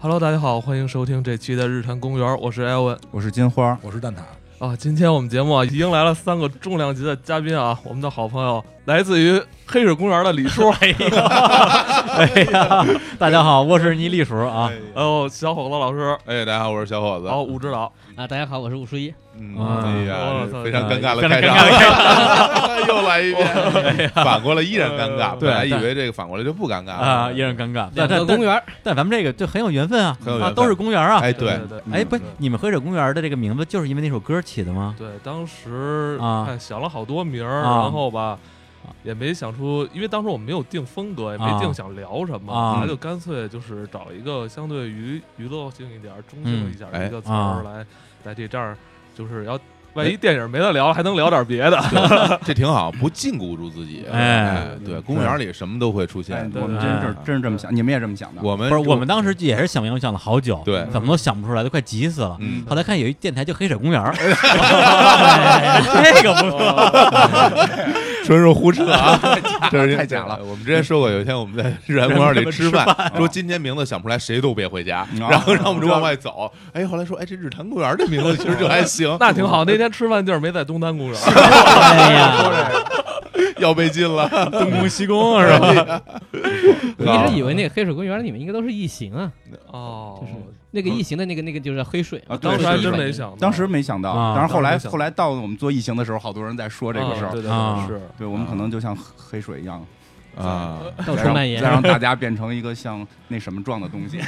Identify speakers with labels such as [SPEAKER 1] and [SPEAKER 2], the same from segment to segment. [SPEAKER 1] Hello，大家好，欢迎收听这期的日坛公园，我是艾文
[SPEAKER 2] 我是金花，
[SPEAKER 3] 我是蛋挞，
[SPEAKER 1] 啊。今天我们节目啊，迎来了三个重量级的嘉宾啊，我们的好朋友来自于黑水公园的李叔，
[SPEAKER 4] 哎呀，大家好，我是倪丽叔啊。
[SPEAKER 1] 还有哦小伙子老师，
[SPEAKER 5] 哎，大家好，我是小伙子。
[SPEAKER 1] 然后武指导，
[SPEAKER 6] 啊，大家好，我是武淑一。
[SPEAKER 5] 嗯，
[SPEAKER 4] 啊
[SPEAKER 5] 哎呀
[SPEAKER 1] 我操，
[SPEAKER 5] 非常尴尬
[SPEAKER 4] 非
[SPEAKER 5] 的
[SPEAKER 4] 常
[SPEAKER 5] 开
[SPEAKER 4] 尴尬的开
[SPEAKER 5] 场， 又来一遍，反过来依然尴尬。
[SPEAKER 4] 对
[SPEAKER 5] 本来以为这个反过来就不尴尬
[SPEAKER 4] 啊，
[SPEAKER 5] 了
[SPEAKER 4] 依。然尴尬。
[SPEAKER 6] 两
[SPEAKER 4] 但
[SPEAKER 6] 个
[SPEAKER 4] 但
[SPEAKER 6] 公
[SPEAKER 4] 但
[SPEAKER 6] 园，
[SPEAKER 4] 但咱们这个就很有缘分啊，
[SPEAKER 5] 很有缘
[SPEAKER 4] 啊，
[SPEAKER 5] 分
[SPEAKER 4] 都是公园啊。
[SPEAKER 5] 哎，对，
[SPEAKER 1] 对
[SPEAKER 4] 哎，不，你们黑水公园的这个名字就是因为那首歌起的吗？
[SPEAKER 1] 对，当时
[SPEAKER 4] 啊
[SPEAKER 1] 哎想了好多名儿，
[SPEAKER 4] 啊
[SPEAKER 1] 然后吧
[SPEAKER 4] 啊。
[SPEAKER 1] 也没想出，因为当时我们没有定风格，也没
[SPEAKER 4] 啊
[SPEAKER 1] 定想聊什么，
[SPEAKER 4] 啊
[SPEAKER 1] 后来就干脆就是找一个相对于娱乐性一点儿、中性一点儿的
[SPEAKER 5] 哎
[SPEAKER 4] 嗯
[SPEAKER 1] 一个词儿来，在这这儿就是要，万一电影没得聊，还能聊点别的。，
[SPEAKER 5] 这挺好，不禁锢住自己。
[SPEAKER 4] 哎
[SPEAKER 5] 对，公园里什么都会出
[SPEAKER 2] 哎
[SPEAKER 5] 现。
[SPEAKER 2] 我们
[SPEAKER 4] 对
[SPEAKER 2] 真
[SPEAKER 4] 对
[SPEAKER 2] 是真是这么想，你们也这么想的。
[SPEAKER 5] 我们
[SPEAKER 4] 不是，我们嗯当时也是想要想了好久，
[SPEAKER 5] 嗯对
[SPEAKER 4] 怎么都想不出来，都快急死了。
[SPEAKER 5] 嗯，
[SPEAKER 4] 后来看有一电台叫黑水公园，哎这个不错，
[SPEAKER 5] 纯属胡扯啊，这是
[SPEAKER 2] 太假了。
[SPEAKER 5] 我们之前说过，有一天我们在日坛公园里吃饭，说今天名字想不出来，谁都别回家，然后让我们就往外走。哎，后来说，哎，这日坛公园这名字其实就还行
[SPEAKER 1] 那挺好，那天吃饭地儿啊没在东单公园，
[SPEAKER 4] 哎呀，
[SPEAKER 5] 要被禁了。
[SPEAKER 4] 东宫西宫
[SPEAKER 5] 啊
[SPEAKER 4] 是吧？
[SPEAKER 6] 我一直以为那个黑水公园你们应该都是异形啊，
[SPEAKER 1] 哦
[SPEAKER 6] 就是那个异形的那个那个就是黑水
[SPEAKER 2] 啊对
[SPEAKER 1] 当时还
[SPEAKER 2] 是
[SPEAKER 1] 真没想到，
[SPEAKER 2] 当时没想到，
[SPEAKER 4] 啊
[SPEAKER 2] 但是后来
[SPEAKER 1] 当时没想到
[SPEAKER 2] 后来到我们做异形的时候，好多人在说这个事
[SPEAKER 1] 啊
[SPEAKER 2] 儿。
[SPEAKER 1] 对对
[SPEAKER 4] 啊
[SPEAKER 1] 对，是
[SPEAKER 2] 对我们可能就像黑水一样，
[SPEAKER 5] 啊，
[SPEAKER 6] 到
[SPEAKER 2] 再
[SPEAKER 6] 处
[SPEAKER 2] 让
[SPEAKER 6] 蔓延
[SPEAKER 2] 再。让大家变成一个像那什么状的东西。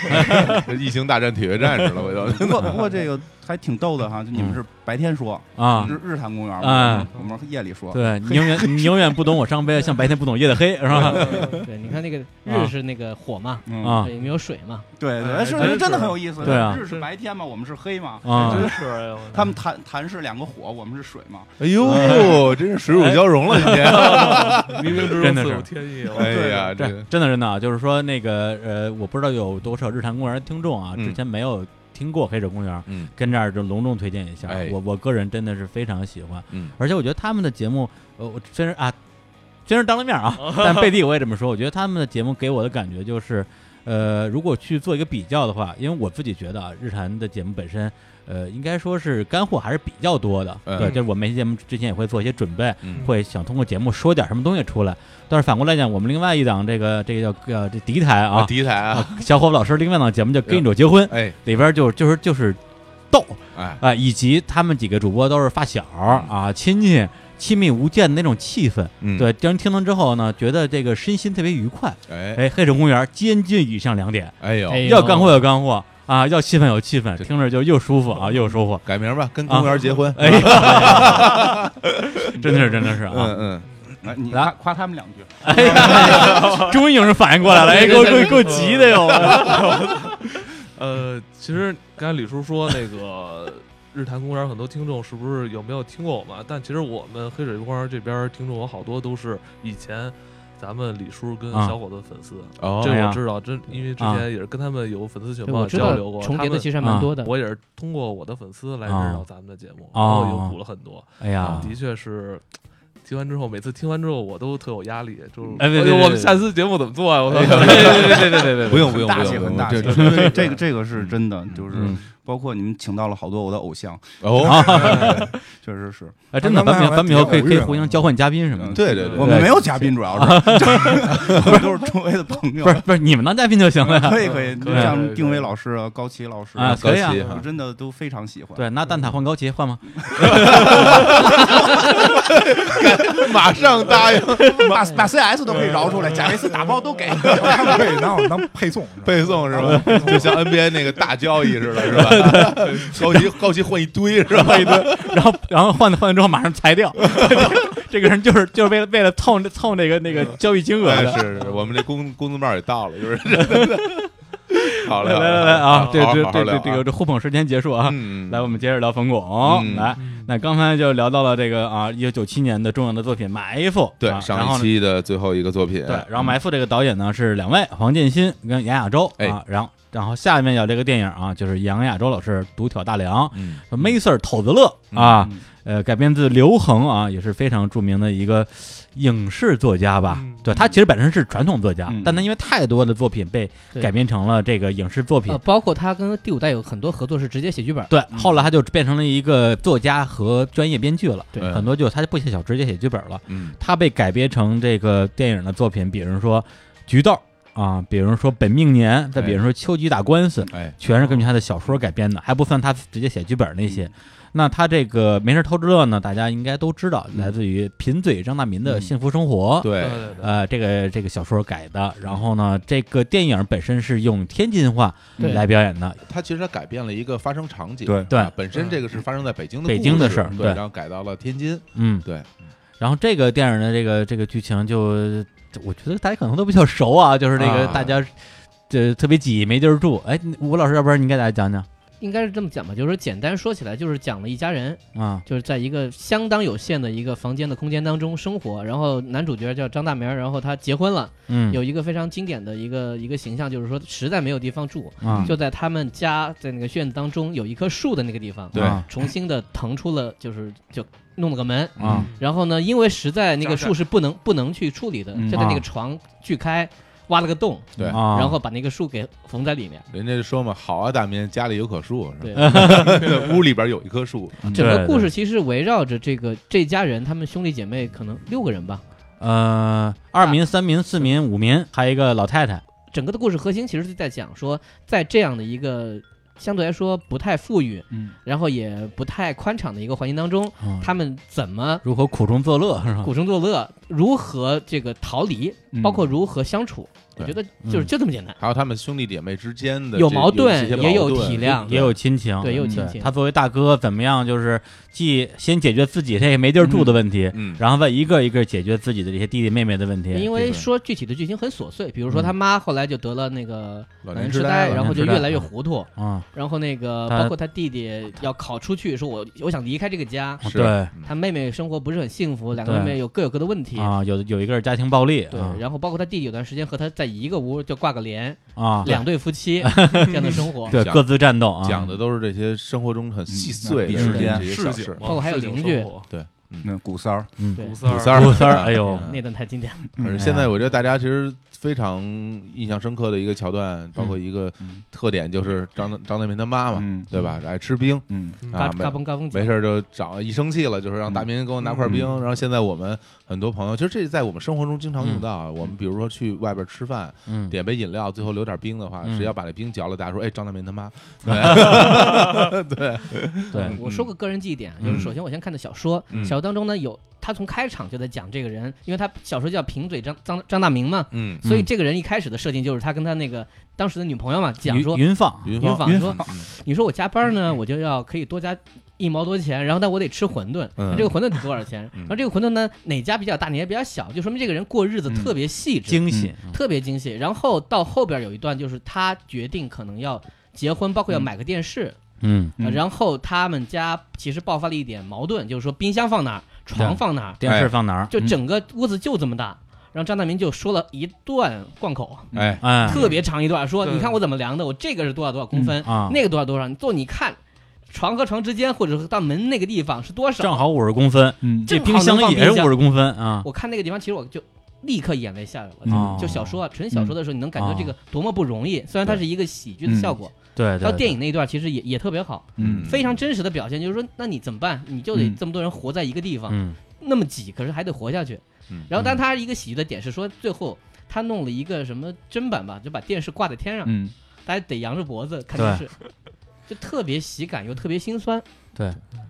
[SPEAKER 5] 异形大战铁血战士了，我就
[SPEAKER 2] 不过不过这个还挺逗的哈，就你们是白天说
[SPEAKER 4] 啊，
[SPEAKER 2] 日日坛公园嘛
[SPEAKER 4] 哎，
[SPEAKER 2] 我们夜里说
[SPEAKER 4] 对你永远你永远不懂我伤悲，像白天不懂夜的黑是吧？
[SPEAKER 6] 对，你看那个
[SPEAKER 4] 啊
[SPEAKER 6] 日是那个火嘛，
[SPEAKER 2] 嗯
[SPEAKER 4] 啊
[SPEAKER 6] 对，没有水嘛，
[SPEAKER 2] 对对，
[SPEAKER 1] 哎
[SPEAKER 2] 哎是
[SPEAKER 1] 真是
[SPEAKER 2] 真的很有意思。
[SPEAKER 4] 对啊
[SPEAKER 2] 日是白天嘛，我们是黑嘛，
[SPEAKER 4] 啊
[SPEAKER 1] 真是哎呦
[SPEAKER 2] 他们谈谈是两个火，我们是水嘛。
[SPEAKER 5] 哎呦，真是水乳交融了，今天。
[SPEAKER 1] 冥冥之中
[SPEAKER 4] 真的
[SPEAKER 1] 自
[SPEAKER 4] 是
[SPEAKER 1] 有天意，我
[SPEAKER 5] 哎呀，这
[SPEAKER 4] 这真的真的啊，就是说那个呃，我不知道有多少日坛公园的听众啊，
[SPEAKER 5] 嗯
[SPEAKER 4] 之前没有听过黑水公园，
[SPEAKER 5] 嗯
[SPEAKER 4] 跟这儿就隆重推荐一下。
[SPEAKER 5] 哎
[SPEAKER 4] 我我个人真的是非常喜欢，
[SPEAKER 5] 嗯
[SPEAKER 4] 而且我觉得他们的节目，呃，我虽然啊，虽然当了面 啊，但背地里我也这么说，我觉得他们的节目给我的感觉就是。呃，如果去做一个比较的话，因为我自己觉得啊，日坛的节目本身，呃，应该说是干货还是比较多的。
[SPEAKER 5] 嗯
[SPEAKER 4] 对，就是我们每期节目之前也会做一些准备，
[SPEAKER 5] 嗯
[SPEAKER 4] 会想通过节目说点什么东西出来。但是反过来讲，我们另外一档这个这个叫呃这敌台啊，
[SPEAKER 5] 第一台啊，
[SPEAKER 4] 小伙子老师另外一档节目叫《跟你者结 婚》，
[SPEAKER 5] 哎
[SPEAKER 4] 里边就就是就是逗
[SPEAKER 5] 哎，
[SPEAKER 4] 啊、以及他们几个主播都是发小啊，亲戚亲密无间的那种气氛，
[SPEAKER 5] 嗯，
[SPEAKER 4] 对，让人听了之后呢，觉得这个身心特别愉快。
[SPEAKER 5] 哎
[SPEAKER 4] 哎，黑水公园接近以上两点，
[SPEAKER 5] 哎呦，
[SPEAKER 6] 哎呦
[SPEAKER 4] 要干货有干货啊，要气氛有气氛，
[SPEAKER 5] 对
[SPEAKER 4] 听着就又舒服啊，又舒服。
[SPEAKER 5] 改名吧，跟公园结婚。
[SPEAKER 4] 哎呀，真的是真的是啊！
[SPEAKER 5] 嗯嗯，
[SPEAKER 2] 来，哎你
[SPEAKER 4] 来
[SPEAKER 2] 夸夸他们两句。
[SPEAKER 4] 哎呀，终于有人反应过来了，哎，给我给我给我急的哟！
[SPEAKER 5] 嗯
[SPEAKER 1] 呃，其实刚才李叔说那个日坛公园，很多听众是不是有没有听过我们啊？但其实我们黑水公园这边听众有好多都是以前咱们李叔跟
[SPEAKER 4] 啊
[SPEAKER 1] 小伙子的粉丝，
[SPEAKER 5] 哦
[SPEAKER 1] 这
[SPEAKER 4] 哎呀
[SPEAKER 1] 我知道，真因为之前也是跟他们有粉丝群
[SPEAKER 6] 对，
[SPEAKER 1] 嘛
[SPEAKER 6] 我知
[SPEAKER 1] 交
[SPEAKER 6] 道
[SPEAKER 1] 流过，
[SPEAKER 6] 重
[SPEAKER 1] 他
[SPEAKER 6] 叠的
[SPEAKER 1] 们
[SPEAKER 6] 其实还蛮多的。
[SPEAKER 1] 我也是通过我的粉丝来认识到咱们的节目，
[SPEAKER 4] 啊
[SPEAKER 1] 然后又补了很多，啊
[SPEAKER 4] 哎呀，
[SPEAKER 5] 嗯
[SPEAKER 1] 的确是。听完之后，每次听完之后，我都特有压力，就是
[SPEAKER 4] 哎别别
[SPEAKER 1] 呦
[SPEAKER 4] 别
[SPEAKER 1] 我们下次节目怎么做啊？我操！
[SPEAKER 4] 对对对对对对，
[SPEAKER 5] 不用不用
[SPEAKER 2] 大
[SPEAKER 5] 不
[SPEAKER 2] 气
[SPEAKER 5] 用，
[SPEAKER 2] 很
[SPEAKER 5] 不
[SPEAKER 2] 大
[SPEAKER 5] 用，
[SPEAKER 2] 气，
[SPEAKER 5] 这
[SPEAKER 2] 因为这个这个是真的，就是
[SPEAKER 4] 嗯
[SPEAKER 2] 包括你们请到了好多我的偶像，
[SPEAKER 5] 哦，
[SPEAKER 2] 确实是。
[SPEAKER 4] 啊，真的，咱们咱们以后可以可以互相交换嘉宾什么
[SPEAKER 2] 嗯
[SPEAKER 4] 的。
[SPEAKER 5] 对对对
[SPEAKER 2] 我们没有嘉宾，主要是 我们都是周围的朋友
[SPEAKER 4] 不。是不是，你们当嘉宾就行了呀。
[SPEAKER 2] 可以可以，
[SPEAKER 1] 嗯
[SPEAKER 2] 就
[SPEAKER 1] 可以可以可
[SPEAKER 2] 像
[SPEAKER 1] 以
[SPEAKER 2] 丁薇老师啊、高奇老师
[SPEAKER 4] 啊，
[SPEAKER 2] 啊，
[SPEAKER 4] 可以啊
[SPEAKER 5] 高。奇
[SPEAKER 2] 我真的都非常喜欢。
[SPEAKER 4] 对，拿蛋挞换高旗换吗？
[SPEAKER 5] 马上答应
[SPEAKER 2] 哎把把 CS 都可以饶出来，贾维斯打包都给。
[SPEAKER 3] 对，拿我们当配送，是吧
[SPEAKER 5] 背诵是 吧？就像 NBA 那个大交易似的，是吧？ 高级高级换一堆是吧？一堆
[SPEAKER 4] 然后然后换了换了之后马上裁掉， 这个人就是就是为了为了凑凑那个那个交易金额
[SPEAKER 5] 哎
[SPEAKER 4] 的。
[SPEAKER 5] 是是，我们这工工资帽也到了，就是。 好嘞，
[SPEAKER 4] 来
[SPEAKER 5] 好嘞
[SPEAKER 4] 来来啊，这
[SPEAKER 5] 好
[SPEAKER 4] 这
[SPEAKER 5] 好好
[SPEAKER 4] 这
[SPEAKER 5] 聊
[SPEAKER 4] 这
[SPEAKER 5] 啊
[SPEAKER 4] 这个这互捧时间结束啊。
[SPEAKER 5] 嗯，
[SPEAKER 4] 来，我们接着聊冯巩。
[SPEAKER 5] 嗯
[SPEAKER 4] 来，那刚才就聊到了这个啊，一九九七年的重要的作品《埋伏》。
[SPEAKER 5] 对
[SPEAKER 4] 啊然
[SPEAKER 5] 上
[SPEAKER 4] 后
[SPEAKER 5] 一嗯
[SPEAKER 4] 呢
[SPEAKER 5] 期的最后一个作品，
[SPEAKER 4] 对，然后《埋伏》这个导演呢是两位，黄建新跟杨亚洲
[SPEAKER 5] 哎
[SPEAKER 4] 啊，然后然后下面有这个电影啊，就是杨亚洲老师独挑大梁，
[SPEAKER 5] 嗯
[SPEAKER 4] 梅 Sir 头子乐啊，
[SPEAKER 2] 嗯
[SPEAKER 4] 呃，改编自刘恒啊，也是非常著名的一个影视作家吧。
[SPEAKER 1] 嗯
[SPEAKER 4] 对他其实本身是传统作家，
[SPEAKER 2] 嗯
[SPEAKER 4] 但他因为太多的作品被
[SPEAKER 6] 对
[SPEAKER 4] 改编成了这个影视作品
[SPEAKER 6] 呃，，包括他跟第五代有很多合作是直接写剧本，
[SPEAKER 4] 对，后来他就变成了一个作家和专业编剧了。
[SPEAKER 6] 对
[SPEAKER 4] 很多就他不写小说，直接写剧本了。
[SPEAKER 5] 嗯
[SPEAKER 4] 他被改编成这个电影的作品，比如说《菊豆》啊，比如说《本命年》，再比如说《秋菊打官司》，
[SPEAKER 5] 哎，
[SPEAKER 4] 全是根据他的小说改编的，还不算他直接写剧本那
[SPEAKER 6] 嗯
[SPEAKER 4] 些。那他这个没事偷着乐呢，大家应该都知
[SPEAKER 6] 嗯
[SPEAKER 4] 道，来自于贫嘴张大民的《
[SPEAKER 2] 嗯
[SPEAKER 4] 幸福生活》。
[SPEAKER 1] 对
[SPEAKER 5] 对，
[SPEAKER 1] 对对，
[SPEAKER 4] 呃，这个这个小说改的，然后呢，这个电影本身是用天津话
[SPEAKER 6] 对
[SPEAKER 4] 来表演的，
[SPEAKER 5] 他其实他改变了一个发生场 景，
[SPEAKER 2] 对
[SPEAKER 4] 对嗯
[SPEAKER 5] 啊本身这个是发生在北京的
[SPEAKER 4] 北京的
[SPEAKER 5] 的
[SPEAKER 4] 事儿
[SPEAKER 5] 对，
[SPEAKER 4] 对
[SPEAKER 5] 然后改到了天津，
[SPEAKER 4] 嗯，
[SPEAKER 5] 对，
[SPEAKER 4] 然后这个电影的这个这个剧情就，我觉得大家可能都比较熟啊， 就是这个
[SPEAKER 5] 啊
[SPEAKER 4] 大家这、特别挤，没地儿住。哎，吴老师，要不然你给大家讲讲
[SPEAKER 6] 应该是这么讲吧，就是说简单说起来，就是讲了一家人，
[SPEAKER 4] 啊？
[SPEAKER 6] 就是在一个相当有限的一个房间的空间当中生活。然后男主角叫张大明儿，然后他结婚了，
[SPEAKER 4] 嗯，
[SPEAKER 6] 有一个非常经典的一个一个形象，就是说实在没有地方住，
[SPEAKER 2] 嗯
[SPEAKER 4] 啊，
[SPEAKER 6] 就在他们家在那个院子当中有一棵树的那个地方，
[SPEAKER 5] 对
[SPEAKER 4] 啊
[SPEAKER 6] 重新的腾出了，就是就弄了个门。
[SPEAKER 4] 啊
[SPEAKER 6] 然后呢，因为实在那个
[SPEAKER 1] 加
[SPEAKER 6] 树是不能不能去处理的，
[SPEAKER 2] 嗯
[SPEAKER 6] 就在那
[SPEAKER 4] 啊
[SPEAKER 6] 个床锯开，挖了个洞，
[SPEAKER 5] 对
[SPEAKER 4] 啊，
[SPEAKER 6] 然后把那个树给缝在里面。
[SPEAKER 5] 人家就说嘛，好啊，大民家里有棵树，是吧
[SPEAKER 6] 对，
[SPEAKER 5] 屋里边有一棵树，
[SPEAKER 6] 整
[SPEAKER 4] 嗯对
[SPEAKER 6] 个故
[SPEAKER 4] 对
[SPEAKER 6] 事其实围绕着这个这家人，他们兄弟姐妹可能六个人吧。
[SPEAKER 4] 呃，二民、三民、四民、五民，还有一个老太太，
[SPEAKER 6] 整个的故事核心其实是在讲说，在这样的一个相对来说不太富裕，
[SPEAKER 2] 嗯
[SPEAKER 6] 然后也不太宽敞的一个环境当中，
[SPEAKER 4] 嗯
[SPEAKER 6] 他们怎么
[SPEAKER 4] 如何苦中作乐是吧？
[SPEAKER 6] 苦中作乐，如何这个逃离，
[SPEAKER 2] 嗯
[SPEAKER 6] 包括如何相处。我
[SPEAKER 5] 对
[SPEAKER 6] 觉得就是
[SPEAKER 4] 嗯
[SPEAKER 6] 就这么简单。
[SPEAKER 5] 还有他们兄弟姐妹之间的
[SPEAKER 6] 有
[SPEAKER 5] 这
[SPEAKER 6] 矛盾
[SPEAKER 5] 一些
[SPEAKER 6] 也有
[SPEAKER 5] 矛盾
[SPEAKER 6] 体谅
[SPEAKER 4] 也有亲情，
[SPEAKER 6] 对也有
[SPEAKER 4] 嗯
[SPEAKER 6] 亲情
[SPEAKER 4] 他作为大哥，怎么样？就是既先解决自己这个没地儿住的问题，
[SPEAKER 5] 嗯，
[SPEAKER 4] 然后再一个一个解决自己的这些弟弟妹妹的问题。
[SPEAKER 6] 因为
[SPEAKER 5] 对
[SPEAKER 6] 说具体的剧情很琐碎，比如说
[SPEAKER 4] 嗯
[SPEAKER 6] 他妈后来就得了那个
[SPEAKER 5] 老
[SPEAKER 6] 老年
[SPEAKER 5] 年
[SPEAKER 6] 痴
[SPEAKER 5] 呆
[SPEAKER 6] 呆，
[SPEAKER 5] 了，
[SPEAKER 6] 然后
[SPEAKER 4] 老
[SPEAKER 6] 就
[SPEAKER 4] 年痴呆
[SPEAKER 6] 越来越糊涂，
[SPEAKER 4] 啊，
[SPEAKER 6] 然后那个
[SPEAKER 4] 他
[SPEAKER 6] 包括他弟弟要考出去，说我我想离开这个家，
[SPEAKER 5] 是
[SPEAKER 4] 对
[SPEAKER 5] 嗯
[SPEAKER 6] 他妹妹生活不是很幸福，两个
[SPEAKER 4] 对
[SPEAKER 6] 妹妹有各有各的问题。
[SPEAKER 4] 啊，有有一个是家庭暴力，
[SPEAKER 6] 对
[SPEAKER 4] 啊，
[SPEAKER 6] 然后包括他弟弟有段时间和他在一个屋就挂个帘，
[SPEAKER 4] 啊，
[SPEAKER 6] 两对 夫妻这样的生活，
[SPEAKER 4] 对
[SPEAKER 5] 讲
[SPEAKER 4] 各自战斗啊，
[SPEAKER 5] 讲的都是这些生活中很细碎
[SPEAKER 2] 嗯
[SPEAKER 5] 的
[SPEAKER 2] 嗯
[SPEAKER 5] 这些
[SPEAKER 1] 市
[SPEAKER 5] 小
[SPEAKER 1] 井
[SPEAKER 5] 事
[SPEAKER 1] 嘛，，
[SPEAKER 6] 包括还有
[SPEAKER 1] 市井
[SPEAKER 6] 邻居
[SPEAKER 1] 生活
[SPEAKER 2] 那古三儿，
[SPEAKER 4] 嗯
[SPEAKER 6] 对
[SPEAKER 1] 五三
[SPEAKER 5] 五
[SPEAKER 1] 儿
[SPEAKER 5] 三儿嗯
[SPEAKER 4] 五三儿哎呦
[SPEAKER 6] 那段太经典了。
[SPEAKER 2] 嗯哎
[SPEAKER 5] 反正现在我觉得大家其实非常印象深刻的一个桥段，包括一个
[SPEAKER 2] 嗯
[SPEAKER 5] 特点就是张张大民他妈妈，
[SPEAKER 2] 嗯
[SPEAKER 5] 对吧？爱吃冰
[SPEAKER 2] 嗯
[SPEAKER 5] 啊
[SPEAKER 6] 嘎，
[SPEAKER 5] 没
[SPEAKER 6] 嘎嘣嘎嘣
[SPEAKER 5] 没事儿就找，一生气了就是让
[SPEAKER 2] 嗯
[SPEAKER 5] 大民给我拿块冰。然后现在我们很多朋友，其实这在我们生活中经常用到啊。我们比如说去外边吃饭，
[SPEAKER 4] 嗯，
[SPEAKER 5] 点杯饮料，最后留点冰的话，
[SPEAKER 4] 嗯
[SPEAKER 5] 谁要把这冰嚼了，大家说哎，张大民他妈，
[SPEAKER 4] 对，
[SPEAKER 6] 我说个个人记忆点啊，就是首先我先看的小说，
[SPEAKER 5] 嗯
[SPEAKER 6] 小说当中呢有他从开场就在讲这个人，因为他小说叫贫嘴张张张大明嘛，
[SPEAKER 5] 嗯，
[SPEAKER 6] 所以这个人一开始的设定就是他跟他那个当时的女朋友嘛讲说，
[SPEAKER 4] 云云放
[SPEAKER 5] 云
[SPEAKER 6] 云
[SPEAKER 5] 芳，
[SPEAKER 6] 坊说
[SPEAKER 5] 嗯
[SPEAKER 6] 你说我加班呢，我就要可以多加一毛多钱，然后但我得吃馄饨，
[SPEAKER 5] 嗯
[SPEAKER 6] 那这个馄饨得多少钱？
[SPEAKER 5] 嗯
[SPEAKER 6] 然后这个馄饨呢哪家比较大，哪家比较小，就说明这个人过日子
[SPEAKER 2] 嗯
[SPEAKER 6] 特别细致，
[SPEAKER 4] 惊喜，
[SPEAKER 6] 特别精细。然后到后边有一段就是他决定可能要结婚，包括要
[SPEAKER 2] 嗯
[SPEAKER 6] 买个电视，
[SPEAKER 4] 嗯，
[SPEAKER 2] 嗯
[SPEAKER 6] 呃然后他们家其实爆发了一点矛盾，就是说冰箱放哪儿，床放哪儿，
[SPEAKER 4] 电视放哪儿？
[SPEAKER 6] 就整个屋子就这么大。然后张大民就说了一段贯口，
[SPEAKER 5] 哎，
[SPEAKER 4] 哎
[SPEAKER 6] 特别长一段，说
[SPEAKER 1] 对
[SPEAKER 6] 你看我怎么量的，我这个是多少多少公分，
[SPEAKER 4] 啊，
[SPEAKER 6] 那个多少多少，你做你看，床和床之间或者是到门那个地方是多
[SPEAKER 4] 正
[SPEAKER 6] 少？
[SPEAKER 4] 好五十公分，
[SPEAKER 2] 嗯
[SPEAKER 4] 这
[SPEAKER 6] 正好
[SPEAKER 4] 冰箱
[SPEAKER 6] 能放
[SPEAKER 4] 也是
[SPEAKER 6] 冰箱
[SPEAKER 4] 五十公分啊，
[SPEAKER 6] 我看那个地方，其实我就。立刻眼泪下来了，
[SPEAKER 4] 哦
[SPEAKER 6] 就小说啊，纯小说的时候，你能感觉这个多么不容易。虽然它是一个喜剧的
[SPEAKER 2] 嗯
[SPEAKER 6] 效果，
[SPEAKER 4] 对
[SPEAKER 6] 到
[SPEAKER 4] 对，
[SPEAKER 6] 电影那一段其实也也特别好，
[SPEAKER 2] 嗯
[SPEAKER 6] 非常真实的表现。就是说，那你怎么办？你就得
[SPEAKER 2] 嗯
[SPEAKER 6] 这么多人活在一个地
[SPEAKER 4] 对
[SPEAKER 6] 方，
[SPEAKER 4] 嗯
[SPEAKER 6] 那么挤，可是还得活下去
[SPEAKER 5] 嗯。
[SPEAKER 6] 然后，但他一个喜剧的点是说，最后他弄了一个什么砧板吧，就把电视挂在天上，
[SPEAKER 2] 嗯
[SPEAKER 6] 大家得扬着脖子看电视，就特别喜感又特别心酸。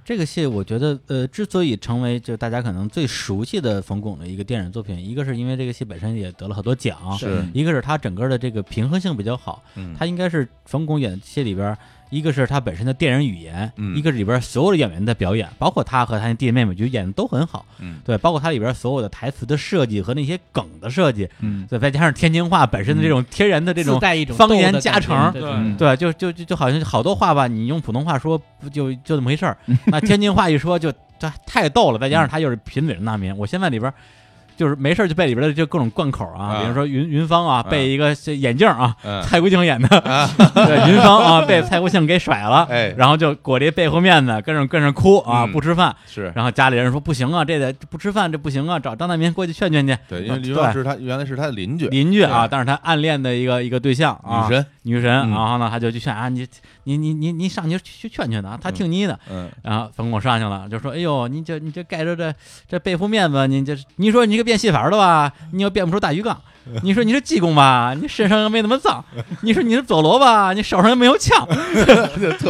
[SPEAKER 4] 这个戏我觉得呃，之所以成为就大家可能最熟悉的冯巩的一个电影作品，一个是因为这个戏本身也得了很多奖，
[SPEAKER 6] 是
[SPEAKER 5] 是，
[SPEAKER 4] 一个是它整个的这个平衡性比较好，
[SPEAKER 5] 嗯
[SPEAKER 4] 它应该是冯巩演的戏里边儿，一个是他本身的电影语言，
[SPEAKER 5] 嗯
[SPEAKER 4] 一个是里边儿所有的演员的表演，包括他和他的弟弟妹妹，就演的都很好。
[SPEAKER 5] 嗯
[SPEAKER 4] 对，包括它里边儿所有的台词的设计和那些梗的设计，
[SPEAKER 2] 嗯
[SPEAKER 4] 对，再加上天津话本身的这种天然的这种
[SPEAKER 6] 自，带一种
[SPEAKER 4] 方
[SPEAKER 6] 斗
[SPEAKER 4] 言
[SPEAKER 6] 的
[SPEAKER 4] 加
[SPEAKER 6] 感觉
[SPEAKER 4] 成
[SPEAKER 6] 对
[SPEAKER 1] 对，
[SPEAKER 4] 对，就就就就好像好多话吧，你用普通话说不就就那么回事儿，那天津话一说就这太逗了，再加上他又是贫嘴张大民，我现在里边儿就是没事儿就背里边的就各种贯口啊，
[SPEAKER 5] 啊
[SPEAKER 4] 比如说云云芳啊，
[SPEAKER 5] 啊
[SPEAKER 4] 背一个这眼镜啊，
[SPEAKER 5] 嗯，
[SPEAKER 4] 蔡国庆 演的，对云芳啊被蔡国庆给甩了，
[SPEAKER 5] 哎，
[SPEAKER 4] 然后就裹着一背后面子跟着跟着哭啊，
[SPEAKER 5] 嗯
[SPEAKER 4] 不吃饭，
[SPEAKER 5] 是
[SPEAKER 4] 然后家里人说不行啊，这得不吃饭这不行啊，找张大民过去劝劝去，
[SPEAKER 5] 对，因为
[SPEAKER 4] 嗯
[SPEAKER 5] 林老是他原来是他的邻居，
[SPEAKER 4] 邻居啊，
[SPEAKER 5] 对
[SPEAKER 4] 但是他暗恋的一个一个对象啊，
[SPEAKER 5] 女神，
[SPEAKER 4] 女神，
[SPEAKER 5] 嗯
[SPEAKER 4] 然后呢，他就去劝啊，你你你你你上去去劝劝他，他听你的。
[SPEAKER 5] 嗯，
[SPEAKER 4] 然后冯巩上去了，就说：“哎呦，你这你这盖着这这背负面子，你这你说你个变戏法的吧，你又变不出大鱼缸；你说你是济公吧，你身上又没那么脏；你说你是佐罗吧，你手上又没有枪，
[SPEAKER 5] 特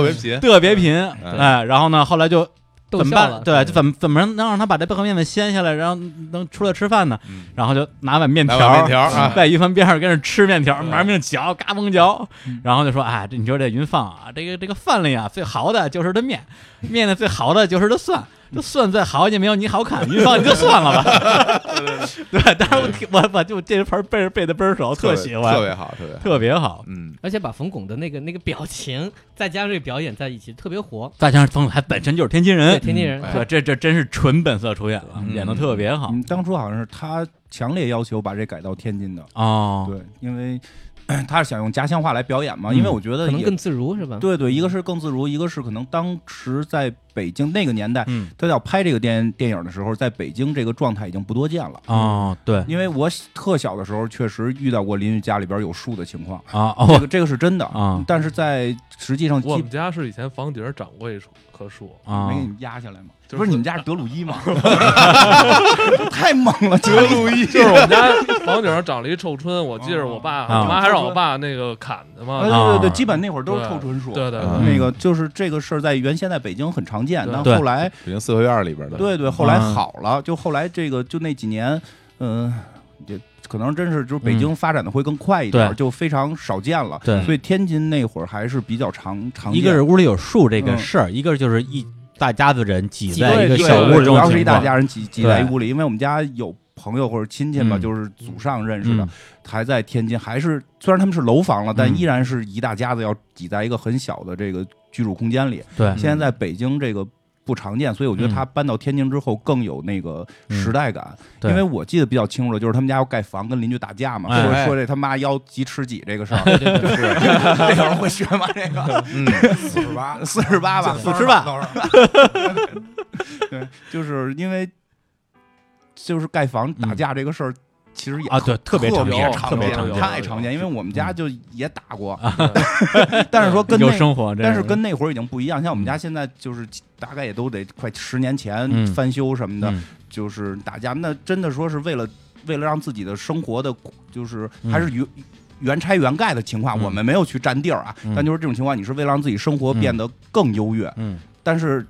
[SPEAKER 5] 别贫，
[SPEAKER 4] 特别贫。”哎，然后呢，后来就
[SPEAKER 6] 逗
[SPEAKER 4] 怎么
[SPEAKER 6] 笑
[SPEAKER 4] 办？
[SPEAKER 6] 了，
[SPEAKER 5] 嗯
[SPEAKER 4] 对，就怎么怎么能让他把这背后面子掀下来，然后能出来吃饭呢？
[SPEAKER 5] 嗯
[SPEAKER 4] 然后就拿碗面
[SPEAKER 5] 拿
[SPEAKER 4] 条，嗯
[SPEAKER 5] 碗面条啊，
[SPEAKER 4] 在一饭边上跟着吃面条，
[SPEAKER 5] 嗯
[SPEAKER 4] 玩命嚼，嘎嘣嚼，然后就说：“哎，这你说这云放啊，这个这个饭里啊，最好的就是这面，面的最好的就是这蒜，这蒜再好也没有你好看。云放你就算了吧。”对，当时我挺我我就这盆背着背的倍儿熟，
[SPEAKER 5] 特别
[SPEAKER 4] 喜
[SPEAKER 5] 特
[SPEAKER 4] 欢，
[SPEAKER 5] 别好，特别好，
[SPEAKER 4] 特别好。
[SPEAKER 5] 嗯，
[SPEAKER 6] 而且把冯巩的那个那个表情，再加上这个表演在一起，特别活。
[SPEAKER 4] 再加上冯巩还本身就是天津
[SPEAKER 6] 对，
[SPEAKER 4] 人，
[SPEAKER 6] 天津人，
[SPEAKER 5] 嗯
[SPEAKER 4] 对，这这真是纯本色出演了，
[SPEAKER 5] 嗯
[SPEAKER 4] 演的特别好
[SPEAKER 2] 嗯，当初好像是他强烈要求把这改到天津的，
[SPEAKER 4] 哦。
[SPEAKER 2] 对，因为 咳他是想用家乡话来表演嘛，因为我觉得
[SPEAKER 6] 可能
[SPEAKER 2] 也
[SPEAKER 6] 更自如是吧？
[SPEAKER 2] 嗯对对，一个是更自如，一个是可能当时在北京那个年代，
[SPEAKER 4] 嗯，
[SPEAKER 2] 他要拍这个电电影的时候，在北京这个状态已经不多见了。嗯
[SPEAKER 4] 哦，对
[SPEAKER 2] 因为我特小的时候确实遇到过邻居家里边有树的情况，
[SPEAKER 4] 啊，
[SPEAKER 2] 这
[SPEAKER 4] 哦
[SPEAKER 2] 个这个是真的
[SPEAKER 4] 啊
[SPEAKER 2] 但是在实际上基
[SPEAKER 1] 我们家是以前房顶儿长过一棵棵树，
[SPEAKER 4] 啊
[SPEAKER 2] 没给，你们压下来吗？
[SPEAKER 1] 就是
[SPEAKER 2] 不是你们家是德鲁伊吗？ 太猛了，德鲁伊
[SPEAKER 1] 就是我们家房顶上长了一臭椿，我记着我爸、
[SPEAKER 4] 啊
[SPEAKER 1] 我妈还让我爸那个砍的
[SPEAKER 2] 呃对
[SPEAKER 1] 嘛。
[SPEAKER 2] 对对，
[SPEAKER 4] 啊
[SPEAKER 2] 基本那会儿都是臭椿树。
[SPEAKER 1] 对对对，
[SPEAKER 5] 嗯
[SPEAKER 2] 那个就是这个事儿，在原先在北京很常见，
[SPEAKER 1] 对
[SPEAKER 2] 但
[SPEAKER 4] 对
[SPEAKER 2] 后来
[SPEAKER 5] 北京四合院里边的，
[SPEAKER 2] 对对，后来
[SPEAKER 4] 啊
[SPEAKER 2] 好了，就后来这个就那几年，嗯、也可能真是就是北京发展的会更快一点，
[SPEAKER 4] 嗯对
[SPEAKER 2] 就非常少见了。
[SPEAKER 4] 对
[SPEAKER 5] 嗯
[SPEAKER 2] 所以天津那会儿还是比较常常见。
[SPEAKER 4] 一个是屋里有树这个
[SPEAKER 2] 嗯
[SPEAKER 4] 事儿，一个就是一大家子人挤
[SPEAKER 6] 挤
[SPEAKER 4] 在一个
[SPEAKER 2] 对
[SPEAKER 4] 小屋
[SPEAKER 2] 对
[SPEAKER 4] 这
[SPEAKER 2] 主
[SPEAKER 4] 种
[SPEAKER 2] 要是一
[SPEAKER 4] 情
[SPEAKER 2] 大
[SPEAKER 4] 况，
[SPEAKER 2] 家人挤挤在一
[SPEAKER 4] 对
[SPEAKER 2] 屋里，因为我们家有。朋友或者亲戚嘛，
[SPEAKER 4] 嗯
[SPEAKER 2] 就是祖上认识的，
[SPEAKER 4] 嗯
[SPEAKER 2] 还在天津，还是虽然他们是楼房了，但
[SPEAKER 4] 嗯
[SPEAKER 2] 依然是一大家子要挤在一个很小的这个居住空间里。
[SPEAKER 4] 对，
[SPEAKER 2] 现在在北京这个不常见，所以我觉得
[SPEAKER 4] 嗯
[SPEAKER 2] 他搬到天津之后更有那个时代感。
[SPEAKER 4] 对
[SPEAKER 2] 因为我记得比较清楚的就是他们家要盖房，跟邻居打架嘛，
[SPEAKER 4] 哎
[SPEAKER 2] 说
[SPEAKER 5] 哎
[SPEAKER 2] 说这他妈腰几尺几这个事儿，
[SPEAKER 6] 对 对对，
[SPEAKER 2] 这有人会学吗？这 个
[SPEAKER 5] 嗯，
[SPEAKER 3] 四十八，
[SPEAKER 2] 四十八吧，
[SPEAKER 3] 四
[SPEAKER 4] 十
[SPEAKER 3] 十
[SPEAKER 4] 八
[SPEAKER 3] 八，
[SPEAKER 2] 对，就是因为就是盖房打架这个事儿。其实也
[SPEAKER 4] 啊，对，特别
[SPEAKER 2] 特
[SPEAKER 4] 常
[SPEAKER 2] 别
[SPEAKER 4] 见，
[SPEAKER 1] 特
[SPEAKER 4] 别
[SPEAKER 1] 别
[SPEAKER 4] 常
[SPEAKER 1] 常
[SPEAKER 2] 见，
[SPEAKER 1] 见啊
[SPEAKER 2] 太常见。因为我们家
[SPEAKER 4] 嗯
[SPEAKER 2] 就也打过，
[SPEAKER 1] 对
[SPEAKER 2] 但是说跟
[SPEAKER 4] 有
[SPEAKER 2] 那
[SPEAKER 4] 生活，这
[SPEAKER 2] 但是跟那会儿已经不一样，像我们家现在就是大概也都得快十年前
[SPEAKER 4] 嗯
[SPEAKER 2] 翻修什么的，
[SPEAKER 4] 嗯
[SPEAKER 2] 就是打架，那真的说是为了为了让自己的生活的，就是
[SPEAKER 4] 嗯
[SPEAKER 2] 还是原、原拆原盖的情况，
[SPEAKER 4] 嗯
[SPEAKER 2] 我们没有去占地儿啊，
[SPEAKER 4] 嗯
[SPEAKER 2] 但就是这种情况，你是为了让自己生活
[SPEAKER 4] 嗯
[SPEAKER 2] 变得更优越，
[SPEAKER 4] 嗯
[SPEAKER 2] 但是。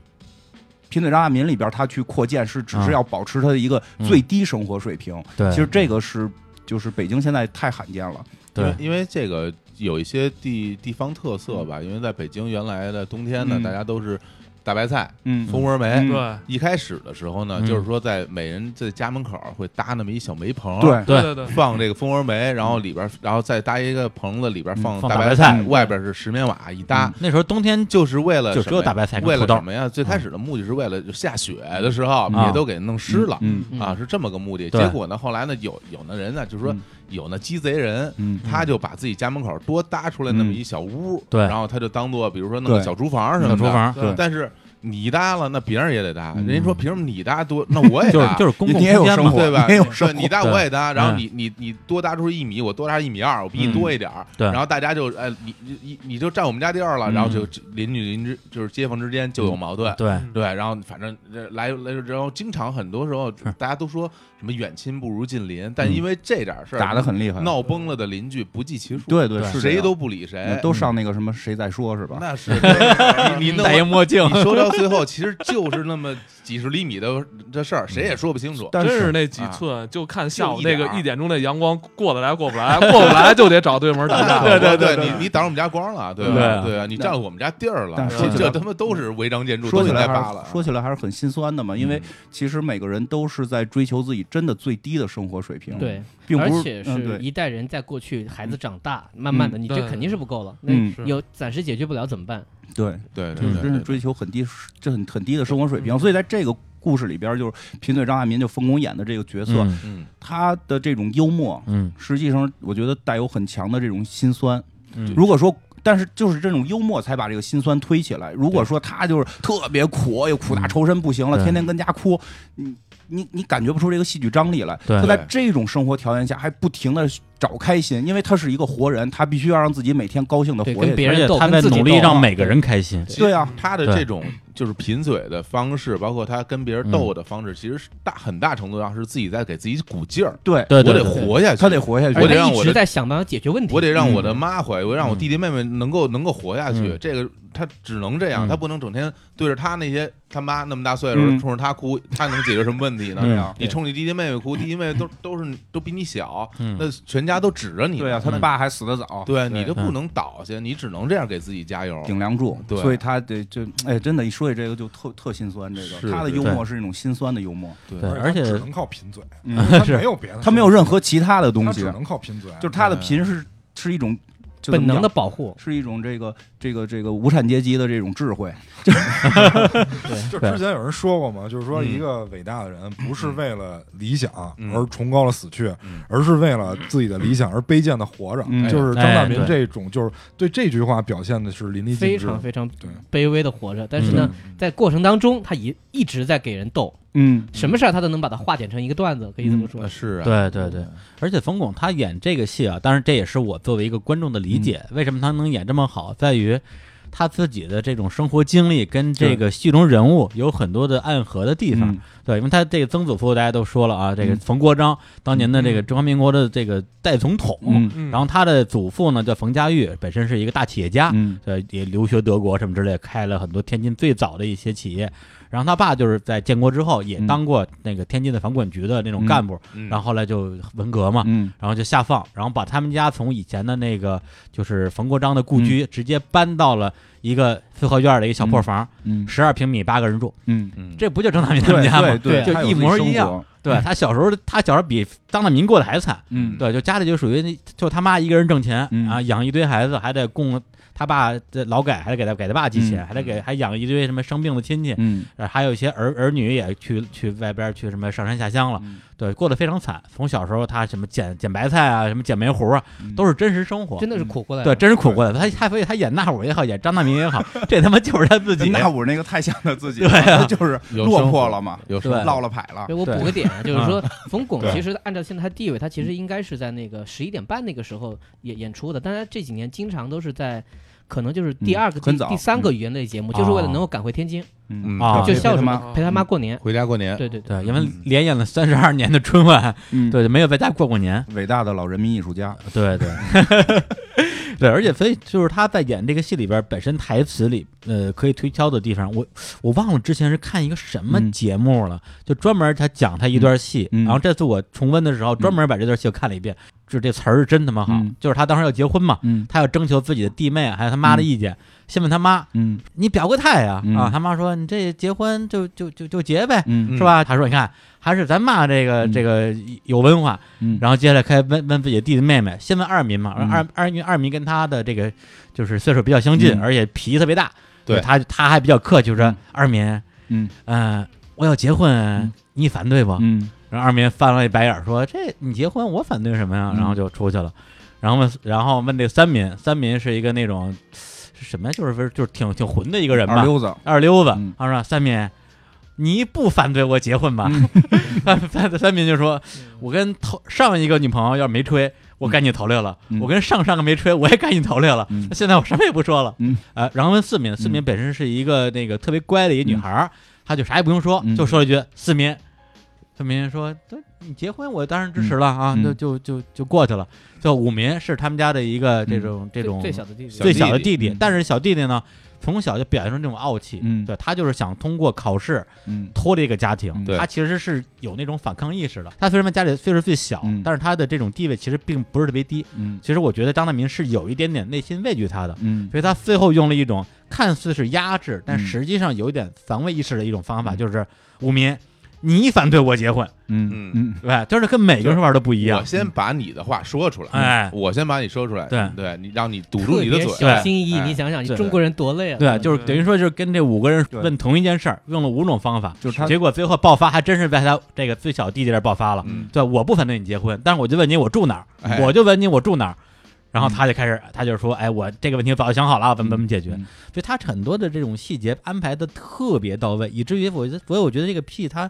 [SPEAKER 2] 贫嘴张大民里边，他去扩建是只
[SPEAKER 4] 啊
[SPEAKER 2] 是要保持他的一个最低生活水平。
[SPEAKER 4] 嗯对，
[SPEAKER 2] 其实这个是就是北京现在太罕见了。
[SPEAKER 5] 因为
[SPEAKER 4] 对
[SPEAKER 5] 因为这个有一些地地方特色吧，因为在北京原来的冬天呢，
[SPEAKER 2] 嗯
[SPEAKER 5] 大家都是大白菜、
[SPEAKER 2] 嗯
[SPEAKER 5] 蜂窝
[SPEAKER 2] 嗯
[SPEAKER 5] 煤。
[SPEAKER 1] 对
[SPEAKER 5] 一开始的时候呢，
[SPEAKER 4] 嗯
[SPEAKER 5] 就是说在每人在家门口会搭那么一小煤棚，，
[SPEAKER 2] 对，
[SPEAKER 4] 对
[SPEAKER 1] 对对，
[SPEAKER 5] 放这个蜂窝煤，然后里边，然后再搭一个棚子，里边
[SPEAKER 4] 嗯
[SPEAKER 5] 放
[SPEAKER 4] 放
[SPEAKER 5] 大
[SPEAKER 4] 大白
[SPEAKER 5] 菜
[SPEAKER 4] 菜，嗯
[SPEAKER 5] 外边是石棉瓦一搭，
[SPEAKER 4] 那时候冬天
[SPEAKER 5] 就是为了
[SPEAKER 4] 就
[SPEAKER 5] 什
[SPEAKER 4] 只有
[SPEAKER 5] 么呀
[SPEAKER 4] 大白菜跟
[SPEAKER 5] 为了
[SPEAKER 4] 土豆
[SPEAKER 5] 什么呀？最开始的目的是为了就下雪的时候，
[SPEAKER 4] 嗯
[SPEAKER 5] 也都给弄湿了。
[SPEAKER 2] 嗯
[SPEAKER 6] 嗯
[SPEAKER 5] 啊，，是这么个目的。
[SPEAKER 4] 对
[SPEAKER 5] 结果呢，后来呢，有有的人呢，就是说
[SPEAKER 2] 嗯
[SPEAKER 5] 有那鸡贼人，
[SPEAKER 2] 嗯
[SPEAKER 5] 他就把自己家门口多搭出来那么
[SPEAKER 2] 嗯
[SPEAKER 5] 一小屋，
[SPEAKER 4] 对
[SPEAKER 5] 然后他就当做比如说弄个
[SPEAKER 2] 对
[SPEAKER 5] 小厨房什
[SPEAKER 4] 小
[SPEAKER 5] 么的。
[SPEAKER 4] 厨，房
[SPEAKER 1] 对
[SPEAKER 5] 但是你搭了，那别人也得搭。
[SPEAKER 2] 嗯
[SPEAKER 5] 人家说凭什么你搭多，那我也
[SPEAKER 4] 就是
[SPEAKER 5] 搭。
[SPEAKER 4] 就是公共
[SPEAKER 2] 啊你也有
[SPEAKER 4] 空间
[SPEAKER 2] 生
[SPEAKER 4] 嘛
[SPEAKER 2] 活，
[SPEAKER 5] 对吧？
[SPEAKER 2] 没有
[SPEAKER 5] 对你搭
[SPEAKER 4] 对
[SPEAKER 5] 我也搭，然后
[SPEAKER 4] 嗯
[SPEAKER 5] 你你你多搭出一米，我多搭一米二，我比你
[SPEAKER 2] 嗯
[SPEAKER 5] 多一点儿。
[SPEAKER 4] 对
[SPEAKER 5] 然后大家就哎，你你你你就占我们家地儿了，
[SPEAKER 2] 嗯
[SPEAKER 5] 然后就邻居邻居就是街坊之间就有矛盾。
[SPEAKER 4] 对
[SPEAKER 1] 嗯
[SPEAKER 5] 对，然后反正呃来来，然后经常很多时候
[SPEAKER 4] 是
[SPEAKER 5] 大家都说什么远亲不如近邻，但
[SPEAKER 2] 嗯
[SPEAKER 5] 因为这点儿事儿
[SPEAKER 2] 打得很厉害，
[SPEAKER 5] 闹崩了的邻居不计其数，
[SPEAKER 2] 对对
[SPEAKER 4] 对
[SPEAKER 2] 是这
[SPEAKER 5] 谁
[SPEAKER 2] 样
[SPEAKER 5] 都不理
[SPEAKER 2] 嗯
[SPEAKER 5] 谁，
[SPEAKER 2] 都上那个什么谁在说是吧？
[SPEAKER 5] 哎那是 你你
[SPEAKER 4] 嗯
[SPEAKER 5] 弄
[SPEAKER 4] 戴一
[SPEAKER 5] 完
[SPEAKER 4] 墨镜，
[SPEAKER 5] 你说到最后，其实就是那么几十厘米的这事儿，谁也说不清楚。
[SPEAKER 2] 但
[SPEAKER 1] 真是
[SPEAKER 2] 是
[SPEAKER 1] 那几寸，就看下午
[SPEAKER 5] 就啊一
[SPEAKER 1] 那
[SPEAKER 5] 点
[SPEAKER 1] 个
[SPEAKER 5] 儿
[SPEAKER 1] 一点钟那阳光过得来过不来，过不来 就得 找对门打架。
[SPEAKER 5] 对对对，你你挡着我们家光了，对
[SPEAKER 4] 对啊
[SPEAKER 5] 吧？对啊，你占了我们家地儿了
[SPEAKER 2] 但，
[SPEAKER 1] 说
[SPEAKER 5] 这
[SPEAKER 1] 起
[SPEAKER 5] 这
[SPEAKER 2] 来
[SPEAKER 5] 他妈都是违章建筑，
[SPEAKER 2] 说
[SPEAKER 5] 都
[SPEAKER 2] 起
[SPEAKER 5] 应
[SPEAKER 2] 来
[SPEAKER 5] 该
[SPEAKER 2] 还
[SPEAKER 5] 扒
[SPEAKER 2] 是
[SPEAKER 5] 了。啊嗯
[SPEAKER 2] 说起来还是很心酸的嘛，因为其实每个人都是在追求自己真的最低的生活水平，，
[SPEAKER 6] 对，
[SPEAKER 2] 并
[SPEAKER 6] 而
[SPEAKER 2] 不
[SPEAKER 6] 且
[SPEAKER 2] 嗯
[SPEAKER 6] 是
[SPEAKER 2] 对，
[SPEAKER 6] 一代人在过去，孩子长大，慢慢的，你
[SPEAKER 1] 嗯
[SPEAKER 6] 这
[SPEAKER 1] 对
[SPEAKER 6] 肯定是不够了。那
[SPEAKER 2] 嗯
[SPEAKER 1] 是
[SPEAKER 6] 有暂时解决不了怎么办？
[SPEAKER 2] 对，
[SPEAKER 5] 对对
[SPEAKER 2] 就是
[SPEAKER 5] 对对，嗯
[SPEAKER 2] 真是
[SPEAKER 5] 对
[SPEAKER 2] 追求很低，这很很低的生活水平，所以在这个故事里边，就是贫嘴张大民就冯巩演的这个角色，
[SPEAKER 4] 嗯
[SPEAKER 5] 嗯
[SPEAKER 2] 他的这种幽默，
[SPEAKER 4] 嗯
[SPEAKER 2] 实际上我觉得带有很强的这种心酸。
[SPEAKER 4] 嗯
[SPEAKER 2] 如果说，但是就是这种幽默才把这个心酸推起来。如果说他就是特别苦，又苦大仇深不行了，
[SPEAKER 4] 对
[SPEAKER 2] 天天跟家哭，你你你感觉不出这个戏剧张力来。
[SPEAKER 4] 对
[SPEAKER 2] 他在这种生活条件下还不停的找开心，因为他是一个活人，他必须要让自己每天高兴的
[SPEAKER 6] 对
[SPEAKER 2] 活下
[SPEAKER 6] 跟别
[SPEAKER 2] 去。
[SPEAKER 4] 而
[SPEAKER 6] 人
[SPEAKER 4] 且
[SPEAKER 6] 斗
[SPEAKER 4] 他
[SPEAKER 6] 跟
[SPEAKER 4] 在
[SPEAKER 6] 自己
[SPEAKER 4] 努力
[SPEAKER 6] 斗
[SPEAKER 4] 让
[SPEAKER 6] 啊
[SPEAKER 4] 每个人开心，
[SPEAKER 5] 其实
[SPEAKER 2] 对啊
[SPEAKER 5] 他的
[SPEAKER 4] 对
[SPEAKER 5] 这种就是贫嘴的方式，包括他跟别人斗的方式，其实是大很大程度上是自己在给自己鼓劲儿，
[SPEAKER 2] 对，
[SPEAKER 4] 对对
[SPEAKER 5] 我得
[SPEAKER 4] 对
[SPEAKER 5] 活下去，
[SPEAKER 2] 他得活下去
[SPEAKER 5] 我。得
[SPEAKER 6] 而且
[SPEAKER 5] 让
[SPEAKER 6] 一
[SPEAKER 5] 我
[SPEAKER 6] 直
[SPEAKER 5] 的
[SPEAKER 6] 在想办法解决问题。
[SPEAKER 5] 我得让我的
[SPEAKER 2] 嗯
[SPEAKER 5] 妈怀，我让我弟弟妹妹能够能够活下去
[SPEAKER 4] 嗯。
[SPEAKER 5] 这个他只能这样，
[SPEAKER 4] 嗯
[SPEAKER 5] 他不能整天对着他那些他妈那么大岁数
[SPEAKER 2] 嗯
[SPEAKER 5] 冲着他哭，他能解决什么问题呢？
[SPEAKER 4] 嗯
[SPEAKER 2] 对啊，
[SPEAKER 5] 你冲你弟弟妹妹哭，弟弟妹妹都都是都比你小，
[SPEAKER 4] 嗯
[SPEAKER 5] 那全家都指着你。
[SPEAKER 2] 对啊，他
[SPEAKER 5] 那
[SPEAKER 2] 爸还死得早。
[SPEAKER 5] 对你都
[SPEAKER 4] 嗯
[SPEAKER 5] 不能倒下，你只能这样给自己加油。
[SPEAKER 2] 顶梁柱，
[SPEAKER 5] 对
[SPEAKER 2] 所以他得就哎，真的，一说起这个就特特心酸。这
[SPEAKER 5] 是
[SPEAKER 2] 个他的幽默是一种心酸的幽默，
[SPEAKER 4] 对，
[SPEAKER 5] 对，
[SPEAKER 4] 而且
[SPEAKER 3] 他只能靠贫嘴，
[SPEAKER 2] 嗯
[SPEAKER 3] 他
[SPEAKER 4] 是
[SPEAKER 3] 没有别的，
[SPEAKER 2] 他没有任何其他的
[SPEAKER 3] 他
[SPEAKER 2] 东西啊
[SPEAKER 3] 只，能靠贫嘴，
[SPEAKER 2] 就是他的贫是是一种就怎
[SPEAKER 6] 本
[SPEAKER 2] 么
[SPEAKER 6] 能的
[SPEAKER 2] 讲
[SPEAKER 6] 保护，
[SPEAKER 2] 是一种这个这个这个无产阶级的这种智慧，
[SPEAKER 3] 就
[SPEAKER 4] 对
[SPEAKER 3] 之前有人说过嘛，就是说
[SPEAKER 5] 嗯
[SPEAKER 3] 一个伟大的人不是为了理想
[SPEAKER 5] 嗯
[SPEAKER 3] 而崇高了死去
[SPEAKER 5] 嗯，
[SPEAKER 3] 而是为了自己的理想而卑贱的活着
[SPEAKER 2] 嗯。
[SPEAKER 3] 就是张大民
[SPEAKER 4] 哎对
[SPEAKER 3] 这种，就是对这句话表现的是淋漓
[SPEAKER 6] 非
[SPEAKER 3] 尽致。
[SPEAKER 6] 常非常
[SPEAKER 3] 对
[SPEAKER 6] 卑微的活着。但是呢，在过程当中，他一一直在给人逗，
[SPEAKER 2] 嗯，
[SPEAKER 6] 什么事儿他都能把它化解成一个段子，可以这么说
[SPEAKER 5] 呃。是啊，
[SPEAKER 4] 对对对，而且冯巩他演这个戏啊，当然这也是我作为一个观众的理解，
[SPEAKER 2] 嗯
[SPEAKER 4] 为什么他能演这么好，在于他自己的这种生活经历跟这个戏中人物有很多的暗合的地方。
[SPEAKER 2] 嗯
[SPEAKER 4] 对，因为他这个曾祖父大家都说了啊，这个冯国璋当年的这个中华民国的这个代总统，
[SPEAKER 2] 嗯
[SPEAKER 1] 嗯
[SPEAKER 4] 然后他的祖父呢叫冯家玉，本身是一个大企业家，
[SPEAKER 2] 嗯
[SPEAKER 4] 呃，也留学德国什么之类，开了很多天津最早的一些企业。然后他爸就是在建国之后也
[SPEAKER 2] 嗯
[SPEAKER 4] 当过那个天津的房管局的那种干部，
[SPEAKER 5] 嗯
[SPEAKER 4] 然后后来就文革嘛，
[SPEAKER 2] 嗯
[SPEAKER 4] 然后就下放，然后把他们家从以前的那个就是冯国璋的故
[SPEAKER 2] 嗯
[SPEAKER 4] 居直接搬到了一个四合院的一个小破房，
[SPEAKER 2] 嗯
[SPEAKER 4] 十二平米，八个人住，
[SPEAKER 2] 嗯，
[SPEAKER 5] 嗯
[SPEAKER 4] 这不就张大民啊 他们
[SPEAKER 2] 对
[SPEAKER 4] 家
[SPEAKER 2] 对对，
[SPEAKER 4] 吗？ 就
[SPEAKER 2] 他有
[SPEAKER 4] 一
[SPEAKER 2] 自己
[SPEAKER 4] 模一
[SPEAKER 2] 生
[SPEAKER 4] 样
[SPEAKER 2] 活，
[SPEAKER 4] 对他小时候，他小时候比张大民过得还惨。
[SPEAKER 2] 嗯
[SPEAKER 4] 对，就家里就属于那就他妈一个人挣钱、
[SPEAKER 2] 嗯
[SPEAKER 4] 啊，养一堆孩子，还得供他爸这劳改，还得给他给他爸寄钱，
[SPEAKER 2] 嗯
[SPEAKER 4] 还得给还养一堆什么生病的亲戚，
[SPEAKER 2] 嗯
[SPEAKER 4] 呃还有一些儿儿女也去去外边去什么上山下乡了，
[SPEAKER 2] 嗯
[SPEAKER 4] 对，过得非常惨。从小时候他什么捡捡白菜啊，什么捡煤糊啊，
[SPEAKER 2] 嗯
[SPEAKER 4] 都是真实生活。
[SPEAKER 6] 真的是苦过来
[SPEAKER 4] 对，
[SPEAKER 6] 了。
[SPEAKER 4] 真是苦过来的。他他所以他演那会儿也好，演张大民也好，这他妈就是他自 己。
[SPEAKER 2] 那我那个太像他自己，
[SPEAKER 4] 对啊
[SPEAKER 2] 他 就是
[SPEAKER 5] 有
[SPEAKER 2] 落
[SPEAKER 5] 生
[SPEAKER 2] 魄
[SPEAKER 5] 活
[SPEAKER 2] 了嘛，
[SPEAKER 5] 有时
[SPEAKER 4] 对
[SPEAKER 5] 候
[SPEAKER 2] 落了牌了
[SPEAKER 6] 对，，我补
[SPEAKER 4] 对
[SPEAKER 6] 个点啊，就是说冯巩
[SPEAKER 3] 对
[SPEAKER 6] 其实按照现在他地位，他其实应该是在那个十一点半那个时候演演出的，但他这几年经常都是在。可能就是第二
[SPEAKER 2] 嗯
[SPEAKER 6] 个、
[SPEAKER 2] 很
[SPEAKER 6] 第
[SPEAKER 2] 早
[SPEAKER 6] 第三个语言类节目，
[SPEAKER 4] 嗯
[SPEAKER 6] 就是为了能够赶回天津，
[SPEAKER 2] 嗯
[SPEAKER 5] 嗯
[SPEAKER 4] 啊
[SPEAKER 2] 陪
[SPEAKER 6] 就孝
[SPEAKER 2] 他
[SPEAKER 6] 顺
[SPEAKER 2] 妈
[SPEAKER 6] 陪他妈过年。
[SPEAKER 5] 回家过年，
[SPEAKER 6] 对对对，
[SPEAKER 4] 对，因为连演了三十二年的春晚，
[SPEAKER 2] 嗯，
[SPEAKER 4] 对，没有在家过过年。
[SPEAKER 2] 伟大的老人民艺术家，
[SPEAKER 4] 对对， 对，而且所以就是他在演这个戏里边，本身台词里呃可以推敲的地方，我我忘了之前是看一个什么
[SPEAKER 2] 嗯
[SPEAKER 4] 节目了，就专门他讲他一段戏，
[SPEAKER 2] 嗯嗯
[SPEAKER 4] 然后这次我重温的时候，专门把这段戏又看了一遍，就这词儿是真他妈好，
[SPEAKER 2] 嗯
[SPEAKER 4] 就是他当时要结婚嘛，
[SPEAKER 2] 嗯
[SPEAKER 4] 他要征求自己的弟妹啊还有他妈的意见，先问他妈，
[SPEAKER 2] 嗯
[SPEAKER 4] 你表个态呀、啊，
[SPEAKER 2] 嗯
[SPEAKER 4] 他妈说你这结婚就就就就结呗。
[SPEAKER 2] 嗯
[SPEAKER 4] 是吧？他说：“你看，还是咱妈这个、
[SPEAKER 2] 嗯
[SPEAKER 4] 这个有文化，
[SPEAKER 2] 嗯，
[SPEAKER 4] 然后接下来开始问问自己的弟弟妹妹，先问二民嘛，
[SPEAKER 2] 嗯
[SPEAKER 4] 二二因为二民跟他的这个就是岁数比较相近，
[SPEAKER 2] 嗯
[SPEAKER 4] 而且脾气特别大，
[SPEAKER 5] 对
[SPEAKER 4] 他他还比较客气，就说、
[SPEAKER 2] 嗯
[SPEAKER 4] 二民，
[SPEAKER 2] 嗯
[SPEAKER 4] 嗯、我要结婚，你反对不？
[SPEAKER 2] 嗯
[SPEAKER 4] 然后二民翻了一白眼儿说：“这你结婚，我反对什么呀？”
[SPEAKER 2] 嗯
[SPEAKER 4] 然后就出去了。然后问，然后问这三民，三民是一个那种是什么呀？就是就是挺挺混的一个人吧，
[SPEAKER 2] 二溜子，
[SPEAKER 4] 二溜子，
[SPEAKER 2] 嗯
[SPEAKER 4] 他说三民，你不反对我结婚吧？三
[SPEAKER 2] 嗯
[SPEAKER 4] 三三民就说，我跟头上一个女朋友要是没吹，我赶紧头六了；
[SPEAKER 2] 嗯
[SPEAKER 4] 我跟上上个没吹，我也赶紧头六了。
[SPEAKER 2] 嗯
[SPEAKER 4] 现在我什么也不说了。
[SPEAKER 2] 嗯
[SPEAKER 4] 呃，然后问四民，四民本身是一个那个特别乖的一个女孩儿，她就啥也不用说，
[SPEAKER 2] 嗯
[SPEAKER 4] 就说了一句四民。四民说：“都你结婚，我当然支持了啊，
[SPEAKER 2] 嗯
[SPEAKER 4] 就就就就过去了。”就五民是他们家的一个这种、这
[SPEAKER 6] 最
[SPEAKER 4] 种
[SPEAKER 6] 最小的弟弟
[SPEAKER 5] 小
[SPEAKER 4] 最小的弟
[SPEAKER 2] 嗯弟
[SPEAKER 4] 弟
[SPEAKER 2] 嗯，
[SPEAKER 4] 但是小弟弟呢，从小就表现出这种傲气，
[SPEAKER 2] 嗯
[SPEAKER 4] 对他就是想通过考试
[SPEAKER 2] 嗯
[SPEAKER 4] 脱离一个家庭
[SPEAKER 2] 嗯，
[SPEAKER 5] 对
[SPEAKER 4] 他其实是有那种反抗意识的。他虽然家里岁数最小，
[SPEAKER 2] 嗯
[SPEAKER 4] 但是他的这种地位其实并不是特别低。
[SPEAKER 2] 嗯
[SPEAKER 4] 其实我觉得张大民是有一点点内心畏惧他的，
[SPEAKER 2] 嗯
[SPEAKER 4] 所以他最后用了一种看似是压制，但
[SPEAKER 2] 嗯
[SPEAKER 4] 实际上有一点防卫意识的一种方法，
[SPEAKER 2] 嗯
[SPEAKER 4] 就是五民。你反对我结婚，
[SPEAKER 2] 嗯嗯
[SPEAKER 4] 对吧？就是跟每个人玩的不一样
[SPEAKER 5] 我。先把你的话说出来，
[SPEAKER 4] 哎
[SPEAKER 5] 我先把你说出来，
[SPEAKER 4] 对
[SPEAKER 5] 对，你让你堵住
[SPEAKER 6] 特
[SPEAKER 5] 你的
[SPEAKER 6] 别
[SPEAKER 5] 嘴，
[SPEAKER 6] 小心翼翼。
[SPEAKER 5] 哎
[SPEAKER 6] 你想想，你
[SPEAKER 5] 对
[SPEAKER 6] 中国人多累啊！
[SPEAKER 4] 对，就是等于说，就是跟这五个人问同一件事儿，用了五种方法，
[SPEAKER 2] 就是他
[SPEAKER 4] 结果最后爆发还真是在他这个最小弟弟这儿爆发了。
[SPEAKER 5] 嗯
[SPEAKER 4] 对，我不反对你结婚，但是我就问你我住哪
[SPEAKER 5] 哎
[SPEAKER 4] 儿，我就问你我住哪儿，然后他就开始，他就说，哎，我这个问题早就想好了，怎么怎么解决。
[SPEAKER 2] 嗯嗯
[SPEAKER 4] 所以他很多的这种细节安排的特别到位，以至于我觉得，所以我觉得这个 P 它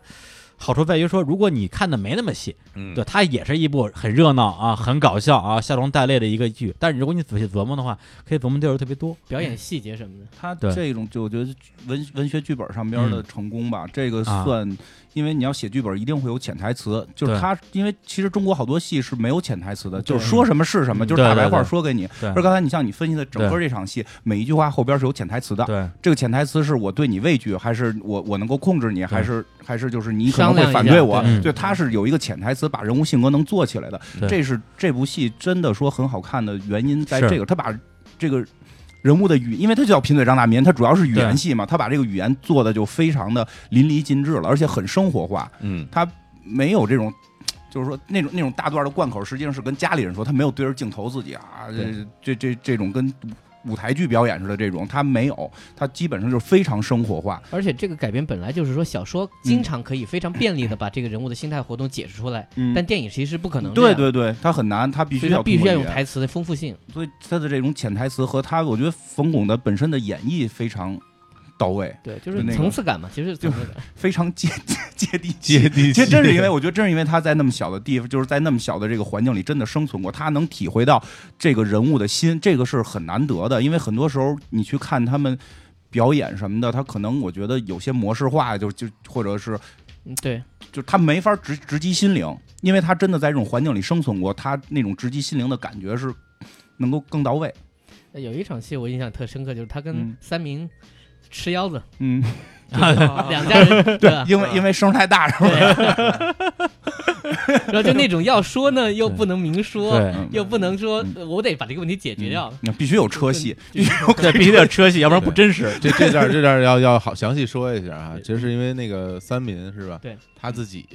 [SPEAKER 4] 好处在于说，如果你看的没那么细，
[SPEAKER 5] 嗯，
[SPEAKER 4] 对，它也是一部很热闹啊、很搞笑啊、笑中带泪的一个剧。但是如果你仔细琢磨的话，可以琢磨地儿特别多。嗯
[SPEAKER 6] 表演细节什么的，
[SPEAKER 2] 他
[SPEAKER 4] 对嗯
[SPEAKER 2] 这种就我觉得文文学剧本上边的成功吧，这个算，因为你要写剧本一定会有潜台词，就是
[SPEAKER 4] 啊对
[SPEAKER 2] 他，因为其实中国好多戏是没有潜台词的，
[SPEAKER 6] 对
[SPEAKER 2] 就是说什么是什么，
[SPEAKER 4] 嗯
[SPEAKER 2] 就是大白
[SPEAKER 4] 对
[SPEAKER 2] 话
[SPEAKER 4] 对对
[SPEAKER 2] 说给你。
[SPEAKER 4] 对
[SPEAKER 2] 而刚才你像你分析的整个
[SPEAKER 4] 对
[SPEAKER 2] 这场戏，每一句话后边是有潜台词的，
[SPEAKER 4] 对
[SPEAKER 2] 这个潜台词是我对你畏惧，还是我我能够控制你，还是还是就是你可能
[SPEAKER 6] 商量一
[SPEAKER 2] 会
[SPEAKER 6] 下
[SPEAKER 2] 反对我？
[SPEAKER 6] 嗯
[SPEAKER 4] 对
[SPEAKER 2] 对，他是有一个潜台词，把人物性格能做起来的。
[SPEAKER 4] 对
[SPEAKER 2] 这是这部戏真的说很好看的原因在
[SPEAKER 4] 是
[SPEAKER 2] 这个，他把这个人物的语，因为他叫贫嘴张大民，他主要是语言戏嘛，他把这个语言做的就非常的淋漓尽致了，而且很生活化，
[SPEAKER 5] 嗯，
[SPEAKER 2] 他没有这种。就是说，那种那种大段的贯口，实际上是跟家里人说，他没有对着镜头自己啊，这这这这种跟舞台剧表演似的这种，他没有，他基本上就是非常生活化。
[SPEAKER 6] 而且这个改编本来就是说，小说经常可以非常便利的把这个人物的心态活动解释出来，
[SPEAKER 2] 嗯
[SPEAKER 6] 但电影其实不可能。
[SPEAKER 2] 对，对对，他很难，他必
[SPEAKER 6] 所
[SPEAKER 2] 须
[SPEAKER 6] 以它
[SPEAKER 2] 要
[SPEAKER 6] 必须
[SPEAKER 2] 通过
[SPEAKER 6] 要用
[SPEAKER 2] 语言
[SPEAKER 6] 台词的丰富性。
[SPEAKER 2] 所以他的这种潜台词和他，我觉得冯巩的本身的演绎非常到位，
[SPEAKER 6] 对，就
[SPEAKER 2] 就是那个
[SPEAKER 6] 层次感嘛，其实是层次感。
[SPEAKER 2] 非常接接地气。
[SPEAKER 5] 接
[SPEAKER 2] 其
[SPEAKER 5] 地气，
[SPEAKER 2] 实真是因 为，我觉得真是因为他在那么小的地方，就是在那么小的这个环境里，真的生存过，他能体会到这个人物的心，这个是很难得的。因为很多时候你去看他们表演什么的，他可能我觉得有些模式化，就就或者是
[SPEAKER 6] 嗯，对，
[SPEAKER 2] 就他没法直直击心灵，因为他真的在这种环境里生存过，他那种直击心灵的感觉是能够更到位。
[SPEAKER 6] 呃有一场戏我印象特深刻，就是他跟
[SPEAKER 2] 嗯
[SPEAKER 6] 三明吃腰子，
[SPEAKER 2] 嗯，啊
[SPEAKER 1] 嗯
[SPEAKER 6] 就是两家人对
[SPEAKER 5] 啊
[SPEAKER 6] 吧，
[SPEAKER 2] 因为因为声儿太大是吧？
[SPEAKER 6] 然后就那种要说呢，又不能明说，
[SPEAKER 4] 对
[SPEAKER 2] 嗯
[SPEAKER 6] 又不能说呃我得把这个问题解决掉。
[SPEAKER 2] 那必须有车戏，
[SPEAKER 4] 对，必须得有车戏，要不然不真实。
[SPEAKER 5] 这这段这段要要好详细说一下啊，其实是因为那个三民是吧？
[SPEAKER 6] 对，
[SPEAKER 5] 他自己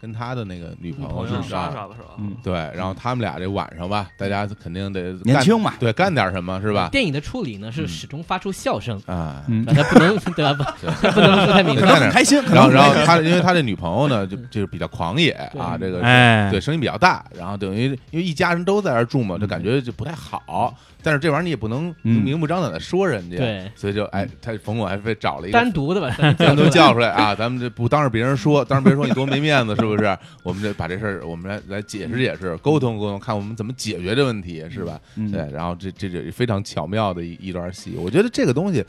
[SPEAKER 5] 跟他的那个女朋友
[SPEAKER 1] 朋友
[SPEAKER 5] 是
[SPEAKER 1] 莎
[SPEAKER 5] 吧？
[SPEAKER 1] 莎吧是吧？
[SPEAKER 2] 嗯
[SPEAKER 5] 对，然后他们俩这晚上吧，大家肯定得干
[SPEAKER 2] 年轻嘛
[SPEAKER 5] 对，干点什么是吧？
[SPEAKER 6] 电影的处理呢是始终发出笑声，
[SPEAKER 5] 啊，
[SPEAKER 2] 嗯
[SPEAKER 6] 那他不能对吧？不 不能说太明
[SPEAKER 5] 对
[SPEAKER 6] 白
[SPEAKER 5] 干。点
[SPEAKER 2] 很开心。可能
[SPEAKER 5] 然后，然后他，因为他这女朋友呢，就就是比较狂野啊，
[SPEAKER 6] 对
[SPEAKER 5] 这个
[SPEAKER 4] 哎，
[SPEAKER 5] 对声音比较大，然后等于因为一家人都在这儿住嘛，就感觉就不太好。但是这玩意儿你也不能
[SPEAKER 2] 嗯
[SPEAKER 5] 明目张胆的说人家，
[SPEAKER 6] 对
[SPEAKER 5] 所以就哎，他冯巩还非找了一
[SPEAKER 6] 单
[SPEAKER 5] 个。
[SPEAKER 6] 独的把 三明
[SPEAKER 5] 单独
[SPEAKER 6] 出来
[SPEAKER 5] 叫出来啊！咱们这不当着别人说，当着别人说你多没面子，是不是？我们这把这事儿，我们来来解释解释，沟通沟通，看我们怎么解决这问题，是吧？
[SPEAKER 2] 嗯
[SPEAKER 5] 对，然后这这这非常巧妙的一一段戏，我觉得这个东西，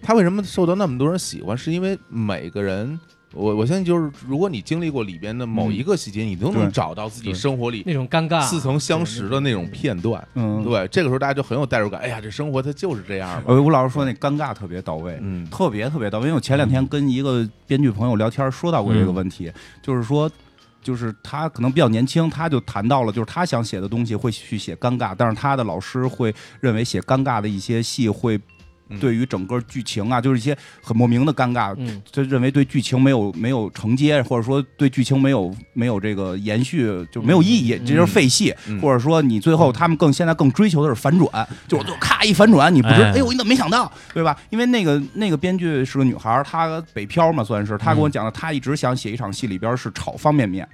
[SPEAKER 5] 它为什么受到那么多人喜欢，是因为每个人，我我相信就是，如果你经历过里边的某一个细节，你都能
[SPEAKER 2] 嗯对
[SPEAKER 5] 找到自己
[SPEAKER 2] 对
[SPEAKER 5] 生活里
[SPEAKER 6] 那种尴尬，
[SPEAKER 5] 似曾相识的那种片段。
[SPEAKER 2] 嗯，
[SPEAKER 5] 对，这个时候大家就很有代入感。哎呀，这生活它就是这样嘛。
[SPEAKER 2] 呃，吴老师说那尴尬特别到位，
[SPEAKER 5] 嗯
[SPEAKER 2] 特别特别到位。因为我前两天跟一个编剧朋友聊天，说到过这个问题，就是说。就是他可能比较年轻，他就谈到了，就是他想写的东西会去写尴尬，但是他的老师会认为写尴尬的一些戏会
[SPEAKER 5] 嗯
[SPEAKER 2] 对于整个剧情啊，就是一些很莫名的尴尬，
[SPEAKER 6] 嗯，
[SPEAKER 2] 就认为对剧情没有没有承接，或者说对剧情没有没有这个延续，就没有意义，
[SPEAKER 6] 嗯
[SPEAKER 2] 这就是废戏。
[SPEAKER 5] 嗯
[SPEAKER 2] 或者说你最后他们更现在更追求的是反转，就是就咔一反转，你不知
[SPEAKER 4] 哎
[SPEAKER 2] 哎呦你怎么没想到，对吧？因为那个那个编剧是个女孩儿，她北漂嘛算是，她
[SPEAKER 4] 嗯
[SPEAKER 2] 跟我讲的，她一直想写一场戏里边是炒方便面。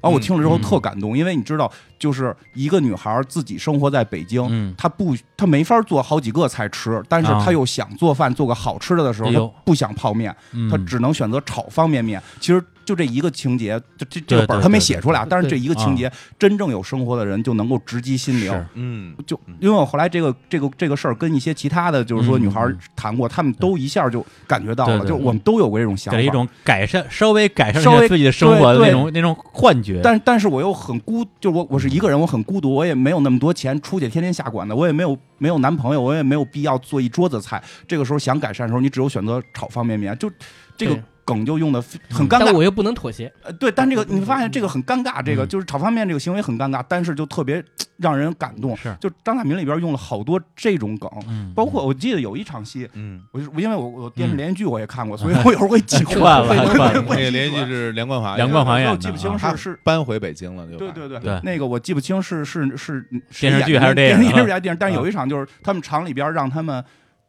[SPEAKER 2] 然后我听了之后
[SPEAKER 4] 嗯
[SPEAKER 2] 特感动，因为你知道，就是一个女孩儿自己生活在北京，
[SPEAKER 4] 嗯
[SPEAKER 2] 她不她没法做好几个菜吃，但是
[SPEAKER 4] 啊
[SPEAKER 2] 她又想做饭做个好吃的的时候，
[SPEAKER 4] 哎呦
[SPEAKER 2] 她不想泡面，
[SPEAKER 4] 嗯
[SPEAKER 2] 他只能选择炒方便面。其实就这一个情节，这这这
[SPEAKER 4] 对
[SPEAKER 2] 个本儿
[SPEAKER 4] 对
[SPEAKER 2] 他没
[SPEAKER 4] 对
[SPEAKER 2] 写出来啊，但是这
[SPEAKER 6] 对
[SPEAKER 2] 一个情节，真正有生活的人就能够直击心灵
[SPEAKER 4] 是。
[SPEAKER 5] 嗯
[SPEAKER 2] 就因为我后来这个这个这个事儿跟一些其他的就是说
[SPEAKER 4] 嗯
[SPEAKER 2] 女孩儿谈过，她们都一下就感觉到了，
[SPEAKER 4] 对对嗯
[SPEAKER 2] 就是我们都有过这种想
[SPEAKER 4] 给了一
[SPEAKER 2] 法。
[SPEAKER 4] 种改善，稍微改善
[SPEAKER 2] 稍
[SPEAKER 4] 一下
[SPEAKER 2] 微
[SPEAKER 4] 自己的生活的
[SPEAKER 2] 对对
[SPEAKER 4] 那种那种幻觉。
[SPEAKER 2] 但但是我又很孤，就我我是一个人，我很孤独，我也没有那么多钱，出去天天下馆子，我也没有没有男朋友，我也没有必要做一桌子菜。这个时候想改善的时候，你只有选择炒方便面，就这个
[SPEAKER 6] 对
[SPEAKER 2] 梗就用的
[SPEAKER 4] 嗯
[SPEAKER 2] 很尴尬
[SPEAKER 6] 但。我又不能妥协，
[SPEAKER 4] 嗯
[SPEAKER 2] 呃，对，但这个你会发现这个很尴尬，这个就是炒方便面这个行为很尴尬，但是就特别让人感动。
[SPEAKER 4] 是
[SPEAKER 2] 就张大民里边用了好多这种梗，
[SPEAKER 4] 嗯，
[SPEAKER 2] 包括我记得有一场戏，
[SPEAKER 5] 嗯，
[SPEAKER 2] 我就因为我我电视连续剧我也 看过，所以我有时候会记混
[SPEAKER 4] 串了
[SPEAKER 2] 会
[SPEAKER 4] 串
[SPEAKER 2] 会
[SPEAKER 4] 了
[SPEAKER 5] 那
[SPEAKER 2] 会
[SPEAKER 5] 个连续剧是梁冠华演的，
[SPEAKER 4] 梁冠华演的
[SPEAKER 2] 我记不清
[SPEAKER 5] 他
[SPEAKER 2] 是是。
[SPEAKER 5] 搬回北京了，对吧？
[SPEAKER 2] 对对对
[SPEAKER 4] 对
[SPEAKER 2] 那个我记不清是是是
[SPEAKER 4] 电视剧还是啊电
[SPEAKER 2] 电
[SPEAKER 4] 影
[SPEAKER 2] 视剧还是电影？但是有一场就是他们厂里边让他们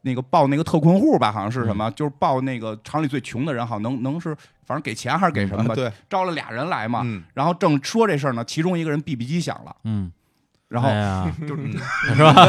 [SPEAKER 2] 那个报那个特困户吧，好像是什
[SPEAKER 4] 嗯
[SPEAKER 2] 么，就是报那个厂里最穷的人，好像能能是反正给钱还是给什么
[SPEAKER 5] 啊
[SPEAKER 4] 嗯
[SPEAKER 2] 吧，
[SPEAKER 5] 对，
[SPEAKER 2] 招了俩人来嘛。
[SPEAKER 5] 嗯，
[SPEAKER 2] 然后正说这事儿呢，其中一个人 BB 机响了，
[SPEAKER 4] 嗯，
[SPEAKER 2] 然后啊
[SPEAKER 4] 哎呀
[SPEAKER 2] 就是
[SPEAKER 5] 嗯
[SPEAKER 4] 是吧？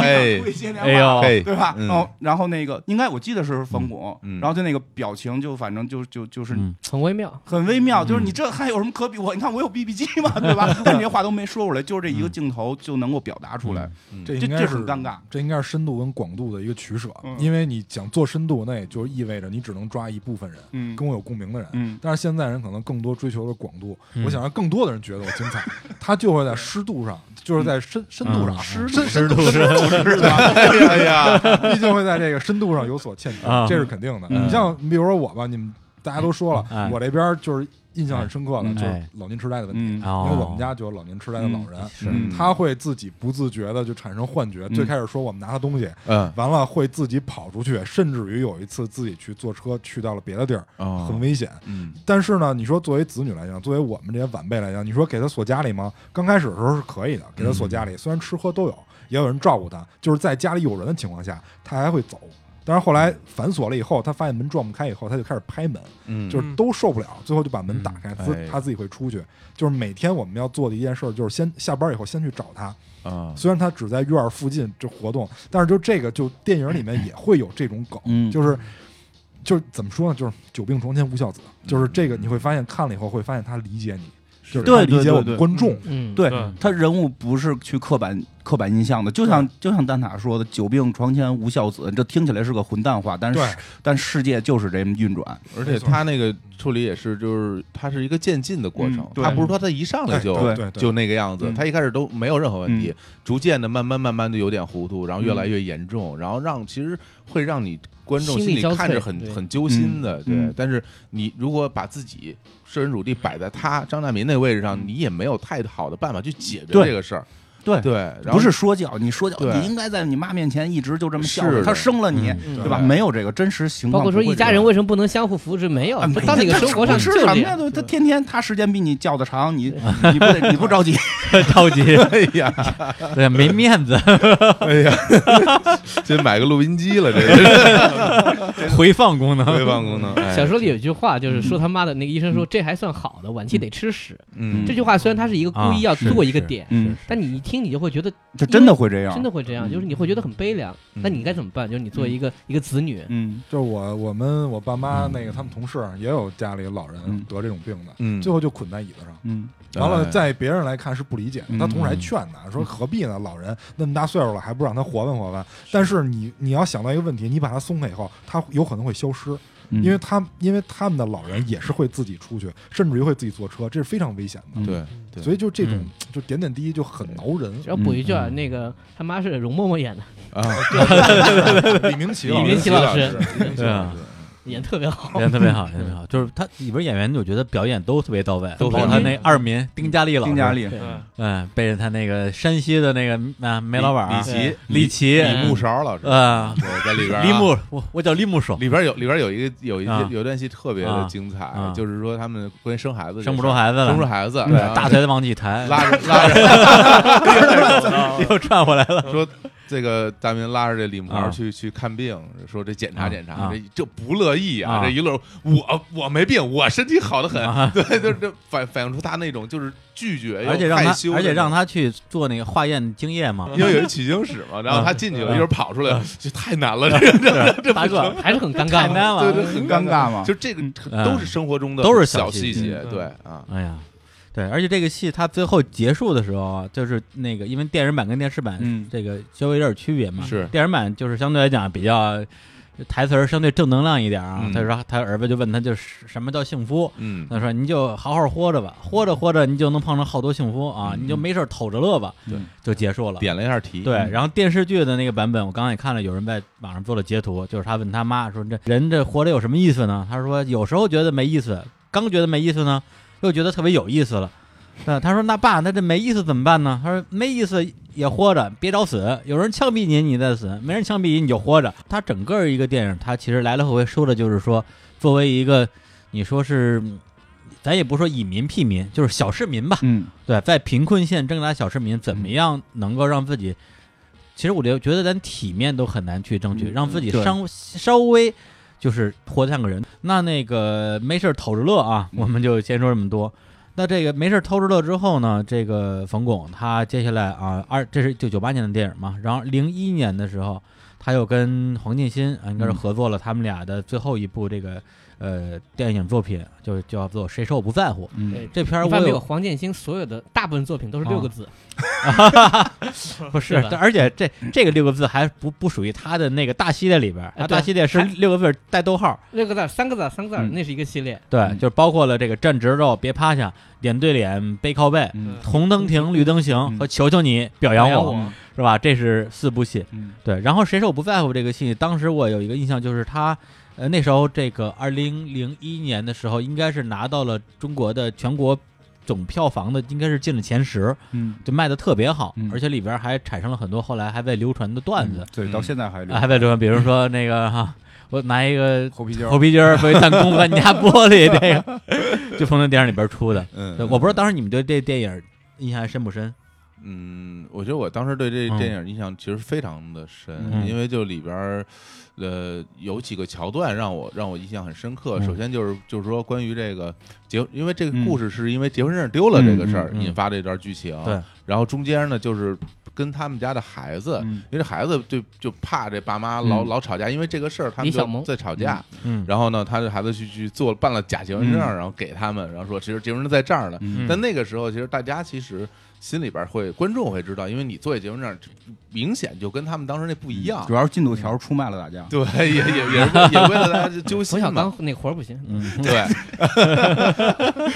[SPEAKER 5] 哎
[SPEAKER 2] 会接电
[SPEAKER 4] 哎
[SPEAKER 2] 话，
[SPEAKER 4] 呦，
[SPEAKER 5] 嘿，
[SPEAKER 2] 对啊吧？
[SPEAKER 5] 嗯
[SPEAKER 2] 然后然后那个应该我记得是冯巩
[SPEAKER 5] 嗯嗯，
[SPEAKER 2] 然后就那个表情就反正就就就是
[SPEAKER 4] 嗯
[SPEAKER 6] 很微妙。
[SPEAKER 2] 很微妙，就是
[SPEAKER 4] 嗯
[SPEAKER 2] 你这还有什么可比我？你看我有 BB 机 嘛，对吧？但你这话都没说出来，就这一
[SPEAKER 4] 嗯
[SPEAKER 2] 个镜头就能够表达出来。
[SPEAKER 3] 这
[SPEAKER 2] 这
[SPEAKER 3] 应
[SPEAKER 2] 这
[SPEAKER 3] 该
[SPEAKER 2] 很
[SPEAKER 3] 是
[SPEAKER 2] 尴尬，
[SPEAKER 3] 这应该是深度跟广度的一个取舍，
[SPEAKER 2] 嗯
[SPEAKER 3] 因为你想做深度，那也就意味着你只能抓一部分人，
[SPEAKER 2] 嗯
[SPEAKER 3] 跟我有共鸣的人。
[SPEAKER 2] 嗯
[SPEAKER 3] 但是现在人可能更多追求的广度，
[SPEAKER 4] 嗯
[SPEAKER 3] 我想让更多的人觉得我精彩，他就会在湿度上，就是在深深度上，
[SPEAKER 4] 嗯
[SPEAKER 3] 深
[SPEAKER 4] 湿度
[SPEAKER 3] 深度上，
[SPEAKER 5] 哎呀呀，
[SPEAKER 3] 毕竟会在这个深度上有所欠缺
[SPEAKER 4] 啊，
[SPEAKER 3] 这是肯定的。
[SPEAKER 4] 嗯
[SPEAKER 3] 你像你比如说我吧，你们大家都说
[SPEAKER 4] 哎
[SPEAKER 3] 了，我这边就是印象很深刻的
[SPEAKER 4] 嗯
[SPEAKER 3] 就是
[SPEAKER 4] 哎
[SPEAKER 3] 老年痴呆的问题，
[SPEAKER 2] 嗯
[SPEAKER 4] 哦
[SPEAKER 3] 因为我们家就有老年痴呆的老人，
[SPEAKER 5] 是
[SPEAKER 2] 嗯
[SPEAKER 3] 他会自己不自觉的就产生幻觉。
[SPEAKER 2] 嗯
[SPEAKER 3] 最开始说我们拿他东西，
[SPEAKER 5] 嗯，
[SPEAKER 3] 完了会自己跑出去，甚至于有一次自己去坐车去到了别的地儿，
[SPEAKER 5] 哦
[SPEAKER 3] 很危险。
[SPEAKER 5] 嗯
[SPEAKER 3] 但是呢，你说作为子女来讲，作为我们这些晚辈来讲，你说给他锁家里吗？刚开始的时候是可以的，给他锁家
[SPEAKER 5] 嗯
[SPEAKER 3] 里，虽然吃喝都有，也有人照顾他，就是在家里有人的情况下，他还会走。但是后来反锁了以后，他发现门撞不开以后，他就开始拍门，
[SPEAKER 5] 嗯，
[SPEAKER 3] 就是都受不了，最后就把门打开，
[SPEAKER 5] 嗯
[SPEAKER 3] 自
[SPEAKER 5] 哎
[SPEAKER 3] 他自己会出去。就是每天我们要做的一件事，就是先下班以后先去找他，
[SPEAKER 5] 啊，
[SPEAKER 3] 虽然他只在院儿附近这活动，但是就这个就电影里面也会有这种梗，
[SPEAKER 2] 嗯
[SPEAKER 3] 就是就是怎么说呢，就是久病床前无孝子，
[SPEAKER 2] 嗯
[SPEAKER 3] 就是这个你会发现看了以后会发现他理解你，就是
[SPEAKER 2] 对
[SPEAKER 3] 他理解我
[SPEAKER 2] 对对
[SPEAKER 3] 们观众，
[SPEAKER 6] 嗯，
[SPEAKER 2] 对
[SPEAKER 1] 嗯
[SPEAKER 2] 他人物不是去刻板刻板印象的，就像就像蛋塔说的“久病床前无孝子”，这听起来是个混蛋话，但是
[SPEAKER 3] 对
[SPEAKER 2] 但世界就是这么运转。
[SPEAKER 5] 而且他那个处理也是，就是它是一个渐进的过程
[SPEAKER 2] 嗯，对
[SPEAKER 5] 他不是说他一上来就
[SPEAKER 3] 对对对
[SPEAKER 5] 就那个样子
[SPEAKER 2] 嗯，
[SPEAKER 5] 他一开始都没有任何问题，逐渐的慢慢慢慢的有点糊涂，然后越来越严重，然后让其实会让你观众
[SPEAKER 6] 心
[SPEAKER 5] 心
[SPEAKER 6] 力
[SPEAKER 5] 里
[SPEAKER 6] 交瘁
[SPEAKER 5] 看着很
[SPEAKER 6] 对
[SPEAKER 5] 很揪心的，
[SPEAKER 2] 嗯
[SPEAKER 5] 对
[SPEAKER 2] 嗯。
[SPEAKER 5] 但是你如果把自己设身处地摆在他张大民那位置上，你也没有太好的办法去解决
[SPEAKER 2] 对
[SPEAKER 5] 这个事儿，
[SPEAKER 2] 对
[SPEAKER 5] 对，然后
[SPEAKER 2] 不是说教，你说教，
[SPEAKER 5] 对
[SPEAKER 2] 你应该在你妈面前一直就这么孝
[SPEAKER 5] 是
[SPEAKER 2] 顺，
[SPEAKER 5] 的
[SPEAKER 2] 她生了你，
[SPEAKER 6] 嗯
[SPEAKER 2] 对吧？没有这个真实情
[SPEAKER 6] 包
[SPEAKER 2] 况不
[SPEAKER 6] 括
[SPEAKER 2] 会这
[SPEAKER 6] 说
[SPEAKER 2] 样，
[SPEAKER 6] 一家人为什么不能相互扶持？没有
[SPEAKER 2] 啊，没
[SPEAKER 6] 到那个生活上
[SPEAKER 2] 吃什
[SPEAKER 6] 就这
[SPEAKER 2] 么呀？
[SPEAKER 6] 样。
[SPEAKER 2] 都他天天他时间比你叫的长，你
[SPEAKER 6] 嗯
[SPEAKER 2] 你不得你不着 急？
[SPEAKER 4] 着 急，
[SPEAKER 5] 哎呀，
[SPEAKER 4] 对，没面子，
[SPEAKER 5] 哎呀， 这买个录音机了，这是
[SPEAKER 4] 回放功能，
[SPEAKER 5] 回放功能。哎
[SPEAKER 6] 小说里有一句话，就是说他妈的那个医生说这还算好的，晚期得吃屎。
[SPEAKER 5] 嗯，
[SPEAKER 6] 这句话虽然他是一个故意要
[SPEAKER 4] 啊是
[SPEAKER 6] 做一个
[SPEAKER 4] 是
[SPEAKER 6] 点，
[SPEAKER 2] 嗯，
[SPEAKER 6] 但你一听你就会觉得
[SPEAKER 2] 他真的会这样，
[SPEAKER 6] 真的会这
[SPEAKER 2] 嗯
[SPEAKER 6] 样，就是你会觉得很悲凉。
[SPEAKER 5] 嗯
[SPEAKER 6] 那你该怎么办？就是你作为一个一个子女，
[SPEAKER 2] 嗯，
[SPEAKER 3] 就是我我们我爸妈那个他们同事也有家里老
[SPEAKER 2] 嗯
[SPEAKER 3] 人得这种病的，
[SPEAKER 5] 嗯
[SPEAKER 3] 最后就捆在椅子上。
[SPEAKER 2] 嗯
[SPEAKER 3] 完了，
[SPEAKER 5] 哎
[SPEAKER 3] 在别人来看是不理解的，
[SPEAKER 2] 嗯
[SPEAKER 3] 他同事还劝他说：“何必呢？老人那么大岁数了，还不让他活问活问？”但是你你要想到一个问题，你把他松开以后，他有可能会消失，
[SPEAKER 2] 嗯
[SPEAKER 3] 因为他因为他们的老人也是会自己出去，甚至于会自己坐车，这是非常危险的。
[SPEAKER 2] 嗯
[SPEAKER 5] 对，对
[SPEAKER 3] 所以就这种、
[SPEAKER 4] 嗯
[SPEAKER 3] 就点点滴滴就很挠人。
[SPEAKER 6] 然后补一句啊，
[SPEAKER 4] 嗯
[SPEAKER 6] 那个他妈是容嬷嬷演的，
[SPEAKER 5] 啊，
[SPEAKER 3] 李明启
[SPEAKER 6] 李明启
[SPEAKER 5] 老
[SPEAKER 6] 老师
[SPEAKER 5] 李明 启
[SPEAKER 4] 对啊
[SPEAKER 5] 老师
[SPEAKER 6] 演得特别好。
[SPEAKER 4] 演得特别好，演得特别好，就是他里边演员，我觉得表演都特别到位，
[SPEAKER 5] 都
[SPEAKER 4] 包括
[SPEAKER 5] 很
[SPEAKER 4] 他
[SPEAKER 5] 到
[SPEAKER 4] 那
[SPEAKER 5] 位
[SPEAKER 4] 二民丁嘉丽老师，
[SPEAKER 2] 丁嘉，丽，
[SPEAKER 6] 对，
[SPEAKER 4] 嗯，背着他那个山西的那个啊煤老板儿
[SPEAKER 5] 李琦、
[SPEAKER 4] 李琦、
[SPEAKER 5] 李木勺老师，
[SPEAKER 4] 啊，
[SPEAKER 5] 对，在里边啊
[SPEAKER 4] 李木，我我叫李木手，
[SPEAKER 5] 里边有里边有一个有一
[SPEAKER 4] 啊
[SPEAKER 5] 有一段戏特别的精彩
[SPEAKER 4] 啊，
[SPEAKER 5] 就是说他们关于生孩子这事儿，
[SPEAKER 4] 生不出孩子了
[SPEAKER 5] 生不出，孩子，
[SPEAKER 4] 嗯
[SPEAKER 5] 然后
[SPEAKER 4] 大腿都往起抬，
[SPEAKER 5] 拉着拉着
[SPEAKER 4] 又转回来了，
[SPEAKER 5] 说。这个大明拉着这李木
[SPEAKER 4] 啊
[SPEAKER 5] 勺去去看病，说这检查
[SPEAKER 4] 啊
[SPEAKER 5] 检查，
[SPEAKER 4] 啊
[SPEAKER 5] 这这不乐意啊！
[SPEAKER 4] 啊
[SPEAKER 5] 这一路我我没病，我身体好的很，
[SPEAKER 4] 啊
[SPEAKER 5] 对，就是这反反映出他那种就是拒绝，
[SPEAKER 4] 而且让他
[SPEAKER 5] 害羞，
[SPEAKER 4] 而且让
[SPEAKER 5] 他，
[SPEAKER 4] 他去做那个化验精液嘛，
[SPEAKER 5] 因为有一取经史嘛，然
[SPEAKER 4] 啊
[SPEAKER 5] 后他进去了，一会儿跑出来，这太难了，这
[SPEAKER 6] 大个儿还是很尴
[SPEAKER 4] 太
[SPEAKER 6] 尬的。
[SPEAKER 4] 难
[SPEAKER 5] 对
[SPEAKER 4] 了
[SPEAKER 5] 对，，很
[SPEAKER 2] 尴尬嘛
[SPEAKER 5] 就这个
[SPEAKER 2] 嗯
[SPEAKER 5] 都是生活中的
[SPEAKER 4] 都是小
[SPEAKER 5] 小
[SPEAKER 4] 细
[SPEAKER 5] 细
[SPEAKER 4] 节
[SPEAKER 5] 节，
[SPEAKER 1] 嗯
[SPEAKER 5] 对啊，
[SPEAKER 4] 哎呀，对，而且这个戏它最后结束的时候啊，就是那个因为电影版跟电视版
[SPEAKER 2] 嗯
[SPEAKER 4] 这个稍微有点区别嘛，
[SPEAKER 5] 是
[SPEAKER 4] 电影版就是相对来讲比较台词儿相对正能量一点啊。
[SPEAKER 5] 嗯
[SPEAKER 4] 他说他儿子就问他就是什么叫幸福，
[SPEAKER 5] 嗯
[SPEAKER 4] 他说你就好好活着吧，活着活着你就能碰上好多幸福啊，
[SPEAKER 5] 嗯
[SPEAKER 4] 你就没事儿偷着乐吧，
[SPEAKER 2] 对，
[SPEAKER 4] 就结束了。
[SPEAKER 5] 点了一下题，嗯
[SPEAKER 4] 对，然后电视剧的那个版本，我刚刚也看了，有人在网上做了截图，就是他问他妈说：“这人这活着有什么意思呢？”他说：“有时候觉得没意思，刚觉得没意思呢，又觉得特别有意思了。那他说：“那爸，那这没意思怎么办呢？”他说：“没意思也活着，别找死。有人枪毙你，你再死；没人枪毙你，你就活着。”他整个一个电影，他其实来来回回说的就是说，作为一个你说是，嗯咱也不说以民辟民，就是小市民吧，
[SPEAKER 2] 嗯，
[SPEAKER 4] 对，在贫困县挣扎小市民，怎么样能够让自己？其实我觉觉得咱体面都很难去争取，
[SPEAKER 2] 嗯
[SPEAKER 4] 让自己
[SPEAKER 2] 对
[SPEAKER 4] 稍稍微就是活得像个人。那那个没事儿偷着乐啊，
[SPEAKER 2] 嗯
[SPEAKER 4] 我们就先说这么多。那这个没事儿偷着乐之后呢，这个冯巩他接下来啊，二这是就九八年的电影嘛，然后零一年的时候，他又跟黄建新啊，应该是
[SPEAKER 2] 嗯
[SPEAKER 4] 合作了他们俩的最后一部这个呃电影作品，就叫做《谁说我不在乎》。
[SPEAKER 2] 嗯
[SPEAKER 6] 对
[SPEAKER 4] 这片儿
[SPEAKER 6] 一
[SPEAKER 4] 我
[SPEAKER 6] 般没
[SPEAKER 4] 有
[SPEAKER 6] 有啊黄建新所有的大部分作品都是六个字，
[SPEAKER 4] 不是
[SPEAKER 6] 对，吧
[SPEAKER 4] 但而且这这个六个字还不不属于他的那个大系列里边儿，
[SPEAKER 6] 哎
[SPEAKER 4] 他
[SPEAKER 6] 对
[SPEAKER 4] 大系列是
[SPEAKER 6] 还
[SPEAKER 4] 六个字儿带逗号，
[SPEAKER 6] 六个字儿、三个字儿、三个字儿，
[SPEAKER 2] 嗯
[SPEAKER 6] 那是一个系列。
[SPEAKER 4] 对，
[SPEAKER 2] 嗯
[SPEAKER 4] 就是包括了这个站直肉、别趴下、脸对脸、背靠背、
[SPEAKER 2] 嗯
[SPEAKER 4] 红灯停、绿灯行
[SPEAKER 2] 嗯
[SPEAKER 4] 和求求你表扬
[SPEAKER 6] 表扬
[SPEAKER 4] 我
[SPEAKER 6] 我，
[SPEAKER 4] 是吧？这是四部戏。
[SPEAKER 2] 嗯
[SPEAKER 4] 对，然后谁说我不在乎这个戏？当时我有一个印象就是他，呃，那时候这个二零零一年的时候，应该是拿到了中国的全国总票房的，应该是进了前十，
[SPEAKER 2] 嗯，
[SPEAKER 4] 就卖的特别好，
[SPEAKER 2] 嗯
[SPEAKER 4] 而且里边还产生了很多后来还在流传的段子。
[SPEAKER 2] 对，
[SPEAKER 5] 嗯
[SPEAKER 2] 到现在还留
[SPEAKER 4] 啊，还在传，比如说那个哈、我拿一个
[SPEAKER 2] 猴皮筋儿
[SPEAKER 4] 猴皮筋儿回去弹弓把 你家玻璃，这个就从那电影里边出的。
[SPEAKER 2] 嗯，
[SPEAKER 4] 对我不知道当时你们对这电影印象还深不深？
[SPEAKER 5] 嗯，我觉得我当时对这
[SPEAKER 4] 嗯
[SPEAKER 5] 电影印象其实非常的深，
[SPEAKER 4] 嗯
[SPEAKER 5] 因为就里边儿，呃，有几个桥段让我让我印象很深刻。
[SPEAKER 4] 嗯
[SPEAKER 5] 首先就是就是说关于这个结，因为这个
[SPEAKER 2] 嗯
[SPEAKER 5] 故事是因为结婚证丢了这个事儿、
[SPEAKER 4] 嗯嗯嗯
[SPEAKER 5] 引发这段剧情，
[SPEAKER 4] 对，
[SPEAKER 5] 然后中间呢就是跟他们家的孩子。
[SPEAKER 2] 嗯
[SPEAKER 5] 因为这孩子就就怕这爸妈老、
[SPEAKER 2] 嗯
[SPEAKER 5] 老吵架，因为这个事儿他
[SPEAKER 6] 李
[SPEAKER 5] 们
[SPEAKER 6] 小
[SPEAKER 5] 就
[SPEAKER 6] 萌
[SPEAKER 5] 在吵架。
[SPEAKER 4] 嗯，
[SPEAKER 5] 然后呢，他的孩子去去做办了假结婚证，
[SPEAKER 2] 嗯
[SPEAKER 5] 然后给他们，然后说其实结婚证在这儿呢。
[SPEAKER 2] 嗯
[SPEAKER 5] 但那个时候，其实大家其实心里边会，观众会知道，因为你做一结婚证，明显就跟他们当时那不一样
[SPEAKER 2] 嗯主。要是进度条出卖了大家，
[SPEAKER 5] 对，也也也是为也为了大家揪
[SPEAKER 6] 冯
[SPEAKER 5] 心
[SPEAKER 6] 小
[SPEAKER 5] 嘛
[SPEAKER 6] 刚。那活儿不行，
[SPEAKER 4] 嗯，
[SPEAKER 5] 对，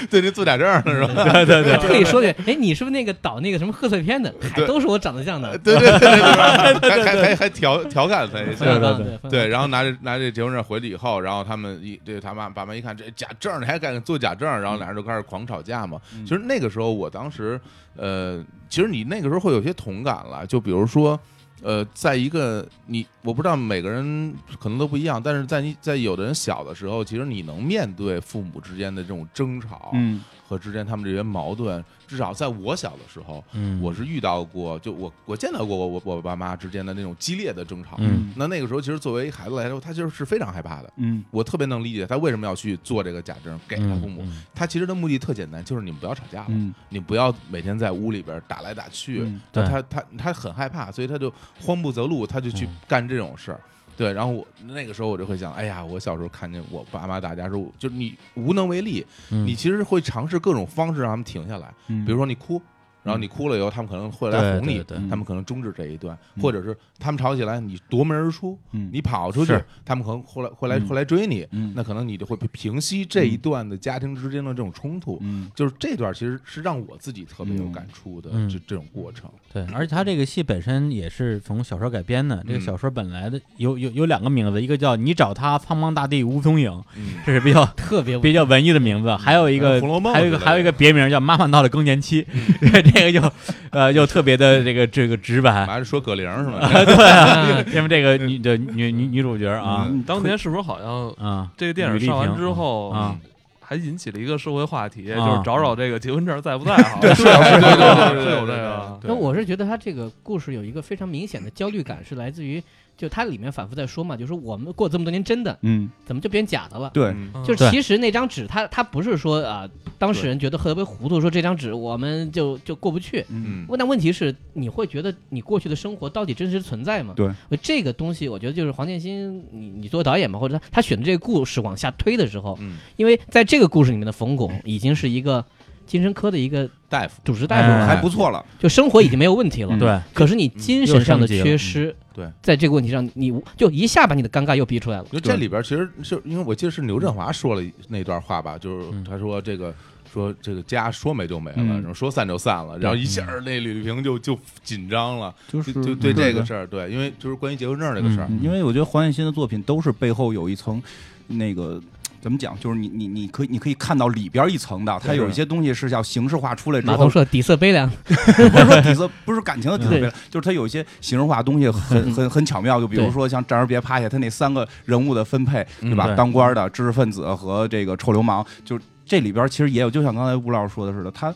[SPEAKER 5] 对，那做假证儿是吧？
[SPEAKER 4] 对对对，
[SPEAKER 6] 可以说句，哎，你是不是那个导那个什么贺岁片的？还
[SPEAKER 5] 对
[SPEAKER 6] 都是我长得像
[SPEAKER 4] 呃
[SPEAKER 6] 的。
[SPEAKER 5] 对对对对对，还还还还调调侃他一
[SPEAKER 6] 冯
[SPEAKER 5] 下
[SPEAKER 4] 对。
[SPEAKER 6] 小刚
[SPEAKER 4] 对
[SPEAKER 6] 对冯小
[SPEAKER 5] 对，
[SPEAKER 6] 刚
[SPEAKER 5] 然后拿着拿这结婚证回去以后，然后他们一对他妈爸妈一看这假证儿，你还敢做假证儿，然后俩人就开始狂吵架嘛。
[SPEAKER 2] 嗯
[SPEAKER 5] 其实那个时候，我当时呃，其实你那个时候会有些同感了，就比如说。呃，在一个你我不知道每个人可能都不一样，但是在你在有的人小的时候，其实你能面对父母之间的这种争吵
[SPEAKER 2] 嗯
[SPEAKER 5] 和之间他们这些矛盾，至少在我小的时候，
[SPEAKER 4] 嗯，
[SPEAKER 5] 我是遇到过，就我我见到过我我我爸妈之间的那种激烈的争吵，
[SPEAKER 4] 嗯
[SPEAKER 5] 那那个时候，其实作为孩子来说，他其实是非常害怕的。
[SPEAKER 2] 嗯
[SPEAKER 5] 我特别能理解他为什么要去做这个假证给他父母。
[SPEAKER 4] 嗯
[SPEAKER 5] 他其实的目的特简单，就是你们不要吵架了，
[SPEAKER 2] 嗯，
[SPEAKER 5] 你不要每天在屋里边打来打去。
[SPEAKER 2] 嗯
[SPEAKER 5] 那
[SPEAKER 4] 对
[SPEAKER 5] 他他他很害怕，所以他就慌不择路，他就去
[SPEAKER 4] 嗯
[SPEAKER 5] 干这种事儿。对，然后我那个时候我就会想，哎呀，我小时候看见我爸妈打架时候，就是你无能为力，
[SPEAKER 4] 嗯
[SPEAKER 5] 你其实会尝试各种方式让他们停下来，
[SPEAKER 2] 比
[SPEAKER 5] 比如说你哭，然后你哭了以后，他们可能会来
[SPEAKER 4] 对
[SPEAKER 5] 哄你
[SPEAKER 4] 嗯对，对
[SPEAKER 2] 嗯
[SPEAKER 5] 他们可能终止这一段，
[SPEAKER 2] 嗯
[SPEAKER 5] 或者是他们吵起来，你夺门而出，你
[SPEAKER 2] 你
[SPEAKER 5] 跑出去
[SPEAKER 4] 是，
[SPEAKER 5] 他们可能会来会来
[SPEAKER 2] 嗯
[SPEAKER 5] 会来追你，
[SPEAKER 2] 嗯
[SPEAKER 5] 那可能你就会平息这
[SPEAKER 4] 嗯
[SPEAKER 5] 一段的家庭之间的这种冲突。
[SPEAKER 2] 嗯
[SPEAKER 5] 就是这段其实是让我自己特别有感触的，
[SPEAKER 4] 嗯
[SPEAKER 5] 这这种过程。
[SPEAKER 4] 对，而且他这个戏本身也是从小说改编的。这个
[SPEAKER 5] 嗯
[SPEAKER 4] 小说本来的有有有两个名字，一个叫你找他苍茫大地无踪影，
[SPEAKER 5] 嗯，
[SPEAKER 4] 这是比较
[SPEAKER 6] 特别
[SPEAKER 4] 比较文艺的名字，还有一
[SPEAKER 5] 还有
[SPEAKER 4] 个
[SPEAKER 5] 红楼梦
[SPEAKER 4] 还有一个
[SPEAKER 5] 之类的嗯
[SPEAKER 4] 还有一个别名叫“妈妈到了更年期”， 这个就呃又特别的这个这个直白，
[SPEAKER 5] 还是说葛玲是 吗？
[SPEAKER 6] 啊
[SPEAKER 4] 因为这个女的女女女主角啊
[SPEAKER 2] 嗯
[SPEAKER 1] 当年是不是好像
[SPEAKER 4] 啊
[SPEAKER 1] 这个电影上完之后
[SPEAKER 4] 啊，
[SPEAKER 1] 还引起了一个社会话题，
[SPEAKER 4] 啊
[SPEAKER 1] 就是找找这个结婚证在不在好？对
[SPEAKER 5] 是有对对
[SPEAKER 1] 吧
[SPEAKER 5] 对
[SPEAKER 1] 是
[SPEAKER 5] 对
[SPEAKER 1] 有这
[SPEAKER 5] 对
[SPEAKER 1] 个。
[SPEAKER 5] 对
[SPEAKER 6] 那我是觉得他这个故事有一个非常明显的焦虑感，是来自于就它里面反复在说嘛，就是我们过这么多年真的，
[SPEAKER 2] 嗯
[SPEAKER 6] 怎么就变假的了？
[SPEAKER 2] 对
[SPEAKER 5] 嗯
[SPEAKER 1] 嗯
[SPEAKER 6] 就是
[SPEAKER 4] 对
[SPEAKER 6] 其实那张纸，他他不是说啊、当事人觉得特别糊涂，说这张纸我们就就过不去。
[SPEAKER 2] 嗯
[SPEAKER 5] 嗯
[SPEAKER 6] 问但问题是，你会觉得你过去的生活到底真实存在吗？
[SPEAKER 2] 对，
[SPEAKER 6] 这个东西我觉得就是黄建新，你你作为导演嘛，或者他他选的这个故事往下推的时候，
[SPEAKER 5] 嗯，
[SPEAKER 6] 因为在这个故事里面的冯巩已经是一个精神科的一个
[SPEAKER 5] 大夫，
[SPEAKER 6] 主治大夫了，
[SPEAKER 4] 哎
[SPEAKER 2] 还不错了，
[SPEAKER 6] 就生活已经没有问题了。
[SPEAKER 2] 嗯
[SPEAKER 4] 对，
[SPEAKER 6] 可是你精神上的缺失，
[SPEAKER 5] 嗯对，
[SPEAKER 6] 在这个问题上，你就一下把你的尴尬又逼出来了。
[SPEAKER 5] 因为这里边其实是因为我记得是刘振华说了一那段话吧，就是
[SPEAKER 4] 嗯
[SPEAKER 5] 他说这个。说这个家说没就没了，
[SPEAKER 2] 嗯
[SPEAKER 5] 然后说散就散
[SPEAKER 4] 嗯
[SPEAKER 5] 了，然后一下儿那吕丽萍就就紧张了，
[SPEAKER 2] 就
[SPEAKER 5] 就就对这个事儿，对，
[SPEAKER 2] 嗯
[SPEAKER 5] 因为就是关于结婚证这个事儿，
[SPEAKER 2] 因为我觉得黄建新的作品都是背后有一层那个怎么讲？就是你你你可以你可以看到里边一层的，它有一些东西是要形式化出来之
[SPEAKER 6] 马
[SPEAKER 2] 后
[SPEAKER 6] 东，说底色悲凉，
[SPEAKER 2] 不是说底色，不是感情的底色
[SPEAKER 6] 对
[SPEAKER 2] 悲凉，就是它有一些形式化的东西很很很巧妙。就比如
[SPEAKER 6] 对
[SPEAKER 2] 说像《战而别趴下》，它那三个人物的分配，对
[SPEAKER 4] 嗯
[SPEAKER 2] 吧？
[SPEAKER 4] 对
[SPEAKER 2] 当官的、知识分子和这个臭流氓，就这里边其实也有，就像刚才吴老师说的似的，他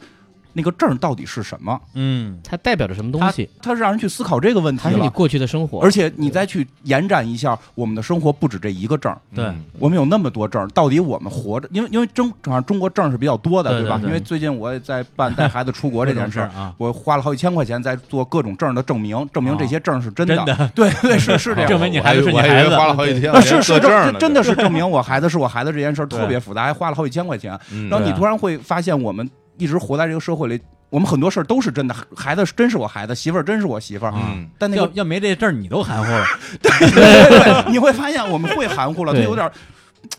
[SPEAKER 2] 那个证到底是什么？
[SPEAKER 4] 嗯，
[SPEAKER 6] 它代表着什么东西？
[SPEAKER 2] 他是让人去思考这个问题
[SPEAKER 6] 还是你
[SPEAKER 2] 了。
[SPEAKER 6] 过去的生活？
[SPEAKER 2] 而且你再去延展一下，我们的生活不止这一个证儿，
[SPEAKER 4] 对
[SPEAKER 5] 嗯
[SPEAKER 2] 我们有那么多证儿，到底我们活着，因为因为中好像中国证儿是比较多的，
[SPEAKER 4] 对
[SPEAKER 2] 吧？
[SPEAKER 4] 对对
[SPEAKER 2] 因为最近我也在办带孩子出国这件事
[SPEAKER 4] 儿
[SPEAKER 2] 儿，
[SPEAKER 4] 啊，
[SPEAKER 2] 我花了好几千块钱在做各种证儿的证明，证明这些证儿是真的。
[SPEAKER 4] 真的
[SPEAKER 2] 对对是是这样。
[SPEAKER 4] 证 明你
[SPEAKER 5] 我还
[SPEAKER 4] 孩子是
[SPEAKER 5] 以
[SPEAKER 4] 你
[SPEAKER 5] 为
[SPEAKER 4] 孩子，
[SPEAKER 5] 花了好几千
[SPEAKER 2] 啊，
[SPEAKER 5] 块
[SPEAKER 2] 是
[SPEAKER 5] 钱
[SPEAKER 2] 是
[SPEAKER 5] 做证儿
[SPEAKER 2] 证，
[SPEAKER 5] 呢，
[SPEAKER 2] 真的是证明我孩子是我孩子这件事儿特别复杂，还花了好几千块钱。
[SPEAKER 5] 嗯
[SPEAKER 2] 然后你
[SPEAKER 4] 对
[SPEAKER 2] 突然会发现，我们一直活在这个社会里，我们很多事儿都是真的，孩子真是我孩子，媳妇儿真是我媳妇儿，
[SPEAKER 5] 嗯，
[SPEAKER 2] 但那个
[SPEAKER 4] 要要没这证儿你都含糊了，
[SPEAKER 2] 对对，对， 你会发现我们会含糊了，它
[SPEAKER 6] 对
[SPEAKER 2] 有点儿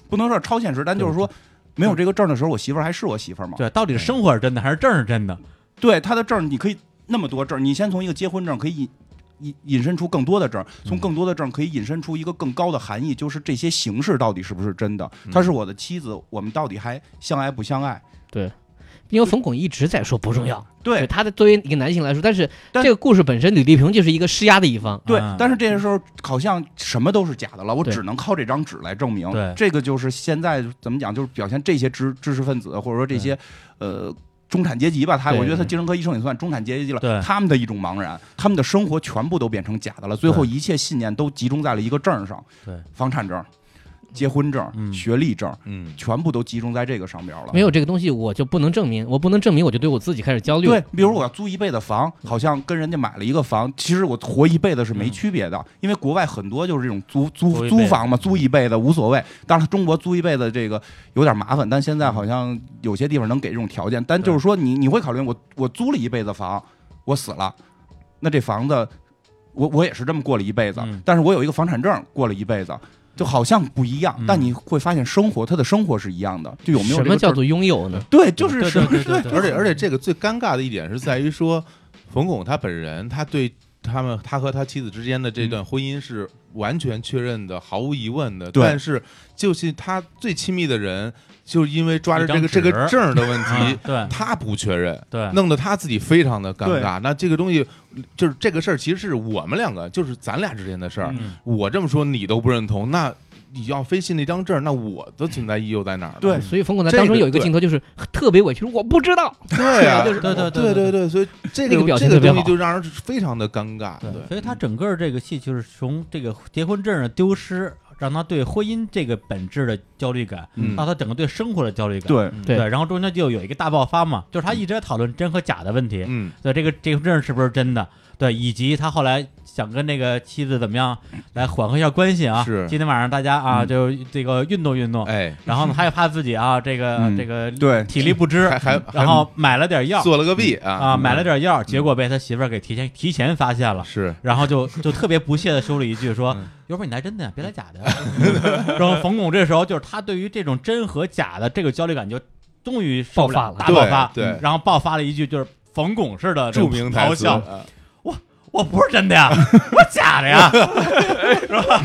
[SPEAKER 2] 不能说超现实，但就是说。没有这个证的时候，我媳妇儿还是我媳妇儿吗？
[SPEAKER 4] 对，到底是生活是真的还是证儿是真的？
[SPEAKER 2] 对，她的证你可以那么多证，你先从一个结婚证可以引引引申出更多的证，从更多的证可以引申出一个更高的含义，就是这些形式到底是不是真的？她是我的妻子，我们到底还相爱不相爱？
[SPEAKER 6] 因为冯巩一直在说不重要，
[SPEAKER 2] 对
[SPEAKER 6] 他的作为一个男性来说，但是
[SPEAKER 2] 但
[SPEAKER 6] 这个故事本身，李丽萍就是一个施压的一方。
[SPEAKER 2] 对
[SPEAKER 4] 啊，
[SPEAKER 2] 但是这个时候好像什么都是假的了，我
[SPEAKER 6] 对
[SPEAKER 2] 只能靠这张纸来证明。
[SPEAKER 4] 对
[SPEAKER 2] 这个就是现在怎么讲，就是表现这些知知识分子或者说这些呃中产阶级吧，他
[SPEAKER 6] 对
[SPEAKER 2] 我觉得他精神科医生也算中产阶级
[SPEAKER 4] 对
[SPEAKER 2] 了，他们的一种茫然，他们的生活全部都变成假的了，最后一切信念都集中在了一个证上，
[SPEAKER 4] 对，
[SPEAKER 2] 房产证、结婚证、
[SPEAKER 4] 嗯
[SPEAKER 2] 学历证，
[SPEAKER 5] 嗯
[SPEAKER 2] 全部都集中在这个上边了。
[SPEAKER 6] 没有这个东西，我就不能证明，我不能证明，我就对我自己开始焦虑。
[SPEAKER 2] 对，比
[SPEAKER 4] 嗯
[SPEAKER 2] 如我要租一辈子房，好像跟人家买了一个房，其实我活一辈子是没区别的，因为国外很多就是这种租
[SPEAKER 4] 嗯租
[SPEAKER 2] 租
[SPEAKER 4] 一辈
[SPEAKER 2] 租
[SPEAKER 4] 子嗯
[SPEAKER 2] 房嘛，租一辈子无所谓。当然，中国租一辈子这个有点麻烦，但现
[SPEAKER 4] 嗯
[SPEAKER 2] 在好像有些地方能给这种条件。但就是说你，你会考虑我我租了一辈子房，我死了，那这房子我我也是这么过了一辈子，
[SPEAKER 4] 嗯
[SPEAKER 2] 但是我有一个房产证过了一辈子。就好像不一样，
[SPEAKER 4] 嗯
[SPEAKER 2] 但你会发现生活，他的生活是一样的，就有没有
[SPEAKER 6] 什
[SPEAKER 2] 这个
[SPEAKER 6] 么叫
[SPEAKER 2] 证
[SPEAKER 6] 做拥有呢？
[SPEAKER 2] 对，就是
[SPEAKER 4] 对
[SPEAKER 2] 什么
[SPEAKER 4] 对对对，
[SPEAKER 5] 而且而且这个最尴尬的一点是在于说，冯巩他本人他对他们他和他妻子之间的这段婚姻是完全确认的，毫无疑问的。
[SPEAKER 2] 对
[SPEAKER 5] 但是就是他最亲密的人，就是因为抓着这个
[SPEAKER 4] 一张纸
[SPEAKER 5] 这个证儿的问
[SPEAKER 4] 啊
[SPEAKER 5] 题，
[SPEAKER 4] 对
[SPEAKER 5] 他不确认。
[SPEAKER 4] 对，
[SPEAKER 5] 弄得他自己非常的尴
[SPEAKER 2] 对
[SPEAKER 5] 尬。那这个东西，就是这个事儿，其实是我们两个，就是咱俩之间的事儿。
[SPEAKER 4] 嗯
[SPEAKER 5] 我这么说你都不认同，那你要非信那张证儿，那我的存在意义又在哪儿呢？
[SPEAKER 2] 对
[SPEAKER 6] 所以冯巩在
[SPEAKER 5] 这
[SPEAKER 6] 当中
[SPEAKER 5] 个
[SPEAKER 6] 有一个
[SPEAKER 5] 对
[SPEAKER 6] 镜头就是特别委屈，我不知道。
[SPEAKER 5] 对啊，
[SPEAKER 4] 对对对
[SPEAKER 5] 对
[SPEAKER 4] 对
[SPEAKER 5] 对对，所以这
[SPEAKER 6] 那
[SPEAKER 5] 个
[SPEAKER 6] 个表情
[SPEAKER 5] 这个
[SPEAKER 6] 特别
[SPEAKER 5] 东西
[SPEAKER 6] 好
[SPEAKER 5] 就让人非常的尴尬。对，
[SPEAKER 4] 对，所以他整个这个戏就是从这个结婚证的丢失，让他对婚姻这个本质的焦虑感，
[SPEAKER 5] 嗯
[SPEAKER 4] 到他整个对生活的焦虑感。
[SPEAKER 2] 对，
[SPEAKER 6] 对
[SPEAKER 4] 然后中间就有一个大爆发嘛，就是他一直在讨论真和假的问题，
[SPEAKER 5] 嗯，
[SPEAKER 4] 对这个这个证是不是真的，对，以及他后来想跟那个妻子怎么样来缓和一下关系啊。
[SPEAKER 5] 是
[SPEAKER 4] 今天晚上大家啊，
[SPEAKER 2] 嗯
[SPEAKER 4] 就这个运动运动，
[SPEAKER 5] 哎，
[SPEAKER 4] 然后呢，他也怕自己啊，这个、
[SPEAKER 2] 嗯
[SPEAKER 4] 这个
[SPEAKER 2] 对
[SPEAKER 4] 体力不支
[SPEAKER 5] 还，还
[SPEAKER 4] 然后买了点
[SPEAKER 5] 还
[SPEAKER 4] 药
[SPEAKER 5] 做了个弊啊
[SPEAKER 4] 啊，买了点药，结果被他媳妇儿给提前提前发现了。
[SPEAKER 5] 是
[SPEAKER 4] 然后就就特别不屑的说了一句说
[SPEAKER 5] 嗯：“
[SPEAKER 4] 要不然你来真的呀，别来假的。”呀。 然后冯巩这时候就是他对于这种真和假的这个焦虑感就终于受不
[SPEAKER 6] 爆发了
[SPEAKER 4] 大爆发，嗯
[SPEAKER 5] 对对
[SPEAKER 4] 然后爆发了一句就是冯巩式的这
[SPEAKER 5] 著
[SPEAKER 4] 种
[SPEAKER 5] 名台
[SPEAKER 4] 咆
[SPEAKER 5] 词。
[SPEAKER 4] 哮
[SPEAKER 5] 啊：“
[SPEAKER 4] 我不是真的呀，我假的 呀，是吧？”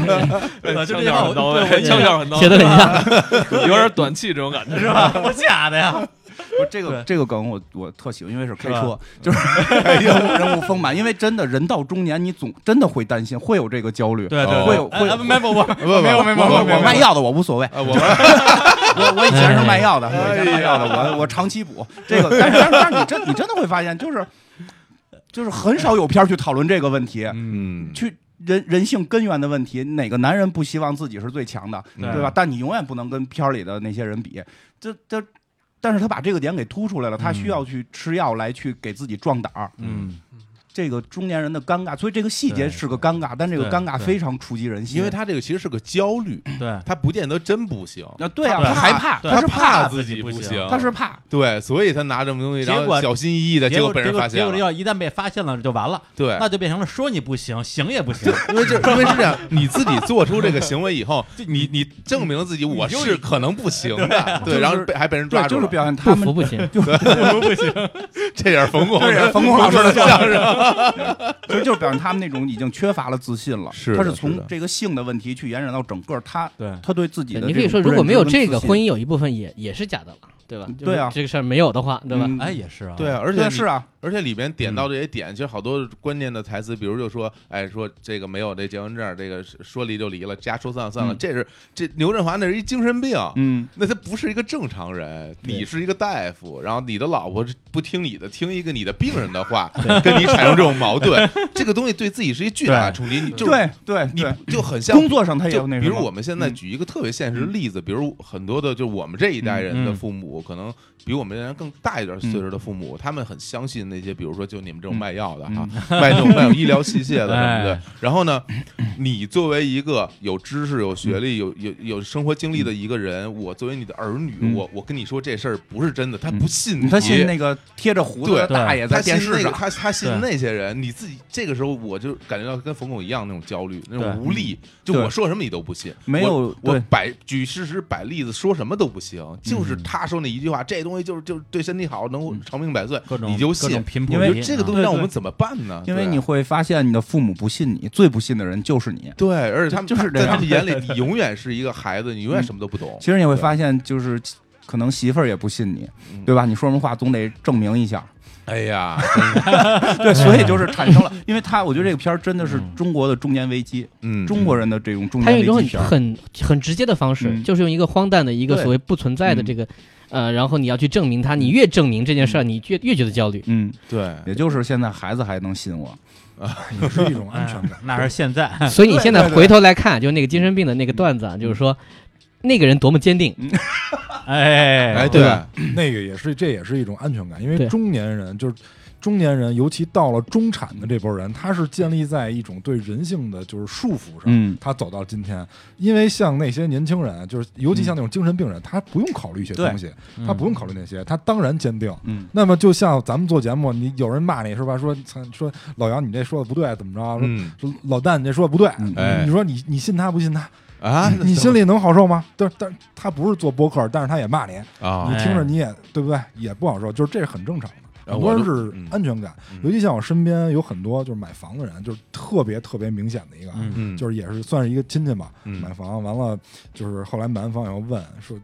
[SPEAKER 1] 腔
[SPEAKER 4] 就这样
[SPEAKER 1] 调很到位，
[SPEAKER 4] 对
[SPEAKER 1] 腔调很到
[SPEAKER 6] 写
[SPEAKER 1] 位
[SPEAKER 6] 的，很像，
[SPEAKER 1] 有点短气这种感觉
[SPEAKER 4] 是吧？我假的
[SPEAKER 5] 哦
[SPEAKER 4] 呀，
[SPEAKER 2] 不，这个
[SPEAKER 4] 对
[SPEAKER 2] 这个梗我我特喜欢，因为是开
[SPEAKER 4] 是
[SPEAKER 2] 车，就是人物人物丰满。因为真的人到中年，你总真的会担心，会有这个焦虑，
[SPEAKER 4] 对对，
[SPEAKER 2] 会有会
[SPEAKER 4] 哎
[SPEAKER 2] 有。
[SPEAKER 4] 哎没不不
[SPEAKER 5] 不不
[SPEAKER 4] 没
[SPEAKER 2] 我
[SPEAKER 4] 有没有没有
[SPEAKER 2] 我
[SPEAKER 4] 没有
[SPEAKER 2] 我卖药的我无所谓，
[SPEAKER 5] 啊，我们
[SPEAKER 2] 我我以前是
[SPEAKER 4] 哎
[SPEAKER 2] 卖药的，我以前卖药的，我我长期补这个，但是但是但是你真你真的会发现，就是就是很少有片儿去讨论这个问题，
[SPEAKER 5] 嗯，
[SPEAKER 2] 去人人性根源的问题，哪个男人不希望自己是最强的，
[SPEAKER 5] 对
[SPEAKER 2] 对吧？但你永远不能跟片儿里的那些人比，这这。但是他把这个点给突出来了，他
[SPEAKER 5] 嗯
[SPEAKER 2] 需要去吃药来去给自己壮胆儿。
[SPEAKER 4] 嗯，
[SPEAKER 2] 这个中年人的尴尬，所以这个细节
[SPEAKER 4] 对
[SPEAKER 2] 是个尴尬，但这个
[SPEAKER 4] 对
[SPEAKER 2] 尴尬
[SPEAKER 4] 对
[SPEAKER 2] 非常触及人心，
[SPEAKER 5] 因为他这个其实是个焦虑，
[SPEAKER 4] 对
[SPEAKER 5] 他不见得真不行，
[SPEAKER 2] 啊，对啊，他
[SPEAKER 4] 他
[SPEAKER 2] 害
[SPEAKER 5] 怕
[SPEAKER 2] 怕，
[SPEAKER 4] 对
[SPEAKER 2] 他是
[SPEAKER 5] 是怕
[SPEAKER 2] 怕，
[SPEAKER 5] 自己
[SPEAKER 4] 己
[SPEAKER 5] 不
[SPEAKER 4] 不
[SPEAKER 5] 行
[SPEAKER 4] 行，
[SPEAKER 2] 他是怕，
[SPEAKER 5] 对，所以他拿这么东西，然
[SPEAKER 4] 结
[SPEAKER 5] 后
[SPEAKER 4] 果
[SPEAKER 5] 小心翼翼的，结
[SPEAKER 4] 结
[SPEAKER 5] 果被人
[SPEAKER 4] 结果
[SPEAKER 5] 发
[SPEAKER 4] 结
[SPEAKER 5] 现
[SPEAKER 4] 果这
[SPEAKER 5] 了，
[SPEAKER 4] 药一旦被发现了就完了，
[SPEAKER 5] 对，
[SPEAKER 4] 那就变成了说你不行，行也不行，
[SPEAKER 5] 因为 这因为是这样，你自己做出这个行为以后，你你证明自己我是可能不行的，
[SPEAKER 2] 啊就
[SPEAKER 5] 对，
[SPEAKER 2] 是
[SPEAKER 5] 然后被还被人
[SPEAKER 2] 对
[SPEAKER 5] 抓，
[SPEAKER 2] 就
[SPEAKER 5] 住
[SPEAKER 2] 是
[SPEAKER 5] 了，
[SPEAKER 2] 表现
[SPEAKER 6] 不
[SPEAKER 2] 他
[SPEAKER 6] 服
[SPEAKER 2] 们
[SPEAKER 6] 不行。
[SPEAKER 5] 这也是冯巩，
[SPEAKER 2] 啊 这也是冯巩老师的
[SPEAKER 5] 相声，
[SPEAKER 2] 就就是表现他们那种已经缺乏了自信了。
[SPEAKER 5] 是的
[SPEAKER 2] 他是
[SPEAKER 5] 是
[SPEAKER 2] 从
[SPEAKER 5] 的
[SPEAKER 2] 这个性的问题去延展到整个他
[SPEAKER 4] 对，
[SPEAKER 2] 他对自己
[SPEAKER 6] 对
[SPEAKER 2] 的。
[SPEAKER 6] 你可以说，如果没有这个
[SPEAKER 2] 嗯
[SPEAKER 6] 婚姻，有一部分也也是假的了，对吧？就是
[SPEAKER 2] 对啊
[SPEAKER 6] 这个事儿没有的话，对吧？
[SPEAKER 2] 嗯
[SPEAKER 4] 哎，也是啊，
[SPEAKER 5] 对，啊，而且
[SPEAKER 2] 对
[SPEAKER 5] 你
[SPEAKER 2] 是啊，
[SPEAKER 5] 而且里边点到这些点，其实好多关键的台词，比如就说，哎，说这个没有这结婚证，这个是说离就离了，家说散就散了，
[SPEAKER 2] 嗯
[SPEAKER 5] 这是这刘振华那是一精神病，
[SPEAKER 2] 嗯，
[SPEAKER 5] 那他不是一个正常人，
[SPEAKER 4] 对
[SPEAKER 5] 你是一个大夫，然后你的老婆不听你的，听一个你的病人的话，跟你产生这种矛 盾，这个东西对自己是一巨大的冲击，你就是
[SPEAKER 2] 对对
[SPEAKER 5] 你
[SPEAKER 2] 对，
[SPEAKER 5] 就很像
[SPEAKER 2] 工作上他也
[SPEAKER 5] 就
[SPEAKER 2] 有那
[SPEAKER 5] 比
[SPEAKER 2] 什
[SPEAKER 5] 如
[SPEAKER 2] 么。
[SPEAKER 5] 我们现在
[SPEAKER 2] 嗯嗯
[SPEAKER 5] 举一个特别现实的例子，比如很多的就我们这一代人的父母，可能比我们这代人更大一点岁数的父母，他们很相信那些，比如说就你们这
[SPEAKER 2] 嗯
[SPEAKER 5] 种卖药的哈，卖 那种卖有医疗器械的什么的
[SPEAKER 4] 哎。
[SPEAKER 5] 然后呢，你作为一个有知识、有学历、有有有生活经历的一个人，我作为你的儿女，
[SPEAKER 2] 嗯
[SPEAKER 5] 我我跟你说这事儿不是真的，他不信你，
[SPEAKER 2] 他信那个贴着胡子的
[SPEAKER 5] 对
[SPEAKER 2] 大爷在
[SPEAKER 5] 他信
[SPEAKER 2] 电视
[SPEAKER 5] 那个，
[SPEAKER 2] 上，
[SPEAKER 5] 他他信
[SPEAKER 4] 对
[SPEAKER 5] 那些人，你自己这个时候我就感觉到跟冯巩一样那种焦虑，那
[SPEAKER 4] 对
[SPEAKER 5] 种无力，就
[SPEAKER 2] 对
[SPEAKER 5] 我说什么你都不信，
[SPEAKER 2] 没有
[SPEAKER 5] 我我
[SPEAKER 2] 对
[SPEAKER 5] 摆举事实摆例子说什么都不行，就是
[SPEAKER 2] 嗯
[SPEAKER 5] 他说那一句话，这东西就是就是对身体好，能长命百岁，
[SPEAKER 4] 各种
[SPEAKER 5] 你就
[SPEAKER 4] 各种
[SPEAKER 5] 信。
[SPEAKER 4] 频谱
[SPEAKER 2] 因
[SPEAKER 5] 我
[SPEAKER 2] 为
[SPEAKER 5] 觉
[SPEAKER 4] 音啊，
[SPEAKER 5] 得这个东
[SPEAKER 2] 对
[SPEAKER 5] 西让
[SPEAKER 2] 对
[SPEAKER 5] 我们怎么办呢？
[SPEAKER 2] 因为
[SPEAKER 5] 对
[SPEAKER 2] 你会发现你的父母不信你，最不信的人就是你。
[SPEAKER 5] 对，而且他们
[SPEAKER 2] 就是
[SPEAKER 5] 他
[SPEAKER 2] 这
[SPEAKER 5] 在
[SPEAKER 2] 样
[SPEAKER 5] 他们眼里，你永远是一个孩子，你永远什么都不懂。
[SPEAKER 2] 其实你会
[SPEAKER 5] 对
[SPEAKER 2] 发现，就是可能媳妇儿也不信你，
[SPEAKER 5] 嗯
[SPEAKER 2] 对吧？你说什么话总得证明一下，
[SPEAKER 5] 哎呀，
[SPEAKER 2] 对，所以就是产生了，因为他，我觉得这个片儿真的是
[SPEAKER 4] 嗯
[SPEAKER 2] 中国的中年危机，
[SPEAKER 5] 嗯，
[SPEAKER 2] 中国人的这种中
[SPEAKER 6] 他
[SPEAKER 2] 年
[SPEAKER 6] 用一种
[SPEAKER 2] 危机
[SPEAKER 6] 很
[SPEAKER 2] 片儿。
[SPEAKER 6] 很很直接的方式，
[SPEAKER 2] 嗯
[SPEAKER 6] 就是用一个荒诞的一个
[SPEAKER 2] 对嗯
[SPEAKER 6] 所谓不存在的这个，呃，然后你要去证明它，你越证明这件事儿，你越越觉得焦虑。
[SPEAKER 2] 嗯，
[SPEAKER 5] 对，
[SPEAKER 2] 也就是现在孩子还能信我，
[SPEAKER 3] 也是一种安全感
[SPEAKER 4] 哎。那是现在，
[SPEAKER 6] 所以你
[SPEAKER 2] 对
[SPEAKER 6] 现在
[SPEAKER 2] 对对嗯
[SPEAKER 6] 回头来看，就是那个精神病的那个段子啊，就是说那个人多么坚定，
[SPEAKER 4] 哎
[SPEAKER 5] 哎，
[SPEAKER 6] 对
[SPEAKER 5] 对，
[SPEAKER 6] 吧
[SPEAKER 3] 那个也是，这也是一种安全感，因为
[SPEAKER 6] 对
[SPEAKER 3] 中年人就是中年人，尤其到了中产的这波人，他是建立在一种对人性的就是束缚上。
[SPEAKER 2] 嗯，
[SPEAKER 3] 他走到今天，因为像那些年轻人，就是尤其像那种精神病人，他不用考虑一些东西，他不用考虑那些，他当然坚定。
[SPEAKER 2] 嗯，
[SPEAKER 3] 那么就像咱们做节目，你有人骂你是吧？说操说老杨，你这说的不对，怎么着？说
[SPEAKER 5] 嗯，
[SPEAKER 3] 说老旦，你这说的不对。
[SPEAKER 2] 嗯
[SPEAKER 5] 哎
[SPEAKER 3] 你说你你信他不信他？
[SPEAKER 5] 啊，
[SPEAKER 3] 你心里能好受吗？但但他不是做播客，但是他也骂你，
[SPEAKER 5] 啊
[SPEAKER 3] 你，听着你也对不对？也不好受，就是这是很正常的。
[SPEAKER 5] 然
[SPEAKER 3] 很
[SPEAKER 5] 后我
[SPEAKER 3] 多人
[SPEAKER 5] 都
[SPEAKER 3] 是
[SPEAKER 5] 嗯
[SPEAKER 3] 安全感，
[SPEAKER 5] 嗯
[SPEAKER 3] 尤其像我身边有很多就是买房的人，就是特别特别明显的一个啊，
[SPEAKER 4] 嗯
[SPEAKER 5] 嗯，
[SPEAKER 3] 就是也是算是一个亲戚吧，
[SPEAKER 5] 嗯
[SPEAKER 3] 买房完了就是后来买完房以后问说，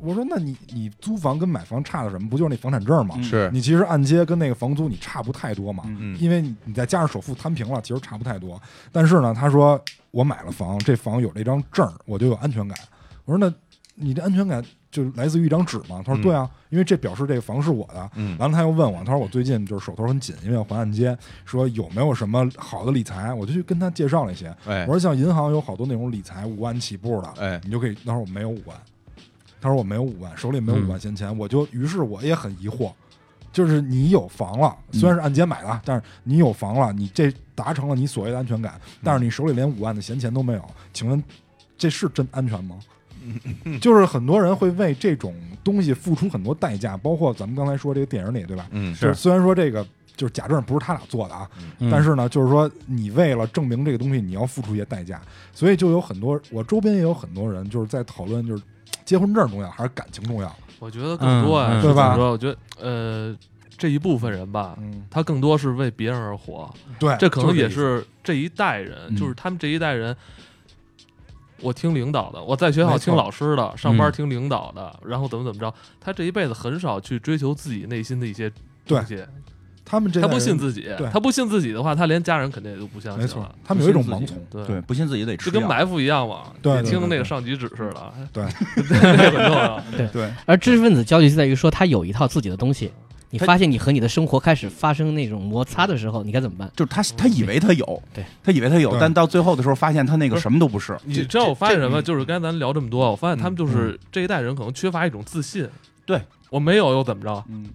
[SPEAKER 3] 我说那你你租房跟买房差的什么？不就是那房产证吗？
[SPEAKER 2] 嗯
[SPEAKER 5] 是，
[SPEAKER 3] 你其实按揭跟那个房租你差不太多嘛，
[SPEAKER 5] 嗯
[SPEAKER 3] 因为你你再加上首付摊平了，其实差不太多。但是呢，他说我买了房，这房有这张证儿，我就有安全感。我说那你这安全感就来自于一张纸吗？他说
[SPEAKER 5] 嗯
[SPEAKER 3] 对啊，因为这表示这个房是我的。
[SPEAKER 5] 嗯
[SPEAKER 3] 完了，他又问我，他说我最近就是手头很紧，因为要还按揭，说有没有什么好的理财？我就去跟他介绍了一些。
[SPEAKER 5] 哎
[SPEAKER 3] 我说像银行有好多那种理财五万起步的，
[SPEAKER 5] 哎，
[SPEAKER 3] 你就可以。他说我没有五万，他说我没有五万，手里没有五万闲钱，我就于是我也很疑惑，就是你有房了，虽然是按揭买的，但是你有房了，你这达成了你所谓的安全感，但是你手里连五万的闲钱都没有，请问这是真安全吗？就是很多人会为这种东西付出很多代价，包括咱们刚才说这个电影里，对吧？
[SPEAKER 5] 嗯
[SPEAKER 3] 就是虽然说这个就是假证不是他俩做的啊，
[SPEAKER 4] 嗯
[SPEAKER 3] 但是呢，就是说你为了证明这个东西，你要付出一些代价，所以就有很多我周边也有很多人就是在讨论，就是结婚证重要还是感情重要？啊
[SPEAKER 1] 我觉得更多啊，
[SPEAKER 4] 嗯嗯
[SPEAKER 1] 是
[SPEAKER 3] 对吧
[SPEAKER 1] 怎么说我觉得呃，这一部分人吧，
[SPEAKER 3] 嗯，
[SPEAKER 1] 他更多是为别人而活，
[SPEAKER 3] 对，
[SPEAKER 1] 这可能也
[SPEAKER 3] 哎就是
[SPEAKER 1] 这一代人，
[SPEAKER 2] 嗯
[SPEAKER 1] 就是他们这一代人。我听领导的，我在学校
[SPEAKER 3] 没错
[SPEAKER 1] 听老师的，上班
[SPEAKER 4] 嗯
[SPEAKER 1] 听领导的，然后怎么怎么着，他这一辈子很少去追求自己内心的一些
[SPEAKER 3] 对
[SPEAKER 1] 东西，
[SPEAKER 3] 这个意思他们这
[SPEAKER 1] 他
[SPEAKER 3] 代
[SPEAKER 1] 不
[SPEAKER 3] 人
[SPEAKER 1] 信自己
[SPEAKER 3] 对，
[SPEAKER 1] 他不信自己的话，他连家人肯定也就不相信了。啊
[SPEAKER 3] 没错他们有一种
[SPEAKER 1] 不信自己
[SPEAKER 3] 盲
[SPEAKER 1] 对
[SPEAKER 2] 对，不信自己得吃
[SPEAKER 1] 就跟
[SPEAKER 2] 药，
[SPEAKER 1] 埋伏一样嘛，
[SPEAKER 3] 对对
[SPEAKER 1] 你
[SPEAKER 3] 对
[SPEAKER 1] 听那
[SPEAKER 3] 对
[SPEAKER 1] 个上级指示了，
[SPEAKER 3] 对
[SPEAKER 1] 那个很重要。
[SPEAKER 2] 对，
[SPEAKER 6] 而知识分子焦虑就在于说他有一套自己的东西，你
[SPEAKER 2] 他
[SPEAKER 6] 发现你和你的生活开始发生那种摩擦的时候，你该怎么办？
[SPEAKER 2] 就是他他以为他有，
[SPEAKER 6] 对，
[SPEAKER 2] 他以为他有，
[SPEAKER 3] 对
[SPEAKER 2] 但到最后的时候发现他那个什么都不是，
[SPEAKER 1] 你
[SPEAKER 5] 这
[SPEAKER 1] 知道我发现
[SPEAKER 5] 这
[SPEAKER 1] 什么？
[SPEAKER 5] 这
[SPEAKER 1] 就是刚才咱聊这么多，我发现他们
[SPEAKER 3] 嗯
[SPEAKER 1] 就是这一代人可能缺乏一种自信。
[SPEAKER 2] 对
[SPEAKER 1] 我没有又怎么着，
[SPEAKER 2] 嗯，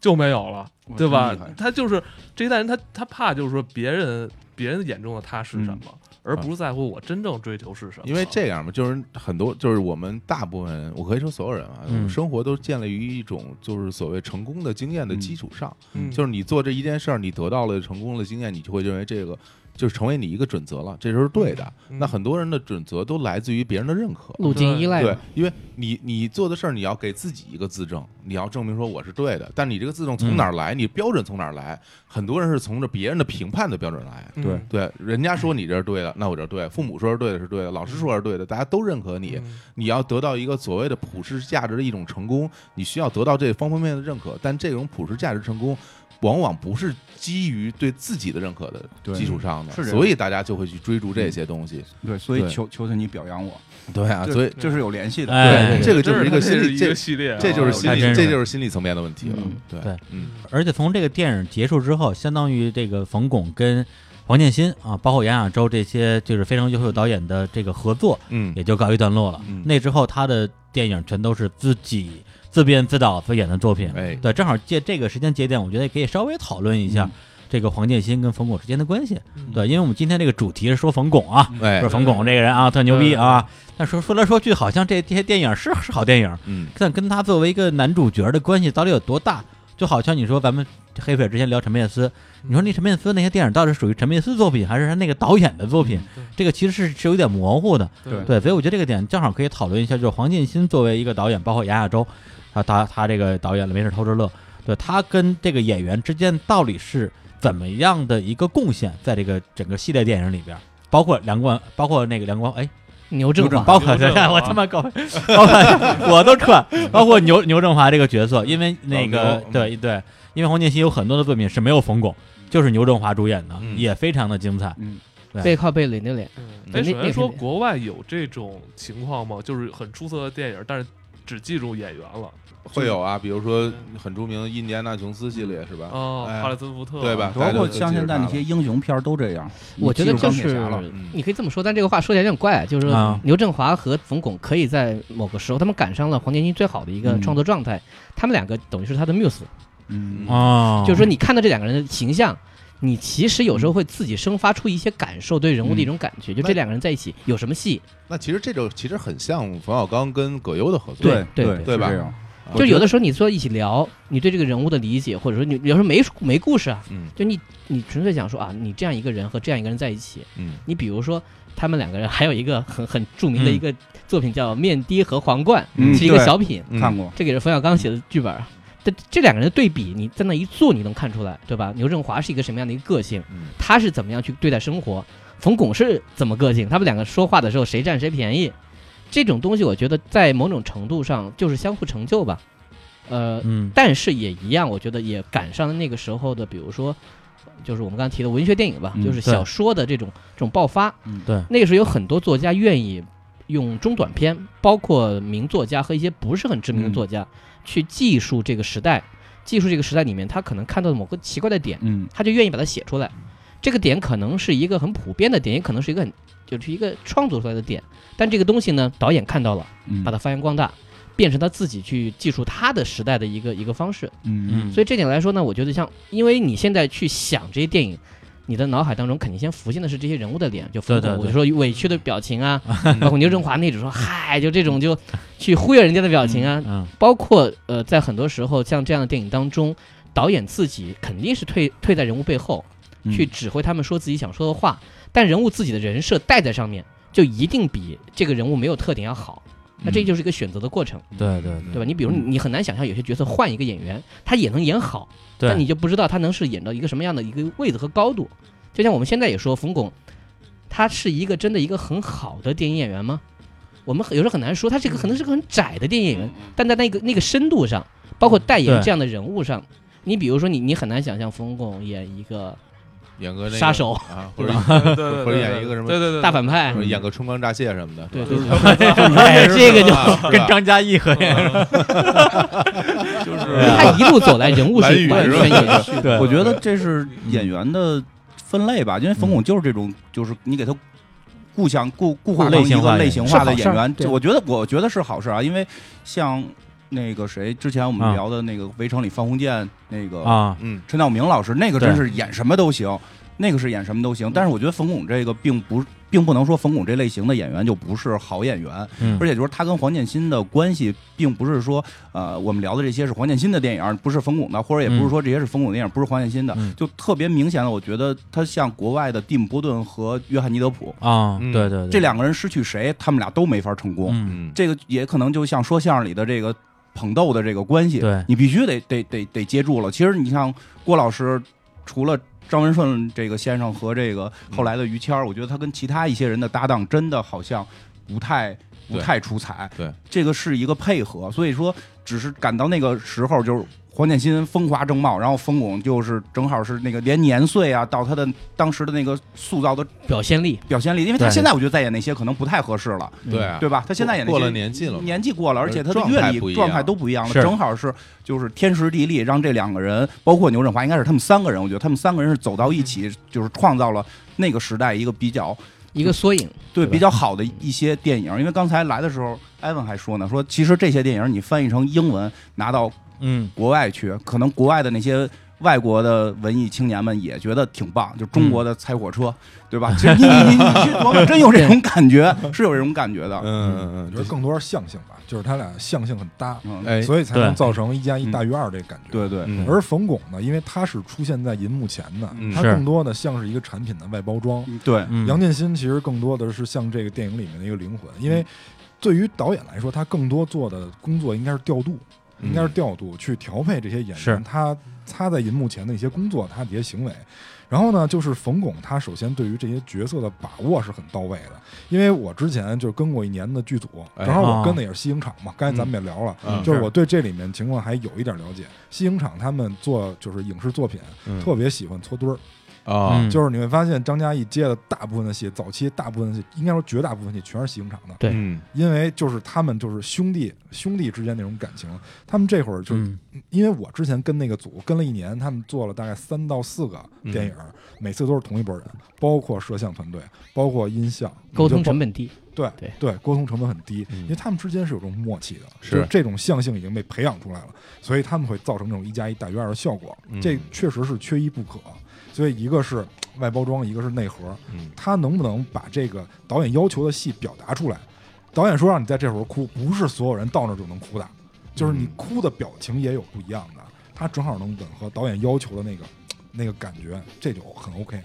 [SPEAKER 1] 就没有了，
[SPEAKER 2] 哇
[SPEAKER 1] 对吧
[SPEAKER 2] 真厉害？
[SPEAKER 1] 他就是这一代人，他他怕就是说别人别人眼中的他是什么，而不是在乎我真正追求是什么。
[SPEAKER 5] 因为这样嘛，就是很多，就是我们大部分人，我可以说所有人啊，
[SPEAKER 4] 嗯
[SPEAKER 5] 生活都建立于一种就是所谓成功的经验的基础上。
[SPEAKER 1] 嗯
[SPEAKER 5] 就是你做这一件事儿，你得到了成功的经验，你就会认为这个就是成为你一个准则了，这就是对的。
[SPEAKER 1] 嗯
[SPEAKER 5] 那很多人的准则都来自于别人的认可。
[SPEAKER 6] 路径依赖
[SPEAKER 5] 对
[SPEAKER 6] 嘛，，
[SPEAKER 5] 因为你你做的事儿，你要给自己一个自证，你要证明说我是对的。但你这个自证
[SPEAKER 1] 嗯
[SPEAKER 5] 从哪儿来？你标准从哪儿来？很多人是从着别人的评判的标准来。
[SPEAKER 1] 嗯
[SPEAKER 2] 对
[SPEAKER 5] 对，人家说你这是对的，那我这是对；父母说是对的，是对的；老师说是对的，大家都认可你。
[SPEAKER 1] 嗯
[SPEAKER 5] 你要得到一个所谓的普世价值的一种成功，你需要得到这方方面面的认可。但这种普世价值成功，往往不是基于对自己的认可的
[SPEAKER 2] 对
[SPEAKER 5] 基础上的，
[SPEAKER 2] 是这样
[SPEAKER 5] 所以大家就会去追逐这些东西。
[SPEAKER 2] 对，所以
[SPEAKER 5] 对
[SPEAKER 2] 求求求你表扬我，
[SPEAKER 5] 对啊，所以
[SPEAKER 2] 这这是有联系的。
[SPEAKER 4] 哎
[SPEAKER 5] 对这个就是一个
[SPEAKER 1] 这是
[SPEAKER 5] 心理，
[SPEAKER 1] 一个
[SPEAKER 5] 这
[SPEAKER 1] 系列啊，
[SPEAKER 5] 这就是
[SPEAKER 2] 哦
[SPEAKER 5] 心
[SPEAKER 4] 还
[SPEAKER 5] 理，
[SPEAKER 4] 真是
[SPEAKER 5] 这就是心理层面的问题了
[SPEAKER 2] 嗯。
[SPEAKER 5] 对
[SPEAKER 4] 对，
[SPEAKER 5] 嗯，
[SPEAKER 4] 而且从这个电影结束之后，相当于这个冯巩跟黄建新啊，包括杨亚洲这些就是非常优秀的导演的这个合作
[SPEAKER 5] 嗯
[SPEAKER 4] 也就告一段落了。
[SPEAKER 5] 嗯
[SPEAKER 4] 那之后他的电影全都是自己自编自导自演的作品。
[SPEAKER 5] 哎，
[SPEAKER 4] 对，正好借这个时间节点，我觉得也可以稍微讨论一下
[SPEAKER 2] 嗯
[SPEAKER 4] 这个黄建新跟冯巩之间的关系。
[SPEAKER 1] 嗯
[SPEAKER 4] 对，因为我们今天这个主题是说冯巩啊，
[SPEAKER 5] 哎
[SPEAKER 4] 说，冯巩这个人啊特牛逼啊，但说说来说去，好像这这些电影是是好电影，
[SPEAKER 5] 嗯，
[SPEAKER 4] 但跟他作为一个男主角的关系到底有多大？就好像你说咱们黑粉之前聊陈佩斯，
[SPEAKER 1] 嗯
[SPEAKER 4] 你说那陈佩斯那些电影到底属于陈佩斯作品还是他那个导演的作品？
[SPEAKER 1] 嗯
[SPEAKER 4] 这个其实是是有点模糊的。
[SPEAKER 1] 对
[SPEAKER 4] 对，所以我觉得这个点正好可以讨论一下，就是黄建新作为一个导演，包括杨亚洲，他他他这个导演了，没事偷着乐，对他跟这个演员之间到底是怎么样的一个贡献，在这个整个系列电影里边，包括梁冠，包括那个梁光，哎，
[SPEAKER 6] 牛正华
[SPEAKER 4] 包括
[SPEAKER 1] 牛振华
[SPEAKER 4] 我他妈搞，包括我都串，包括牛牛振华这个角色，因为那
[SPEAKER 5] 老
[SPEAKER 4] 个
[SPEAKER 5] 牛嗯
[SPEAKER 4] 对对，因为黄建新有很多的作品是没有冯巩，就是牛振华主演的，
[SPEAKER 5] 嗯
[SPEAKER 4] 也非常的精彩。
[SPEAKER 2] 嗯，
[SPEAKER 4] 对
[SPEAKER 6] 背靠背垒的脸，
[SPEAKER 1] 嗯
[SPEAKER 6] 那
[SPEAKER 1] 哎，首
[SPEAKER 6] 那
[SPEAKER 1] 先说
[SPEAKER 6] 肯定
[SPEAKER 1] 国外有这种情况吗？就是很出色的电影，但是只记住演员了
[SPEAKER 5] 会有啊，比如说很著名的印第安纳琼斯系列是吧？
[SPEAKER 1] 哦，
[SPEAKER 5] 哎
[SPEAKER 1] 哈里森福特
[SPEAKER 5] 对吧
[SPEAKER 2] 嗯包括像现在那些英雄片儿都这样，
[SPEAKER 6] 我觉得
[SPEAKER 2] 你记住钢铁
[SPEAKER 6] 就是
[SPEAKER 2] 侠了，
[SPEAKER 5] 嗯
[SPEAKER 6] 你可以这么说，但这个话说起来有点怪啊，就是
[SPEAKER 4] 啊
[SPEAKER 6] 说牛振华和冯巩可以在某个时候，他们赶上了黄建新最好的一个
[SPEAKER 2] 嗯
[SPEAKER 6] 创作状态，他们两个等于是他的 muse，
[SPEAKER 2] 嗯，
[SPEAKER 4] 哦，
[SPEAKER 6] 就是说你看到这两个人的形象。你其实有时候会自己生发出一些感受，对人物的一种感觉。就这两个人在一起有什么戏？
[SPEAKER 5] 那其实这种其实很像冯小刚跟葛优的合作，
[SPEAKER 2] 对
[SPEAKER 6] 对
[SPEAKER 2] 对
[SPEAKER 5] 对吧
[SPEAKER 2] 是这样
[SPEAKER 5] 啊
[SPEAKER 6] 就有的时候你坐一起聊，你对这个人物的理解，或者说你有时候没没故事啊，
[SPEAKER 5] 嗯
[SPEAKER 6] 就你你纯粹想说啊，你这样一个人和这样一个人在一起，
[SPEAKER 5] 嗯
[SPEAKER 6] 你比如说他们两个人还有一个很很著名的
[SPEAKER 4] 嗯
[SPEAKER 6] 一个作品叫《面的和皇冠》，
[SPEAKER 2] 嗯
[SPEAKER 6] 是一个
[SPEAKER 2] 对
[SPEAKER 6] 小品，
[SPEAKER 5] 嗯
[SPEAKER 2] 看过，
[SPEAKER 6] 这个也是冯小刚写的剧本儿。这这两个人的对比，你在那一坐，你能看出来，对吧？牛振华是一个什么样的一个个性，
[SPEAKER 5] 嗯
[SPEAKER 6] 他是怎么样去对待生活，冯巩是怎么个性，他们两个说话的时候谁占谁便宜，这种东西我觉得在某种程度上就是相互成就吧。呃，
[SPEAKER 4] 嗯
[SPEAKER 6] 但是也一样，我觉得也赶上了那个时候的，比如说，就是我们刚才提的文学电影吧，
[SPEAKER 2] 嗯
[SPEAKER 6] 就是
[SPEAKER 4] 对
[SPEAKER 6] 小说的这种这种爆发。
[SPEAKER 2] 嗯
[SPEAKER 4] 对
[SPEAKER 6] 那个时候有很多作家愿意用中短篇，包括名作家和一些不是很知名的作家，去记述这个时代，记述这个时代里面他可能看到的某个奇怪的点，
[SPEAKER 2] 嗯
[SPEAKER 6] 他就愿意把它写出来。这个点可能是一个很普遍的点，也可能是一个很就是一个创作出来的点，但这个东西呢，导演看到了，
[SPEAKER 2] 嗯，
[SPEAKER 6] 把它发扬光大，变成他自己去记述他的时代的一个一个方式。
[SPEAKER 2] 嗯嗯
[SPEAKER 6] 所以这点来说呢，我觉得像，因为你现在去想这些电影，你的脑海当中肯定先浮现的是这些人物的脸，就冯
[SPEAKER 4] 对对
[SPEAKER 6] 巩，
[SPEAKER 4] 对
[SPEAKER 6] 我就说委屈的表情啊，包括牛振华那种说嗨，就这种就去忽悠人家的表情啊，
[SPEAKER 4] 嗯
[SPEAKER 6] 包括呃，在很多时候像这样的电影当中，导演自己肯定是退退在人物背后
[SPEAKER 2] 嗯
[SPEAKER 6] 去指挥他们说自己想说的话，但人物自己的人设带在上面，就一定比这个人物没有特点要好。
[SPEAKER 4] 嗯
[SPEAKER 6] 那这就是一个选择的过程，
[SPEAKER 4] 对对
[SPEAKER 6] 对吧？
[SPEAKER 5] 嗯
[SPEAKER 6] 你比如你
[SPEAKER 4] 嗯
[SPEAKER 6] 你很难想象有些角色换一个演员，他也能演好，
[SPEAKER 4] 对
[SPEAKER 6] 但你就不知道他能是演到一个什么样的一个位置和高度。就像我们现在也说，冯巩，他是一个真的一个很好的电影演员吗？我们很有时候很难说，他这个可能是个很窄的电影演员，但在那个那个深度上，包括代言
[SPEAKER 4] 嗯对
[SPEAKER 6] 这样的人物上，你比如说你你很难想象冯巩演一个
[SPEAKER 5] 演个那个
[SPEAKER 6] 杀手
[SPEAKER 5] 啊，或者
[SPEAKER 6] 对吧
[SPEAKER 1] 对对对，
[SPEAKER 5] 或者
[SPEAKER 1] 对
[SPEAKER 5] 演一个什么
[SPEAKER 1] 对对对，
[SPEAKER 6] 大反派
[SPEAKER 5] 或者，演个春光乍泄什么的，
[SPEAKER 6] 对
[SPEAKER 5] 是吧啊
[SPEAKER 6] 对对，
[SPEAKER 4] 哎这 个
[SPEAKER 5] 就
[SPEAKER 4] 就跟张嘉译合演，
[SPEAKER 1] 就是
[SPEAKER 6] 他一路走来人物是完全延续的。
[SPEAKER 4] 对
[SPEAKER 2] 我觉得这是演员的分类吧，因为冯巩就是这种，就是你给他故乡固固化成
[SPEAKER 4] 类型
[SPEAKER 2] 一
[SPEAKER 4] 化
[SPEAKER 2] 个
[SPEAKER 4] 演员
[SPEAKER 2] 类型化的演
[SPEAKER 6] 是好事儿
[SPEAKER 2] 员，
[SPEAKER 6] 对
[SPEAKER 2] 这我觉得我觉得是好事啊，因为像那个谁，之前我们
[SPEAKER 4] 啊
[SPEAKER 2] 聊的那个《围城》里方鸿渐那个
[SPEAKER 4] 啊，
[SPEAKER 5] 嗯，
[SPEAKER 2] 陈道明老师，那个
[SPEAKER 4] 对
[SPEAKER 2] 真是演什么都行，那个是演什么都行。但是我觉得冯巩这个并不并不能说冯巩这类型的演员就不是好演员，
[SPEAKER 4] 嗯
[SPEAKER 2] 而且就是他跟黄建新的关系，并不是说呃我们聊的这些是黄建新的电影，不是冯巩的，或者也不是说这些是冯巩的电影，不是黄建新的，
[SPEAKER 4] 嗯
[SPEAKER 2] 就特别明显的，我觉得他像国外的蒂姆·波顿和约翰尼·德普
[SPEAKER 4] 啊，
[SPEAKER 5] 嗯
[SPEAKER 4] 对对对，
[SPEAKER 2] 这两个人失去谁，他们俩都没法成功。
[SPEAKER 4] 嗯，
[SPEAKER 5] 嗯，
[SPEAKER 2] 这个也可能就像说相声里的这个捧逗的这个关系，
[SPEAKER 4] 对
[SPEAKER 2] 你必须得得得得接住了。其实你像郭老师，除了张文顺这个先生和这个
[SPEAKER 5] 嗯
[SPEAKER 2] 后来的于谦儿，我觉得他跟其他一些人的搭档真的好像不太。不
[SPEAKER 5] 对
[SPEAKER 2] 太出彩，
[SPEAKER 5] 对
[SPEAKER 2] 这个是一个配合，所以说只是赶到那个时候，就是黄建新风华正茂，然后冯巩就是正好是那个连年岁啊，到他的当时的那个塑造的
[SPEAKER 6] 表现力，
[SPEAKER 2] 表现力，因为他
[SPEAKER 4] 对
[SPEAKER 2] 现在我觉得再演那些可能不太合适了，
[SPEAKER 5] 对啊
[SPEAKER 2] 对吧？他现在演那
[SPEAKER 5] 过
[SPEAKER 2] 些
[SPEAKER 5] 了年纪了嘛，呃
[SPEAKER 2] 年纪过了，而且他的
[SPEAKER 5] 状
[SPEAKER 2] 阅
[SPEAKER 5] 态
[SPEAKER 2] 历
[SPEAKER 5] 不一样
[SPEAKER 2] 状态都不一样了，
[SPEAKER 4] 是
[SPEAKER 2] 正好是就是天时地利，让这两个人，包括牛振华，应该是他们三个人，我觉得他们三个人是走到一起，就是创造了那个时代一个比较
[SPEAKER 6] 一个缩影。
[SPEAKER 2] 对
[SPEAKER 4] 对吧
[SPEAKER 2] 比较好的一些电影。因为刚才来的时候，艾文还说呢，说其实这些电影你翻译成英文拿到
[SPEAKER 4] 嗯
[SPEAKER 2] 国外去，可能国外的那些。外国的文艺青年们也觉得挺棒，就中
[SPEAKER 5] 嗯
[SPEAKER 2] 国的拆火车，对吧？其实你你你你去琢磨，真有这种感觉，是有这种感觉的。
[SPEAKER 5] 嗯嗯
[SPEAKER 3] 我觉得
[SPEAKER 5] 嗯，
[SPEAKER 3] 更多是象性吧，就是他俩象性很搭，
[SPEAKER 2] 嗯，
[SPEAKER 5] 哎，
[SPEAKER 3] 所以才能
[SPEAKER 4] 对
[SPEAKER 3] 造成一加一大于二这个感觉。
[SPEAKER 2] 对对，
[SPEAKER 5] 嗯
[SPEAKER 3] 而冯巩呢，因为他是出现在银幕前的
[SPEAKER 5] 嗯，
[SPEAKER 3] 他
[SPEAKER 4] 是
[SPEAKER 3] 更多的像是一个产品的外包装。
[SPEAKER 2] 对，
[SPEAKER 4] 嗯，
[SPEAKER 3] 杨建新其实更多的是像这个电影里面的一个灵魂，
[SPEAKER 5] 嗯
[SPEAKER 3] 因为对于导演来说，他更多做的工作应该是调度，
[SPEAKER 5] 嗯
[SPEAKER 3] 应该是调度去调配这些演
[SPEAKER 4] 是
[SPEAKER 3] 员，他他在银幕前的一些工作，他的一些行为。然后呢，就是冯巩，他首先对于这些角色的把握是很到位的，因为我之前就跟过一年的剧组，
[SPEAKER 5] 哎
[SPEAKER 3] 正好
[SPEAKER 4] 哦
[SPEAKER 3] 我跟的也是西影厂嘛，刚才咱们也聊了，
[SPEAKER 5] 嗯
[SPEAKER 3] 就是我对这里面情况还有一点了解。西影厂他们做就是影视作品，
[SPEAKER 5] 嗯
[SPEAKER 3] 特别喜欢搓堆儿，
[SPEAKER 5] 啊，
[SPEAKER 4] 嗯
[SPEAKER 3] 就是你会发现张嘉译接的大部分的戏，早期大部分的戏，应该说绝大部分戏全是西影厂的，
[SPEAKER 6] 对
[SPEAKER 5] 嗯
[SPEAKER 3] 因为就是他们就是兄弟兄弟之间那种感情。他们这会儿就是、
[SPEAKER 4] 嗯
[SPEAKER 3] 因为我之前跟那个组跟了一年，他们做了大概三到四个电影，
[SPEAKER 6] 嗯
[SPEAKER 3] 每次都是同一拨人，包括摄像团队，包括音效，
[SPEAKER 6] 沟通
[SPEAKER 3] 就包
[SPEAKER 6] 成本低，
[SPEAKER 3] 对
[SPEAKER 6] 对
[SPEAKER 3] 对，沟通成本很低，
[SPEAKER 5] 嗯
[SPEAKER 3] 因为他们之间是有这种默契的，
[SPEAKER 5] 是
[SPEAKER 3] 就这种象性已经被培养出来了，所以他们会造成这种一加一大于二的效果，
[SPEAKER 5] 嗯
[SPEAKER 3] 这确实是缺一不可。所以一个是外包装，一个是内核，
[SPEAKER 5] 嗯
[SPEAKER 3] 他能不能把这个导演要求的戏表达出来？导演说让你在这会儿哭，不是所有人到那儿就能哭的，就是你
[SPEAKER 5] 嗯
[SPEAKER 3] 哭的表情也有不一样的，他正好能吻合导演要求的那个那个感觉，这就很 OK。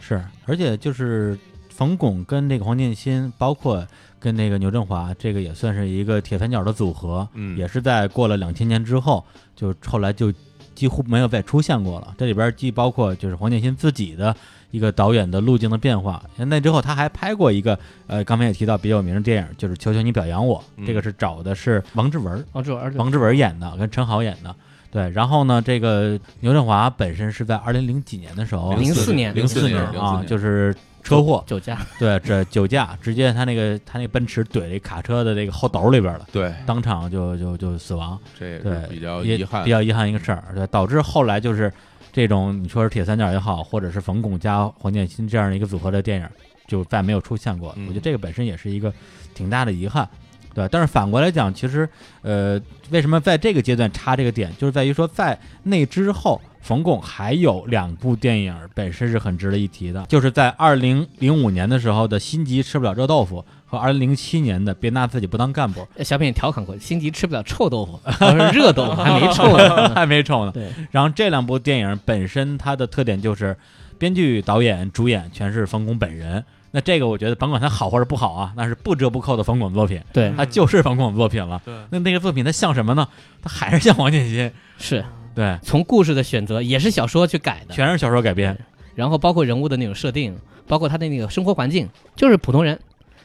[SPEAKER 4] 是，而且就是冯巩跟这个黄建新，包括跟那个牛振华，这个也算是一个铁三角的组合，
[SPEAKER 5] 嗯
[SPEAKER 4] 也是在过了两千年之后，就后来就几乎没有再出现过了。这里边既包括就是黄建新自己的一个导演的路径的变化，那之后他还拍过一个呃，刚才也提到比较有名的电影，就是《求求你表扬我》，这个
[SPEAKER 5] 嗯
[SPEAKER 4] 是找的是王志文，
[SPEAKER 6] 王志文儿子
[SPEAKER 4] 王志文演的，跟陈好演的。对，然后呢，这个牛振华本身是在二零零几年的时候，
[SPEAKER 6] 零四年
[SPEAKER 5] 零四
[SPEAKER 4] 四
[SPEAKER 5] 年
[SPEAKER 4] 啊，就是是车祸，
[SPEAKER 6] 酒驾，
[SPEAKER 4] 对，这酒驾，直接他那个他那奔驰怼这卡车的这个后斗里边了，
[SPEAKER 5] 对，
[SPEAKER 4] 当场就就就死亡，
[SPEAKER 5] 这也
[SPEAKER 4] 对
[SPEAKER 5] 是，比较
[SPEAKER 4] 也
[SPEAKER 5] 遗憾
[SPEAKER 4] 比，较遗憾一个事儿，对，导致后来就是这种你说是铁三角也好，或者是冯巩加黄建新这样一个组合的电影，就再没有出现过了。
[SPEAKER 5] 嗯
[SPEAKER 4] 我觉得这个本身也是一个挺大的遗憾。对，但是反过来讲，其实，呃，为什么在这个阶段插这个点，就是在于说，在那之后，冯巩还有两部电影本身是很值得一提的，就是在二零零五年的时候的《心急吃不了热豆腐》和二零零七年的《别拿自己不当干部
[SPEAKER 6] 呃小品也调侃过，心急吃不了臭豆腐，我说热豆腐还没臭》 呢。
[SPEAKER 4] 还没臭呢。
[SPEAKER 6] 对，
[SPEAKER 4] 然后这两部电影本身它的特点就是，编剧、导演、主演全是冯巩本人。那这个我觉得，甭管它好或者不好啊，那是不折不扣的冯巩作品，
[SPEAKER 6] 对，
[SPEAKER 4] 它就是冯巩作品
[SPEAKER 6] 嗯
[SPEAKER 4] 了。
[SPEAKER 1] 对，
[SPEAKER 4] 那那个作品它像什么呢？它还是像王建新，
[SPEAKER 6] 是
[SPEAKER 4] 对，
[SPEAKER 6] 从故事的选择也是小说去改的，
[SPEAKER 4] 全是小说改编。
[SPEAKER 6] 然后包括人物的那种设定，包括他的那个生活环境，就是普通人，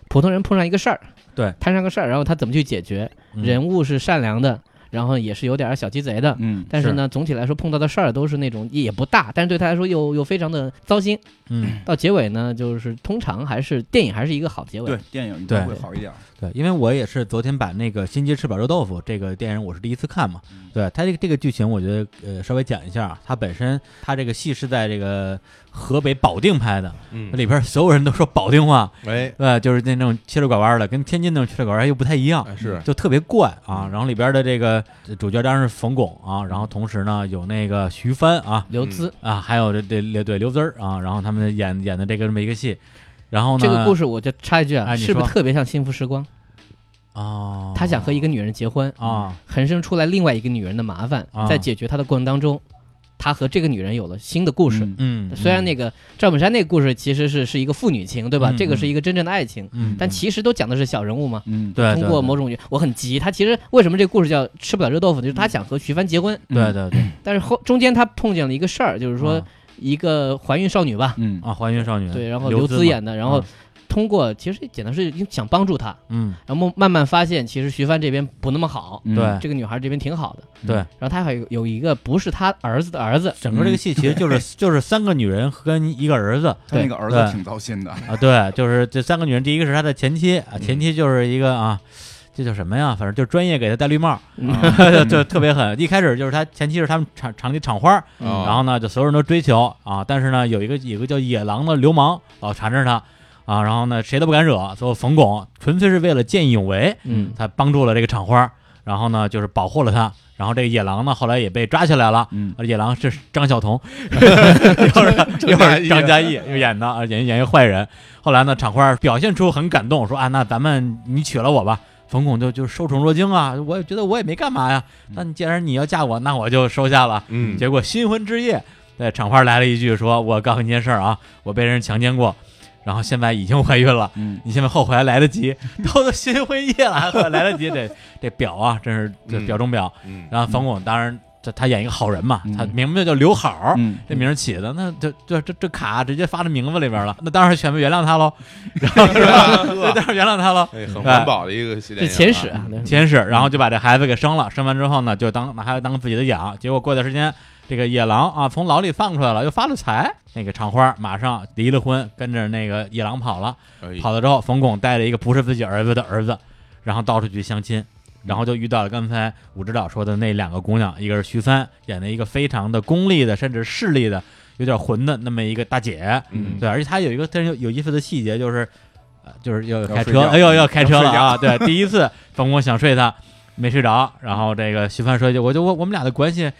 [SPEAKER 6] 普通人碰上一个事儿，
[SPEAKER 4] 对，
[SPEAKER 6] 摊上个事儿，然后他怎么去解决？
[SPEAKER 4] 嗯
[SPEAKER 6] 人物是善良的，然后也是有点儿小鸡贼的，
[SPEAKER 2] 嗯，
[SPEAKER 6] 但是呢，总体来说碰到的事儿都是那种也不大，但是对他来说又又非常的糟心。
[SPEAKER 4] 嗯，
[SPEAKER 6] 到结尾呢，就是通常还是电影还是一个好结尾。
[SPEAKER 2] 对，电影一定
[SPEAKER 4] 对
[SPEAKER 2] 会好一点。
[SPEAKER 4] 对，因为我也是昨天把那个《心急吃饱热豆腐》这个电影，我是第一次看嘛。
[SPEAKER 6] 嗯
[SPEAKER 4] 对它这个这个剧情，我觉得呃稍微讲一下啊，它本身它这个戏是在这个河北保定拍的，
[SPEAKER 5] 嗯
[SPEAKER 4] 里边所有人都说保定话，
[SPEAKER 5] 哎
[SPEAKER 4] 对，就是那种切着拐弯的，跟天津那种切着拐弯又不太一样，
[SPEAKER 5] 哎是
[SPEAKER 4] 就特别怪啊。然后里边的这个主角当然是冯巩啊，然后同时呢有那个徐帆啊
[SPEAKER 6] 刘孜
[SPEAKER 4] 啊，还有这这对刘孜儿啊，然后他们演演的这个这么一个戏。然后呢，
[SPEAKER 6] 这个故
[SPEAKER 4] 事
[SPEAKER 6] 事我就插一句啊，
[SPEAKER 4] 哎你
[SPEAKER 6] 是不
[SPEAKER 4] 说
[SPEAKER 6] 是
[SPEAKER 4] 哦
[SPEAKER 6] 特别像《幸福时光》？
[SPEAKER 4] 啊，
[SPEAKER 6] 他想和一个女人结婚，
[SPEAKER 4] 啊
[SPEAKER 6] 横生出来另外一个女人的麻烦
[SPEAKER 4] 啊，
[SPEAKER 6] 在解决他的过程当中，他和这个女人有了新的故事。
[SPEAKER 4] 嗯，
[SPEAKER 6] 虽然
[SPEAKER 4] 嗯
[SPEAKER 6] 那个赵本山那个故事其实是是一个父女情，对吧？
[SPEAKER 4] 嗯
[SPEAKER 6] 这个是
[SPEAKER 4] 嗯
[SPEAKER 6] 一个真正的爱情，
[SPEAKER 4] 嗯，
[SPEAKER 6] 但其实都讲的是小人物嘛。
[SPEAKER 2] 嗯，
[SPEAKER 4] 哎对
[SPEAKER 6] 通过某种，我很急。他其实为什么这个故事叫吃不了热豆腐？就是
[SPEAKER 2] 嗯
[SPEAKER 6] 他想和徐帆结婚，
[SPEAKER 4] 对对对，
[SPEAKER 6] 但是后中间他碰见了一个事儿，就是嗯说
[SPEAKER 4] 啊
[SPEAKER 6] 一个怀孕少女吧，
[SPEAKER 2] 嗯
[SPEAKER 4] 啊，还原少女
[SPEAKER 6] 对，然后
[SPEAKER 4] 刘
[SPEAKER 6] 刘
[SPEAKER 4] 嘛
[SPEAKER 6] 孜演的，然后
[SPEAKER 4] 啊
[SPEAKER 6] 通过其实简单是想帮助她，
[SPEAKER 4] 嗯
[SPEAKER 6] 然后慢慢发现其实徐帆这边不那么好，
[SPEAKER 2] 嗯
[SPEAKER 4] 对
[SPEAKER 6] 这个女孩这边挺好的，
[SPEAKER 4] 对，
[SPEAKER 6] 然后他还有有一个不是他儿子的儿子，
[SPEAKER 4] 整个这个戏其实就是 就是三个女人跟一个儿子
[SPEAKER 2] 他那
[SPEAKER 6] 对
[SPEAKER 2] 个儿子
[SPEAKER 4] 对
[SPEAKER 2] 挺糟心的，
[SPEAKER 4] 啊，对，就是这三个女人，第一个是他的前妻啊，前妻就是一个啊。这叫什么呀？反正就是专业给他戴绿帽，
[SPEAKER 2] 啊
[SPEAKER 6] 嗯
[SPEAKER 2] 嗯
[SPEAKER 4] 就特别狠。一开始就是他前妻是他们厂厂里厂花儿，嗯
[SPEAKER 5] 哦
[SPEAKER 4] 然后呢，就所有人都追求啊，但是呢，有一个有一个叫野狼的流氓老缠着他啊，然后呢，谁都不敢惹，最后冯巩纯粹是为了见义勇为，
[SPEAKER 6] 嗯，
[SPEAKER 4] 他帮助了这个厂花，然后呢，就是保护了他，然后这个野狼呢，后来也被抓起来了。
[SPEAKER 2] 嗯
[SPEAKER 4] 啊野狼是张晓 彤，一会儿一会儿张嘉译又演的啊，演演一坏人。后来呢，厂花表现出很感动，说啊，那咱们你娶了我吧。冯巩就就受宠若惊啊，我也觉得我也没干嘛呀，那你既然你要嫁我，那我就收下了。
[SPEAKER 5] 嗯，
[SPEAKER 4] 结果新婚之夜，对厂花来了一句说：“我告诉你件事儿啊，我被人强奸过，然后现在已经怀孕了，
[SPEAKER 2] 嗯，
[SPEAKER 4] 你现在后悔还来得及，都都新婚夜了还后悔来得及，这这表啊，真是这
[SPEAKER 5] 嗯
[SPEAKER 4] 表中表。
[SPEAKER 5] 嗯
[SPEAKER 4] 然后冯巩当然这他演一个好人嘛，
[SPEAKER 2] 嗯
[SPEAKER 4] 他名字叫刘好。
[SPEAKER 2] 嗯
[SPEAKER 4] 这名儿起的，那这这这这卡直接发到名字里边了，那当然全部原谅 他喽，然后 是 吧？ 对当然原谅他喽。
[SPEAKER 5] 哎，很环保的一个系列
[SPEAKER 6] 这
[SPEAKER 5] 电影啊，
[SPEAKER 6] 前史啊，
[SPEAKER 2] 嗯
[SPEAKER 6] 对
[SPEAKER 4] 先是，然后就把这孩子给生了，生完之后呢，就当拿孩子当自己的养。结果过段时间，这个野狼啊从牢里放出来了，又发了财。那个厂花马上离了婚，跟着那个野狼跑了。
[SPEAKER 5] 哎
[SPEAKER 4] 跑了之后，冯巩带着一个不是自己儿子的儿子，然后到处去相亲，然后就遇到了刚才武指导说的那两个姑娘，一个是徐帆演的一个非常的功利的，甚至势利的，有点混的那么一个大姐，
[SPEAKER 5] 嗯
[SPEAKER 4] 对，而且她有一个但是有有意思的细节就是，呃，就是要开
[SPEAKER 2] 睡
[SPEAKER 4] 车，
[SPEAKER 2] 觉
[SPEAKER 4] 哎呦要开车了啊！对，第一次冯巩想睡她，没睡着，然后这个徐帆说一句，我就我我们俩的关系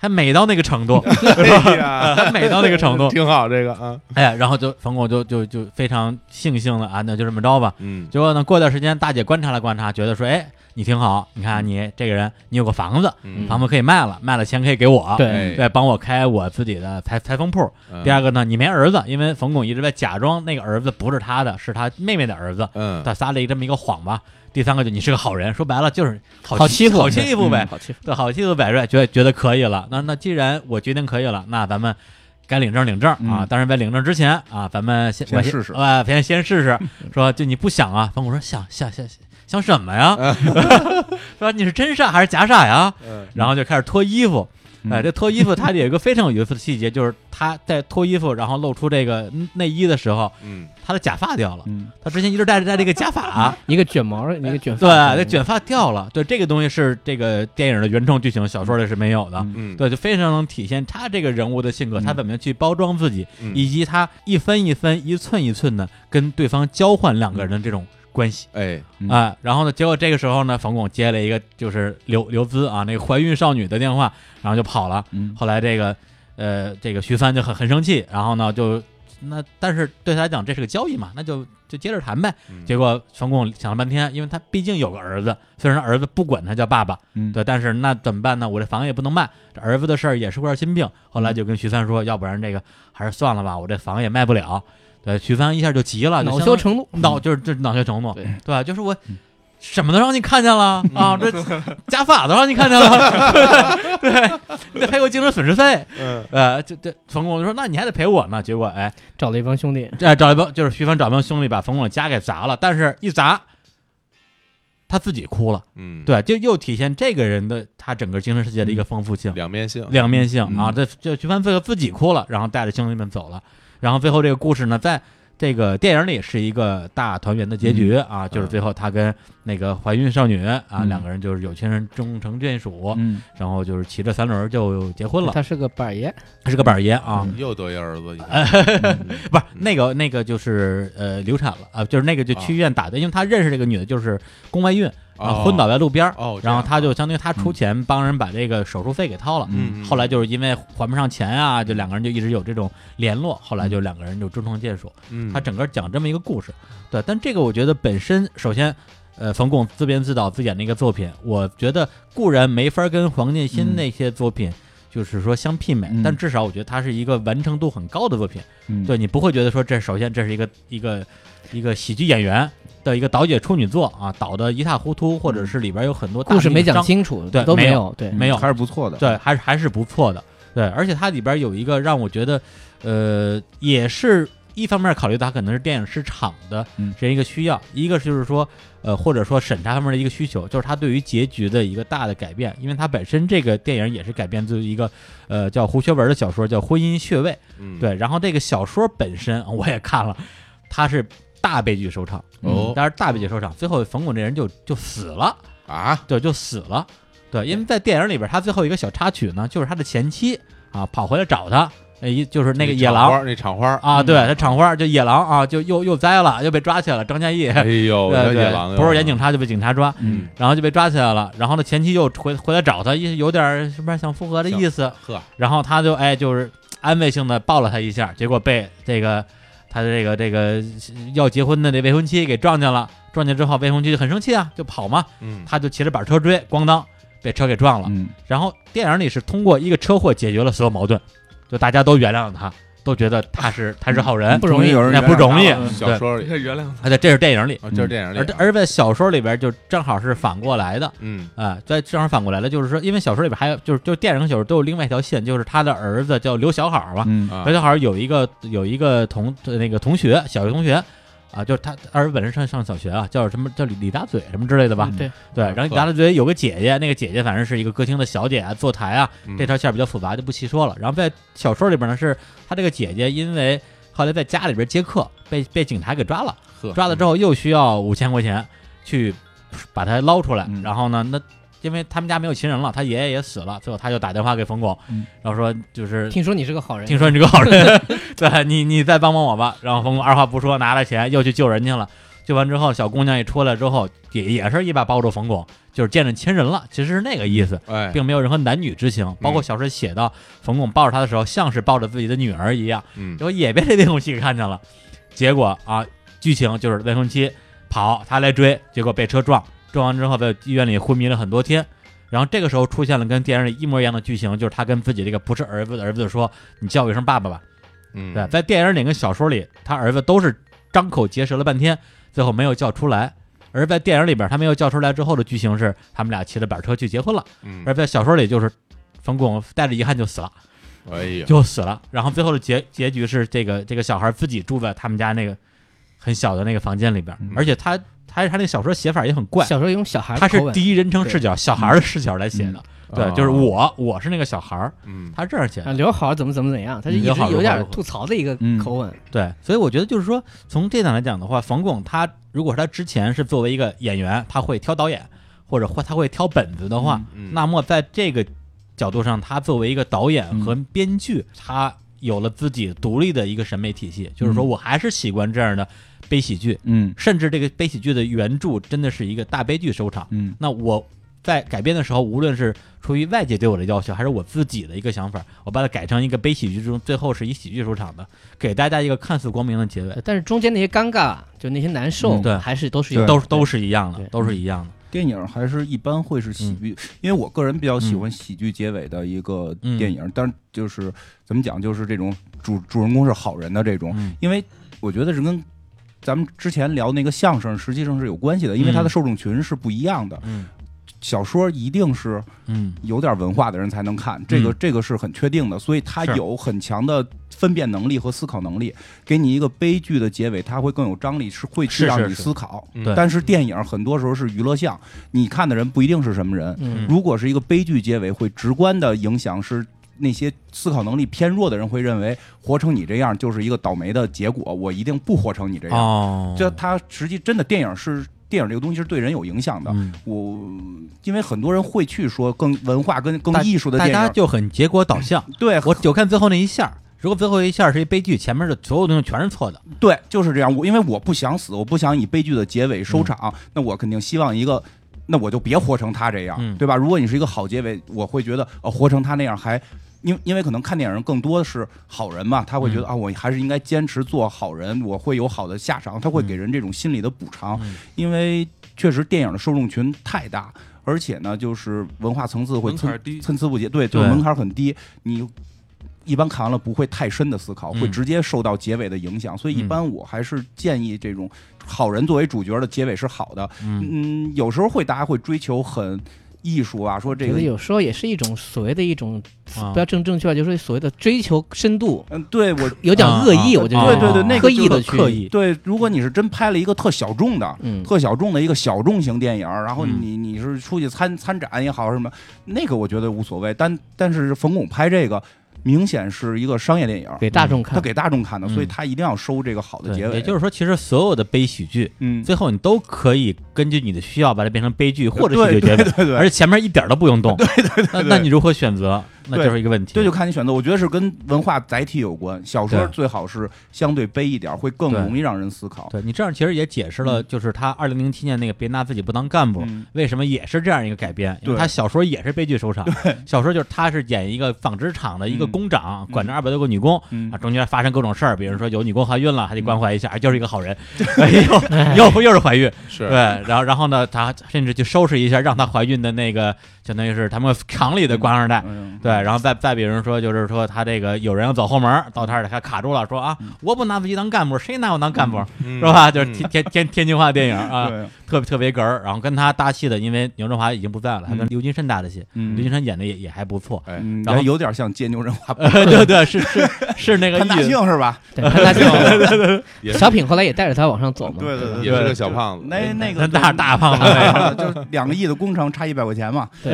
[SPEAKER 4] 还美到那个程度，
[SPEAKER 5] 哎呀，
[SPEAKER 4] 还 美到那个程度，
[SPEAKER 5] 挺好这个啊，
[SPEAKER 4] 哎，然后就冯巩就就就非常悻悻的啊，那就这么着吧。
[SPEAKER 5] 嗯
[SPEAKER 4] 结果呢，过段时间大姐观察了观察，觉得说，哎，你挺好，你看你这个人，你有个房子，
[SPEAKER 5] 嗯，
[SPEAKER 4] 房子可以卖了，卖了钱可以给我，
[SPEAKER 6] 对，
[SPEAKER 2] 哎
[SPEAKER 4] 对，帮我开我自己的裁裁缝铺。
[SPEAKER 5] 嗯
[SPEAKER 4] 第二个呢，你没儿子，因为冯巩一直在假装那个儿子不是他的，是他妹妹的儿子，
[SPEAKER 5] 嗯，
[SPEAKER 4] 他撒了一这么一个谎吧。第三个就你是个好人，说白了就是好
[SPEAKER 6] 好
[SPEAKER 4] 欺
[SPEAKER 6] 欺负
[SPEAKER 4] 好欺负呗，嗯
[SPEAKER 6] 好欺负，
[SPEAKER 4] 对，好欺负百瑞，觉得觉得可以了。那那既然我决定可以了，那咱们该领证领证啊！
[SPEAKER 2] 嗯
[SPEAKER 4] 当然在领证之前啊，咱们先
[SPEAKER 2] 先
[SPEAKER 4] 我
[SPEAKER 2] 试试
[SPEAKER 4] 啊，先先试试。说就你不想啊？冯巩说想想想想什么呀？ 说你是真傻还是假傻呀？
[SPEAKER 5] 嗯
[SPEAKER 4] 然后就开始脱衣服。
[SPEAKER 2] 嗯
[SPEAKER 4] 哎，这脱衣服它有一个非常有意思的细节，就是他在脱衣服，然后露出这个内衣的时候，
[SPEAKER 5] 嗯
[SPEAKER 4] 他的假发掉了。
[SPEAKER 2] 嗯
[SPEAKER 4] 他之前一直戴着戴这个假发，啊
[SPEAKER 6] 一个卷毛，一个卷
[SPEAKER 4] 对，啊
[SPEAKER 6] 发，
[SPEAKER 4] 那卷发掉了。对，这个东西是这个电影的原创剧情，小说里是没有的。
[SPEAKER 2] 嗯
[SPEAKER 5] 嗯，
[SPEAKER 4] 对，就非常能体现他这个人物的性格，
[SPEAKER 2] 嗯
[SPEAKER 4] 他怎么样去包装自己，
[SPEAKER 5] 嗯
[SPEAKER 4] 以及他一分一分、一寸一寸的跟对方交换两个人的这种关系
[SPEAKER 5] 哎，
[SPEAKER 2] 嗯
[SPEAKER 4] 啊、然后呢，结果这个时候呢，冯巩接了一个就是刘刘孜啊那个怀孕少女的电话，然后就跑了。
[SPEAKER 2] 嗯
[SPEAKER 4] 后来这个呃这个徐帆就很很生气，然后呢就那但是对他来讲这是个交易嘛，那就就接着谈呗。
[SPEAKER 5] 嗯
[SPEAKER 4] 结果冯巩想了半天，因为他毕竟有个儿子，虽然儿子不管他叫爸爸，
[SPEAKER 2] 嗯
[SPEAKER 4] 对，但是那怎么办呢？我这房也不能卖，这儿子的事儿也是块心病。后来就跟徐帆说，要不然这个还是算了吧，我这房也卖不了。对，徐帆一下就急了，就
[SPEAKER 6] 恼
[SPEAKER 4] 相
[SPEAKER 6] 羞
[SPEAKER 4] 当于
[SPEAKER 6] 成怒，
[SPEAKER 4] 恼就是这恼羞成怒，
[SPEAKER 6] 对
[SPEAKER 4] 对吧？就是我。什么都让你看见了啊！ 这加法都让你看见了， 对，对还有精神损失费，
[SPEAKER 5] 嗯
[SPEAKER 4] 呃，这这冯巩就说那你还得赔我呢。结果哎，
[SPEAKER 6] 找了一帮兄弟，
[SPEAKER 4] 这呃找一帮就是徐帆找一帮兄弟把冯巩家给砸了，但是一砸，他自己哭了，
[SPEAKER 5] 嗯，
[SPEAKER 4] 对，就又体现这个人的他整个精神世界的一个丰富性、
[SPEAKER 5] 两面性，
[SPEAKER 4] 两面性啊。
[SPEAKER 2] 嗯
[SPEAKER 4] 这这徐帆最后自己哭了，然后带着兄弟们走了，然后最后这个故事呢，在这个电影里是一个大团圆的结局啊，就是最后他跟那个怀孕少女啊、
[SPEAKER 2] 嗯
[SPEAKER 4] 两个人就是有情人终成眷属，
[SPEAKER 2] 嗯
[SPEAKER 4] 然后就是骑着三轮就结婚了，
[SPEAKER 6] 他是个板儿爷，
[SPEAKER 4] 他是个板儿爷啊。
[SPEAKER 5] 又得一儿子，你
[SPEAKER 4] 哎
[SPEAKER 5] 看
[SPEAKER 4] 不
[SPEAKER 5] 嗯
[SPEAKER 4] 是那个
[SPEAKER 5] 啊
[SPEAKER 4] 那个就是呃流产了啊、就是那个就去医院打的，因为他认识这个女的就是宫外孕，然后昏倒在路边儿，
[SPEAKER 5] 哦，这
[SPEAKER 4] 然
[SPEAKER 5] 样
[SPEAKER 4] 后他就相当于他出钱帮人把这个手术费给掏了。
[SPEAKER 5] 嗯，
[SPEAKER 4] 后来就是因为还不上钱啊，就两个人就一直有这种联络，后
[SPEAKER 5] 嗯
[SPEAKER 4] 来就两个人就终成眷属。
[SPEAKER 1] 嗯
[SPEAKER 4] 他整个讲这么一个故事，对，但这个我觉得本身首先。呃，冯巩自编自导自演的一个作品，我觉得固然没法跟黄建新
[SPEAKER 2] 嗯
[SPEAKER 4] 那些作品就是说相媲美，
[SPEAKER 2] 嗯
[SPEAKER 4] 但至少我觉得它是一个完成度很高的作品。
[SPEAKER 2] 嗯，
[SPEAKER 4] 对你不会觉得说这首先这是一个一个一个喜剧演员的一个导演处女作啊，导的一塌糊涂，或者是里边有很多大
[SPEAKER 6] 嗯故事没讲
[SPEAKER 4] 章
[SPEAKER 6] 清楚，
[SPEAKER 4] 对
[SPEAKER 6] 都
[SPEAKER 4] 没有嗯
[SPEAKER 6] 有，对，
[SPEAKER 4] 没有
[SPEAKER 2] 还是不错的。
[SPEAKER 4] 哦对，还是还是不错的。对，而且它里边有一个让我觉得，呃，也是一方面考虑到它可能是电影市场的
[SPEAKER 2] 嗯
[SPEAKER 4] 这样一个需要，一个就是说，呃，或者说审查方面的一个需求，就是它对于结局的一个大的改变，因为它本身这个电影也是改编自于一个呃叫胡学文的小说叫《婚姻穴位》，
[SPEAKER 5] 嗯，
[SPEAKER 4] 对，然后这个小说本身 我也看了，它是大悲剧收场，
[SPEAKER 5] 哦
[SPEAKER 4] 但是大悲剧收场，最后冯巩这人就就死了。
[SPEAKER 5] 啊，
[SPEAKER 4] 对，就死了。对，因为在电影里边，他最后一个小插曲呢，就是他的前妻啊跑回来找他，哎，一就是那个野
[SPEAKER 5] 场花
[SPEAKER 4] 狼
[SPEAKER 5] 儿那场花儿，
[SPEAKER 4] 啊，
[SPEAKER 6] 嗯
[SPEAKER 4] 对他厂花就野狼啊，就又又栽了，又被抓起来了。张嘉译，
[SPEAKER 5] 哎呦，
[SPEAKER 4] 对
[SPEAKER 5] 这野
[SPEAKER 4] 对
[SPEAKER 5] 狼，
[SPEAKER 4] 不是演警，察就被警察抓，
[SPEAKER 5] 嗯，
[SPEAKER 4] 然后就被抓起来了。然后呢，前妻又回回来找他，一有点儿是不是想复合的意思？
[SPEAKER 5] 呵，
[SPEAKER 4] 然后他就哎就是安慰性的抱了他一下，结果被这个他的这个这个呃要结婚的这未婚妻给撞见了。撞见之后，未婚妻就很生气啊，就跑嘛。
[SPEAKER 5] 嗯，
[SPEAKER 4] 他就骑着板车追，咣当被车给撞了。
[SPEAKER 2] 嗯，
[SPEAKER 4] 然后电影里是通过一个车祸解决了所有矛盾，就大家都原谅了他，都觉得他是他是好人，
[SPEAKER 2] 嗯不容易有人
[SPEAKER 4] 哎
[SPEAKER 2] 原谅
[SPEAKER 4] 不容易。
[SPEAKER 2] 他
[SPEAKER 5] 嗯小说里，
[SPEAKER 1] 以原谅
[SPEAKER 4] 哎，对，这是电影里，
[SPEAKER 5] 啊，这是电影
[SPEAKER 4] 而
[SPEAKER 5] 里，
[SPEAKER 4] 而在小说里边就正好是反过来的
[SPEAKER 5] 嗯
[SPEAKER 4] 啊、在正好反过来的，就是说，因为小说里边还有就是就是电影和小说都有另外一条线，就是他的儿子叫刘小好嘛，
[SPEAKER 2] 嗯
[SPEAKER 5] 啊
[SPEAKER 4] 刘，小好有一个有一个同那个同学，小学同学。啊，就是他他儿子本身上上小学啊，叫什么叫李李大嘴什么之类的吧？
[SPEAKER 6] 对，
[SPEAKER 4] 对，
[SPEAKER 5] 啊
[SPEAKER 4] 然后
[SPEAKER 5] 呵
[SPEAKER 4] 李大嘴有个姐姐，那个姐姐反正是一个歌厅的小姐啊，坐台啊，
[SPEAKER 5] 嗯
[SPEAKER 4] 这条线儿比较复杂，就不细说了。然后在小说里边呢，是她这个姐姐因为后来在家里边接客，被被警察给抓了，
[SPEAKER 5] 呵嗯
[SPEAKER 4] 抓了之后又需要五千块钱去把她捞出来。
[SPEAKER 2] 嗯
[SPEAKER 4] 然后呢，那因为他们家没有亲人了，他爷爷也死了，最后他就打电话给冯巩，
[SPEAKER 2] 嗯
[SPEAKER 4] 然后说就是
[SPEAKER 6] 听说你是个好人，
[SPEAKER 4] 听说你是个好人，对你你再帮帮我吧。然后冯巩二话不说拿了钱又去救人去了。救完之后，小姑娘一出来之后，也也是一把抱住冯巩，就是见着亲人了，其实是那个意思。
[SPEAKER 5] 哎，
[SPEAKER 4] 并没有任何男女之情，
[SPEAKER 2] 嗯
[SPEAKER 4] 包括小说写到冯巩抱着他的时候，像是抱着自己的女儿一样，
[SPEAKER 5] 嗯
[SPEAKER 4] 结果也被这魏红妻给看见了。结果啊，剧情就是魏红妻跑，他来追，结果被车撞，撞完之后在医院里昏迷了很多天。然后这个时候出现了跟电影里一模一样的剧情，就是他跟自己这个不是儿子的儿子说：“你叫我一声爸爸吧。”
[SPEAKER 5] 嗯，
[SPEAKER 4] 对，在电影里跟小说里，他儿子都是张口结舌了半天，最后没有叫出来。而在电影里边，他没有叫出来之后的剧情是，他们俩骑着板车去结婚了。
[SPEAKER 5] 嗯，
[SPEAKER 4] 而在小说里就是冯巩带着遗憾就死了，
[SPEAKER 5] 哎呀，
[SPEAKER 4] 就死了。然后最后的结结局是这个这个小孩自己住在他们家那个很小的那个房间里边
[SPEAKER 2] 嗯，
[SPEAKER 4] 而且他他他那个小说写法也很怪，
[SPEAKER 6] 小时候用小孩
[SPEAKER 4] 他
[SPEAKER 6] 的口
[SPEAKER 4] 是
[SPEAKER 6] 吻，
[SPEAKER 4] 第一人称视角，小孩的视角来写的。对，
[SPEAKER 5] 啊
[SPEAKER 4] 就是我我是那个小孩儿，
[SPEAKER 5] 嗯，
[SPEAKER 4] 他是这样写的
[SPEAKER 6] 啊，。刘好怎么怎么怎样，他就
[SPEAKER 4] 嗯
[SPEAKER 6] 一
[SPEAKER 4] 刘
[SPEAKER 6] 直
[SPEAKER 4] 好
[SPEAKER 6] 有
[SPEAKER 4] 刘好
[SPEAKER 6] 点
[SPEAKER 4] 刘好
[SPEAKER 6] 吐槽的一个
[SPEAKER 2] 嗯
[SPEAKER 6] 口吻，
[SPEAKER 4] 对，所以我觉得就是说，从这点来讲的话，冯巩他如果是他之前是作为一个演员，他会挑导演，或者或他会挑本子的话，
[SPEAKER 5] 嗯
[SPEAKER 4] 那么在这个角度上，他作为一个导演
[SPEAKER 2] 嗯
[SPEAKER 4] 和编剧，他有了自己独立的一个审美体系，就是说
[SPEAKER 2] 嗯
[SPEAKER 4] 我还是喜欢这样的悲喜剧，
[SPEAKER 2] 嗯
[SPEAKER 4] 甚至这个悲喜剧的原著真的是一个大悲剧收场。
[SPEAKER 2] 嗯
[SPEAKER 4] 那我在改编的时候，无论是出于外界对我的要求，还是我自己的一个想法，我把它改成一个悲喜剧中，最后是以喜剧收场的，给大家一个看似光明的结尾，
[SPEAKER 6] 但是中间那些尴尬，就那些难受
[SPEAKER 4] 嗯，对
[SPEAKER 6] 还是都是
[SPEAKER 2] 对嗯
[SPEAKER 6] 有，
[SPEAKER 4] 都是都是一样的
[SPEAKER 6] 对，
[SPEAKER 4] 都是一样的。
[SPEAKER 2] 电影还是一般会是喜剧，因为我个人比较喜欢喜剧结尾的一个电影，但是就是怎么讲，就是这种主主人公是好人的这种，
[SPEAKER 4] 嗯
[SPEAKER 2] 因为我觉得是跟咱们之前聊那个相声实际上是有关系的，因为它的受众群是不一样的。
[SPEAKER 4] 嗯
[SPEAKER 2] 小说一定是
[SPEAKER 4] 嗯
[SPEAKER 2] 有点文化的人才能看，这个、这个是很确定的，所以他
[SPEAKER 4] 是
[SPEAKER 2] 有很强的分辨能力和思考能力，给你一个悲剧的结尾，他会更有张力，是会去
[SPEAKER 4] 是
[SPEAKER 2] 让
[SPEAKER 4] 是
[SPEAKER 2] 你
[SPEAKER 4] 是
[SPEAKER 2] 思考。
[SPEAKER 5] 嗯
[SPEAKER 4] 对
[SPEAKER 2] 但是电影很多时候是娱乐项，你看的人不一定是什么人。
[SPEAKER 6] 嗯，
[SPEAKER 2] 如果是一个悲剧结尾，会直观的影响是那些思考能力偏弱的人会认为活成你这样就是一个倒霉的结果，我一定不活成你这样。
[SPEAKER 4] 哦，
[SPEAKER 2] 这他实际真的电影是电影这个东西是对人有影响的。
[SPEAKER 4] 嗯
[SPEAKER 2] 我因为很多人会去说更文化跟更
[SPEAKER 4] 大
[SPEAKER 2] 艺术的
[SPEAKER 4] 大
[SPEAKER 2] 电
[SPEAKER 4] 家
[SPEAKER 2] 影，
[SPEAKER 4] 就很结果导向。
[SPEAKER 2] 对
[SPEAKER 4] 我就看最后那一下儿，如果最后一下儿是一悲剧，前面的所有东西全是错的。嗯
[SPEAKER 2] 对，就是这样。我因为我不想死，我不想以悲剧的结尾收场，那我肯定希望一个那我就别活成他这样，
[SPEAKER 4] 嗯
[SPEAKER 2] 对吧？如果你是一个好结尾，我会觉得哦，活成他那样还。因因为可能看电影更多的是好人嘛，他会觉得、
[SPEAKER 4] 嗯
[SPEAKER 2] 啊，我还是应该坚持做好人，我会有好的下场，他会给人这种心理的补偿。
[SPEAKER 4] 嗯
[SPEAKER 2] 因为确实电影的受众群太大，而且呢，就是文化层次会
[SPEAKER 1] 门
[SPEAKER 2] 参
[SPEAKER 1] 槛儿低
[SPEAKER 2] 参差不齐，对，就是
[SPEAKER 4] 对
[SPEAKER 2] 门槛儿很低，你一般看完了不会太深的思考，
[SPEAKER 4] 嗯
[SPEAKER 2] 会直接受到结尾的影响，所以一
[SPEAKER 4] 嗯
[SPEAKER 2] 般我还是建议这种好人作为主角的结尾是好的。
[SPEAKER 4] 嗯
[SPEAKER 2] 嗯，有时候会大家会追求很艺术啊，说这
[SPEAKER 6] 觉
[SPEAKER 2] 个
[SPEAKER 6] 得。有时候也是一种所谓的一种，
[SPEAKER 4] 啊
[SPEAKER 6] 嗯不要正正确吧，就是所谓的追求深度，
[SPEAKER 2] 嗯，对我
[SPEAKER 6] 有点
[SPEAKER 4] 啊
[SPEAKER 6] 恶
[SPEAKER 4] 啊
[SPEAKER 6] 意，我
[SPEAKER 4] 对
[SPEAKER 6] 觉得
[SPEAKER 4] 对对对那个
[SPEAKER 6] 刻意
[SPEAKER 2] 就是
[SPEAKER 6] 的
[SPEAKER 4] 刻意
[SPEAKER 2] 对，如果你是真拍了一个特小众的，
[SPEAKER 6] 嗯，
[SPEAKER 2] 特小众的一个小众型电影儿，然后
[SPEAKER 4] 嗯
[SPEAKER 2] 你你是出去参参展也好什么，那个我觉得无所谓。但但是冯巩拍这个明显是一个商业电影儿，
[SPEAKER 6] 给大众
[SPEAKER 2] 他
[SPEAKER 6] 看，
[SPEAKER 2] 给大众看的，
[SPEAKER 4] 嗯
[SPEAKER 2] 所以他一定要收这个好的
[SPEAKER 4] 对，
[SPEAKER 2] 结尾。
[SPEAKER 4] 也就是说，其实所有的悲喜剧，
[SPEAKER 2] 嗯，
[SPEAKER 4] 最后你都可以根据你的需要把它变成悲剧或者喜
[SPEAKER 2] 对
[SPEAKER 4] 剧结
[SPEAKER 2] 对
[SPEAKER 4] 尾，
[SPEAKER 2] 对
[SPEAKER 4] 而
[SPEAKER 2] 对。
[SPEAKER 4] 且前面一点儿都不用动。对对对那那你如何选择？那
[SPEAKER 2] 对
[SPEAKER 4] 就是一个问题。
[SPEAKER 2] 这就看你选择，我觉得是跟文化载体有关。小说
[SPEAKER 4] 对
[SPEAKER 2] 最好是相对悲一点儿，会更
[SPEAKER 4] 对
[SPEAKER 2] 容易让人思考。
[SPEAKER 4] 对你这样其实也解释了，就是他二零零七年那个《别拿自己不当干部》
[SPEAKER 2] 嗯
[SPEAKER 4] 为什么也是这样一个改编？因为
[SPEAKER 2] 对
[SPEAKER 4] 他小说也是悲剧收场，小说就是他是演一个纺织厂的一个
[SPEAKER 2] 嗯
[SPEAKER 4] 工长，管
[SPEAKER 2] 嗯
[SPEAKER 4] 着二百多个女工。
[SPEAKER 2] 嗯
[SPEAKER 4] 啊，，中间发生各种事儿，比如说有女工怀孕了，还得关怀一下，哎就是一 个好人，哎又又又是怀孕，
[SPEAKER 5] 是
[SPEAKER 4] 对，然后然后呢，他甚至去收拾一下让她怀孕的那个，相当于是他们厂里的官二代，
[SPEAKER 2] 嗯
[SPEAKER 4] 对，然后再再比如说，就是说他这个有人要走后门儿，到他这儿他卡住了，说啊，
[SPEAKER 2] 嗯
[SPEAKER 4] 我不拿自己当干部，谁拿我当干部、
[SPEAKER 5] 是。
[SPEAKER 4] 是吧？就是天天天天津话电影啊，
[SPEAKER 2] 对，
[SPEAKER 4] 特别特别哏儿。然后跟他搭戏的，因为牛振华已经不在了，他跟
[SPEAKER 2] 嗯
[SPEAKER 4] 刘金山搭的戏，
[SPEAKER 2] 嗯
[SPEAKER 4] 刘金山演的也也还不错
[SPEAKER 5] 哎，
[SPEAKER 2] 嗯，
[SPEAKER 4] 然后
[SPEAKER 2] 有点像接牛人话，
[SPEAKER 4] 对对，是是是 那个
[SPEAKER 2] 潘大
[SPEAKER 4] 意
[SPEAKER 2] 庆
[SPEAKER 4] 思。
[SPEAKER 2] 是吧？
[SPEAKER 6] 对， 他就
[SPEAKER 5] 也
[SPEAKER 6] 小品后来也带着他往上走嘛，
[SPEAKER 2] 对对
[SPEAKER 5] 也是个小胖子，嗯
[SPEAKER 2] 那那个
[SPEAKER 4] 嗯那 大大胖子那个，
[SPEAKER 2] 啊，就是两个亿的工程差一百块钱嘛。
[SPEAKER 6] 对，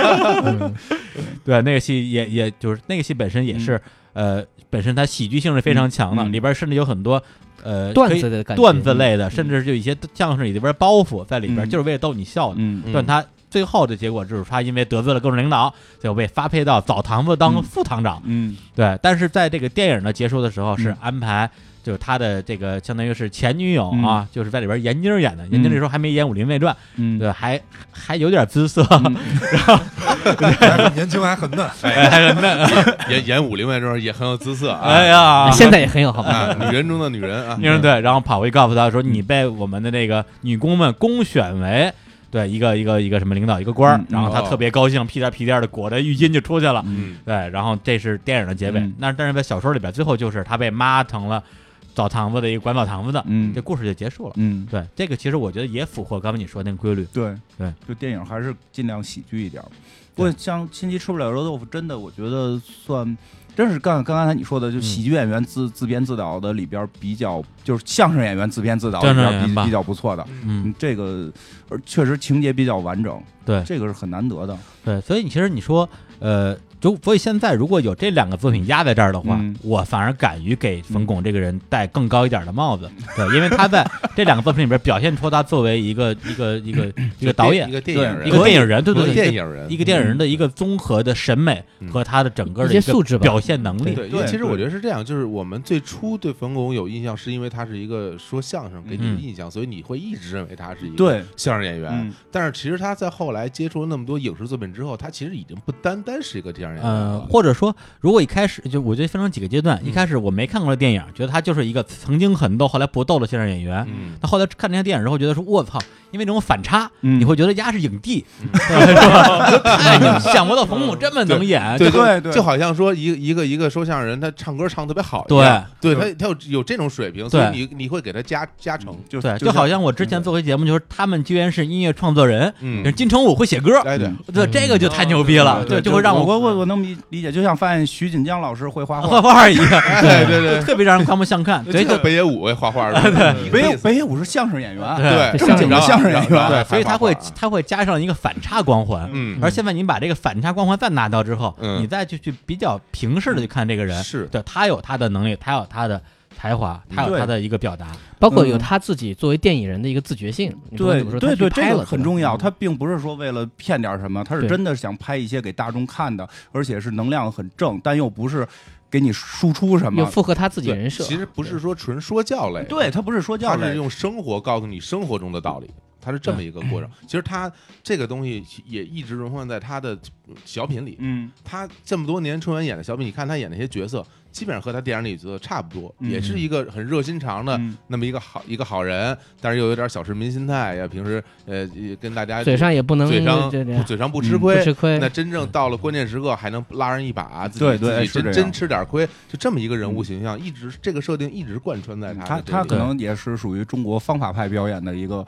[SPEAKER 6] 嗯
[SPEAKER 4] 对那个戏也也就是那个戏本身也是，呃，本身它喜剧性是非常强的，
[SPEAKER 2] 嗯嗯嗯
[SPEAKER 4] 里边甚至有很多呃
[SPEAKER 6] 段
[SPEAKER 4] 可以
[SPEAKER 6] 子的感觉，
[SPEAKER 4] 段子类的，甚至就一些相声里边包袱在里边，
[SPEAKER 2] 嗯
[SPEAKER 4] 就是为了逗你笑的。
[SPEAKER 2] 嗯
[SPEAKER 5] 嗯
[SPEAKER 4] 但他最后的结果就是他因为得罪了各种领导，就被发配到澡堂子当
[SPEAKER 2] 嗯
[SPEAKER 4] 副堂长。
[SPEAKER 2] 嗯
[SPEAKER 4] 对，但是在这个电影的结束的时候，是
[SPEAKER 2] 嗯
[SPEAKER 4] 安排就是他的这个相当于是前女友
[SPEAKER 2] 嗯
[SPEAKER 4] 啊，就是在里边闫妮儿演的。闫妮儿那时候还没演《武林外传》，
[SPEAKER 2] 嗯
[SPEAKER 4] 对，还还有点姿 色，
[SPEAKER 3] 还很年轻还很嫩，
[SPEAKER 5] 演演武林外传也很有姿色啊，
[SPEAKER 4] 哎呀，
[SPEAKER 6] 嗯现在也很有
[SPEAKER 4] 嗯
[SPEAKER 6] 好 吧？
[SPEAKER 5] 啊，女人中的女人啊，
[SPEAKER 4] 你说对，然后跑回去告诉他说，你被我们的那个女工们公选为。对，一个一个一个什么领导，一个官儿
[SPEAKER 2] 嗯，
[SPEAKER 4] 然后他
[SPEAKER 5] 哦
[SPEAKER 4] 特别高兴，屁颠儿屁颠儿的裹着浴巾就出去了。
[SPEAKER 5] 嗯，
[SPEAKER 4] 对，然后这是电影的结尾。
[SPEAKER 2] 嗯
[SPEAKER 4] 那但是在小说里边，最后就是他被妈成了澡堂子的一个管澡堂子的，
[SPEAKER 2] 嗯
[SPEAKER 4] 这故事就结束了。
[SPEAKER 2] 嗯，
[SPEAKER 4] 对，这个其实我觉得也符合刚才你说的那个规律。
[SPEAKER 2] 对
[SPEAKER 4] 对，
[SPEAKER 2] 就电影还是尽量喜剧一点儿。不过像《亲戚吃不了热豆腐》，真的我觉得算。真是刚刚才你说的，就
[SPEAKER 4] 嗯
[SPEAKER 2] 喜剧演员自、自编自导的里边儿比较，就是相声演员自编自导里
[SPEAKER 4] 相声
[SPEAKER 2] 边
[SPEAKER 4] 演
[SPEAKER 2] 儿
[SPEAKER 4] 员
[SPEAKER 2] 比
[SPEAKER 4] 吧
[SPEAKER 2] 比较不错的，
[SPEAKER 4] 嗯，
[SPEAKER 2] 嗯，这个而确实情节比较完整，
[SPEAKER 4] 对
[SPEAKER 2] 这个是很难得的。
[SPEAKER 4] 对，所以你其实你说，呃，就所以现在如果有这两个作品压在这儿的话，
[SPEAKER 2] 嗯
[SPEAKER 4] 我反而敢于给冯巩这个人戴更高一点的帽子。对，因为他在这两个作品里边表现出他作为一个一个一个一个导演
[SPEAKER 5] 一。个电影人，
[SPEAKER 4] 一个电影人，对对对，
[SPEAKER 5] 电影人，
[SPEAKER 4] 一个电影人的一个综合的审美
[SPEAKER 5] 嗯
[SPEAKER 4] 和他的整个的
[SPEAKER 6] 一些
[SPEAKER 4] 个
[SPEAKER 6] 素质吧
[SPEAKER 4] 表现能力。
[SPEAKER 5] 对，因为
[SPEAKER 2] 对
[SPEAKER 5] 其实
[SPEAKER 2] 对
[SPEAKER 5] 我觉得是这样，就是我们最初对冯巩有印象，是因为他是一个说相声给你
[SPEAKER 4] 嗯
[SPEAKER 5] 印象，所以你会一直认为他是一个
[SPEAKER 2] 对，
[SPEAKER 5] 相声演员。
[SPEAKER 2] 嗯
[SPEAKER 5] 但是其实他在后来接触了那么多影视作品之后，他其实已经不单单是一个相声演员
[SPEAKER 4] 呃，
[SPEAKER 5] 了。
[SPEAKER 4] 或者说，如果一开始就我觉得分成几个阶段，
[SPEAKER 5] 嗯
[SPEAKER 4] 一开始我没看过的电影，觉得他就是一个曾经很逗，后来不逗的相声演员。
[SPEAKER 5] 嗯，
[SPEAKER 4] 那后来看这些电影之后，觉得说我操，因为这种反差，
[SPEAKER 2] 嗯
[SPEAKER 4] 你会觉得丫是影帝，
[SPEAKER 5] 嗯
[SPEAKER 4] 是 吧？就太牛想不到冯巩这么能演，
[SPEAKER 5] 对
[SPEAKER 2] 对
[SPEAKER 5] 就
[SPEAKER 2] 对
[SPEAKER 5] 就好像说一个一个一个说相声人，他唱歌唱得特别好一
[SPEAKER 4] 对
[SPEAKER 5] 样，对他他有有这种水平，所以
[SPEAKER 4] 对
[SPEAKER 5] 你你会给他加加成，
[SPEAKER 2] 就
[SPEAKER 4] 对，
[SPEAKER 2] 就
[SPEAKER 4] 就好像我之前做过一节目，就是他们居然是音乐创作人，
[SPEAKER 5] 嗯
[SPEAKER 4] 就是，金城武会写 歌，
[SPEAKER 5] 哎对，
[SPEAKER 4] 对，这个就太牛逼了，
[SPEAKER 5] 对对对
[SPEAKER 4] 就会让
[SPEAKER 2] 我
[SPEAKER 4] 我
[SPEAKER 2] 啊
[SPEAKER 4] 嗯
[SPEAKER 2] 我我我能理理解，就像发现徐锦江老师会画
[SPEAKER 4] 画
[SPEAKER 2] 画，
[SPEAKER 4] 画一样，
[SPEAKER 5] 哎对对
[SPEAKER 4] 就特别让人刮目相看，对，
[SPEAKER 5] 这
[SPEAKER 4] 就
[SPEAKER 5] 个北野武会画画的，嗯你
[SPEAKER 2] 北
[SPEAKER 5] 可以
[SPEAKER 2] 野 北野武是相声演员，
[SPEAKER 5] 对
[SPEAKER 2] 正经的相声演员
[SPEAKER 5] 然后然后
[SPEAKER 4] 对，所以
[SPEAKER 5] 还
[SPEAKER 4] 他
[SPEAKER 5] 画画
[SPEAKER 4] 会
[SPEAKER 5] 啊
[SPEAKER 4] 他会加上一个反差光环，
[SPEAKER 5] 嗯
[SPEAKER 4] 而现在你把这个反差光环再拿到之后，
[SPEAKER 5] 嗯
[SPEAKER 4] 你再去去比较平视的去看这个人，
[SPEAKER 5] 是
[SPEAKER 4] 对他有他的能力，他有他的才华，他有
[SPEAKER 2] 对
[SPEAKER 4] 他的一个表达，
[SPEAKER 6] 包括有
[SPEAKER 4] 嗯
[SPEAKER 6] 他自己作为电影人的一个自觉性，你不管
[SPEAKER 2] 对
[SPEAKER 6] 怎么说
[SPEAKER 2] 对
[SPEAKER 6] 他
[SPEAKER 2] 对，
[SPEAKER 6] 去
[SPEAKER 2] 这
[SPEAKER 6] 拍
[SPEAKER 2] 个
[SPEAKER 6] 了嗯
[SPEAKER 2] 很重要。他并不是说为了骗点什么，他是
[SPEAKER 6] 对
[SPEAKER 2] 真的想拍一些给大众看的，而且是能量很正，但又不是给你输出什
[SPEAKER 6] 又
[SPEAKER 2] 么。
[SPEAKER 6] 符合他自己
[SPEAKER 5] 对
[SPEAKER 6] 人设，
[SPEAKER 5] 其实不是说纯说教类，
[SPEAKER 2] 对他不是说教
[SPEAKER 5] 它是
[SPEAKER 2] 类，
[SPEAKER 5] 用生活告诉你生活中的道理，它是这么一个过程。其实它这个东西也一直融换在他的小品里。
[SPEAKER 2] 嗯，
[SPEAKER 5] 他这么多年春晚演的小品，你看他演那些角色，基本上和他电影里角色差不多，
[SPEAKER 2] 嗯
[SPEAKER 5] 也是一个很热心肠的
[SPEAKER 2] 嗯
[SPEAKER 5] 那么一个好一个好人，但是又有点小市民心态呀。平时呃也跟大家
[SPEAKER 6] 嘴上也不能
[SPEAKER 5] 嘴上
[SPEAKER 6] 对对
[SPEAKER 5] 不嘴上不
[SPEAKER 2] 嗯
[SPEAKER 5] 吃
[SPEAKER 2] 不
[SPEAKER 5] 亏
[SPEAKER 6] 不，吃亏
[SPEAKER 5] 那，真正到了关键时刻还能拉人一把，自己
[SPEAKER 2] 对对
[SPEAKER 5] 自己
[SPEAKER 2] 是这样
[SPEAKER 5] 真真吃点亏，就这么一个人物形象，一直这个设定一直贯穿在他
[SPEAKER 2] 他
[SPEAKER 5] 的这
[SPEAKER 2] 他
[SPEAKER 5] 里
[SPEAKER 2] 可能也是属于中国方法派表演的一个。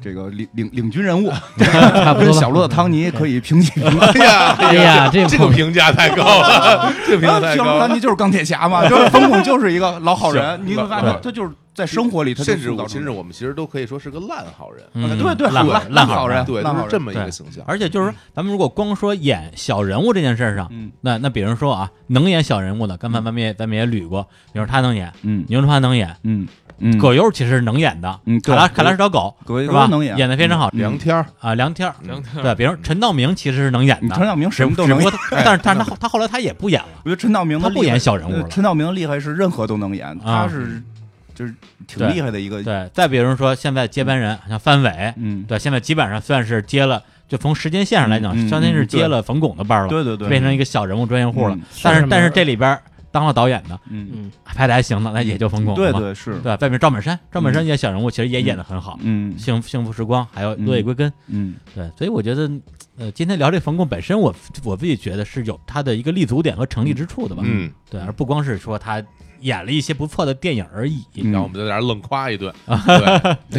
[SPEAKER 2] 这个领领领军人物，
[SPEAKER 6] 差不多
[SPEAKER 2] 跟
[SPEAKER 6] 吧
[SPEAKER 2] 小洛的汤尼可以平起平坐。
[SPEAKER 5] 哎呀，
[SPEAKER 6] 哎呀，这
[SPEAKER 5] 这个评价太高了，这个评价
[SPEAKER 2] 啊
[SPEAKER 5] 太
[SPEAKER 2] 小
[SPEAKER 5] 高
[SPEAKER 2] 洛
[SPEAKER 5] 了
[SPEAKER 2] 汤。尼就是钢铁侠嘛，就是冯巩就是一个老好人。
[SPEAKER 5] 是
[SPEAKER 2] 你会发
[SPEAKER 5] 老
[SPEAKER 2] 现他就是在生活里，他就
[SPEAKER 5] 甚至
[SPEAKER 2] 塑造
[SPEAKER 5] 我，
[SPEAKER 2] 出
[SPEAKER 5] 甚
[SPEAKER 2] 来
[SPEAKER 5] 至我们其实都可以说是个烂好人，
[SPEAKER 4] 嗯
[SPEAKER 2] 对对
[SPEAKER 4] 烂
[SPEAKER 5] 好
[SPEAKER 4] 烂
[SPEAKER 2] 好人
[SPEAKER 5] 对，
[SPEAKER 2] 烂
[SPEAKER 5] 就
[SPEAKER 2] 好人
[SPEAKER 5] 是这么一个
[SPEAKER 4] 对
[SPEAKER 5] 形象。
[SPEAKER 4] 而且就是咱们如果光说演小人物这件事儿上，
[SPEAKER 2] 嗯
[SPEAKER 4] 那那比如说啊，能演小人物的，刚才咱们也咱们也捋过，比如他能演，
[SPEAKER 2] 嗯
[SPEAKER 4] 牛春华能演，
[SPEAKER 2] 嗯嗯，
[SPEAKER 4] 葛优其实是能演的，
[SPEAKER 2] 嗯
[SPEAKER 4] 卡
[SPEAKER 2] 对
[SPEAKER 4] 拉卡拉是条狗，
[SPEAKER 2] 葛
[SPEAKER 4] 是
[SPEAKER 2] 优
[SPEAKER 4] 吧？
[SPEAKER 2] 能演，嗯
[SPEAKER 4] 演的非常好
[SPEAKER 5] 梁天儿，
[SPEAKER 4] 啊，梁天儿，
[SPEAKER 1] 两天
[SPEAKER 4] 对，比如陈道明其实是能演
[SPEAKER 2] 你
[SPEAKER 4] 的，
[SPEAKER 2] 嗯陈道明
[SPEAKER 4] 只
[SPEAKER 2] 什么都
[SPEAKER 4] 只
[SPEAKER 2] 能
[SPEAKER 4] 不过
[SPEAKER 2] 演，哎
[SPEAKER 4] 他但是但是他后他后来他也不演了，
[SPEAKER 2] 我觉得嗯陈道明
[SPEAKER 4] 他
[SPEAKER 2] 的
[SPEAKER 4] 不
[SPEAKER 2] 厉害
[SPEAKER 4] 演小人物
[SPEAKER 2] 呃
[SPEAKER 4] 了。
[SPEAKER 2] 陈道明厉害是任何都能演，
[SPEAKER 4] 啊
[SPEAKER 2] 他是就是挺
[SPEAKER 4] 对
[SPEAKER 2] 厉害的一个，
[SPEAKER 4] 对，再比如说现在接班人像范伟，
[SPEAKER 2] 嗯，
[SPEAKER 4] 对，现在基本上算是接了，就从时间线上来讲，
[SPEAKER 2] 嗯嗯
[SPEAKER 4] 相当于是
[SPEAKER 2] 嗯对
[SPEAKER 4] 接了冯巩的班儿了，
[SPEAKER 2] 对对对，
[SPEAKER 4] 变成一个小人物专业户了。
[SPEAKER 2] 嗯
[SPEAKER 4] 但是
[SPEAKER 6] 是这么
[SPEAKER 4] 但是
[SPEAKER 6] 回事
[SPEAKER 4] 这里边儿当了导演的，
[SPEAKER 2] 嗯，
[SPEAKER 6] 嗯，
[SPEAKER 4] 拍的还行的，那也就冯巩
[SPEAKER 2] 对
[SPEAKER 4] 了嘛
[SPEAKER 2] 对是，
[SPEAKER 4] 对，再比如赵本山，赵本山
[SPEAKER 2] 嗯
[SPEAKER 4] 演小人物其实也演的很好，
[SPEAKER 2] 嗯
[SPEAKER 4] 幸幸福时光》还有《
[SPEAKER 2] 嗯
[SPEAKER 4] 落叶归根》
[SPEAKER 2] 嗯
[SPEAKER 4] 对，所以我觉得，呃，今天聊这冯巩本身我，我自己觉得是有他的一个立足点和成立之处的吧，
[SPEAKER 5] 嗯，
[SPEAKER 4] 对，而不光是说他演了一些不错的电影而已。
[SPEAKER 2] 嗯
[SPEAKER 5] 然后我们就在那儿愣夸 一顿，对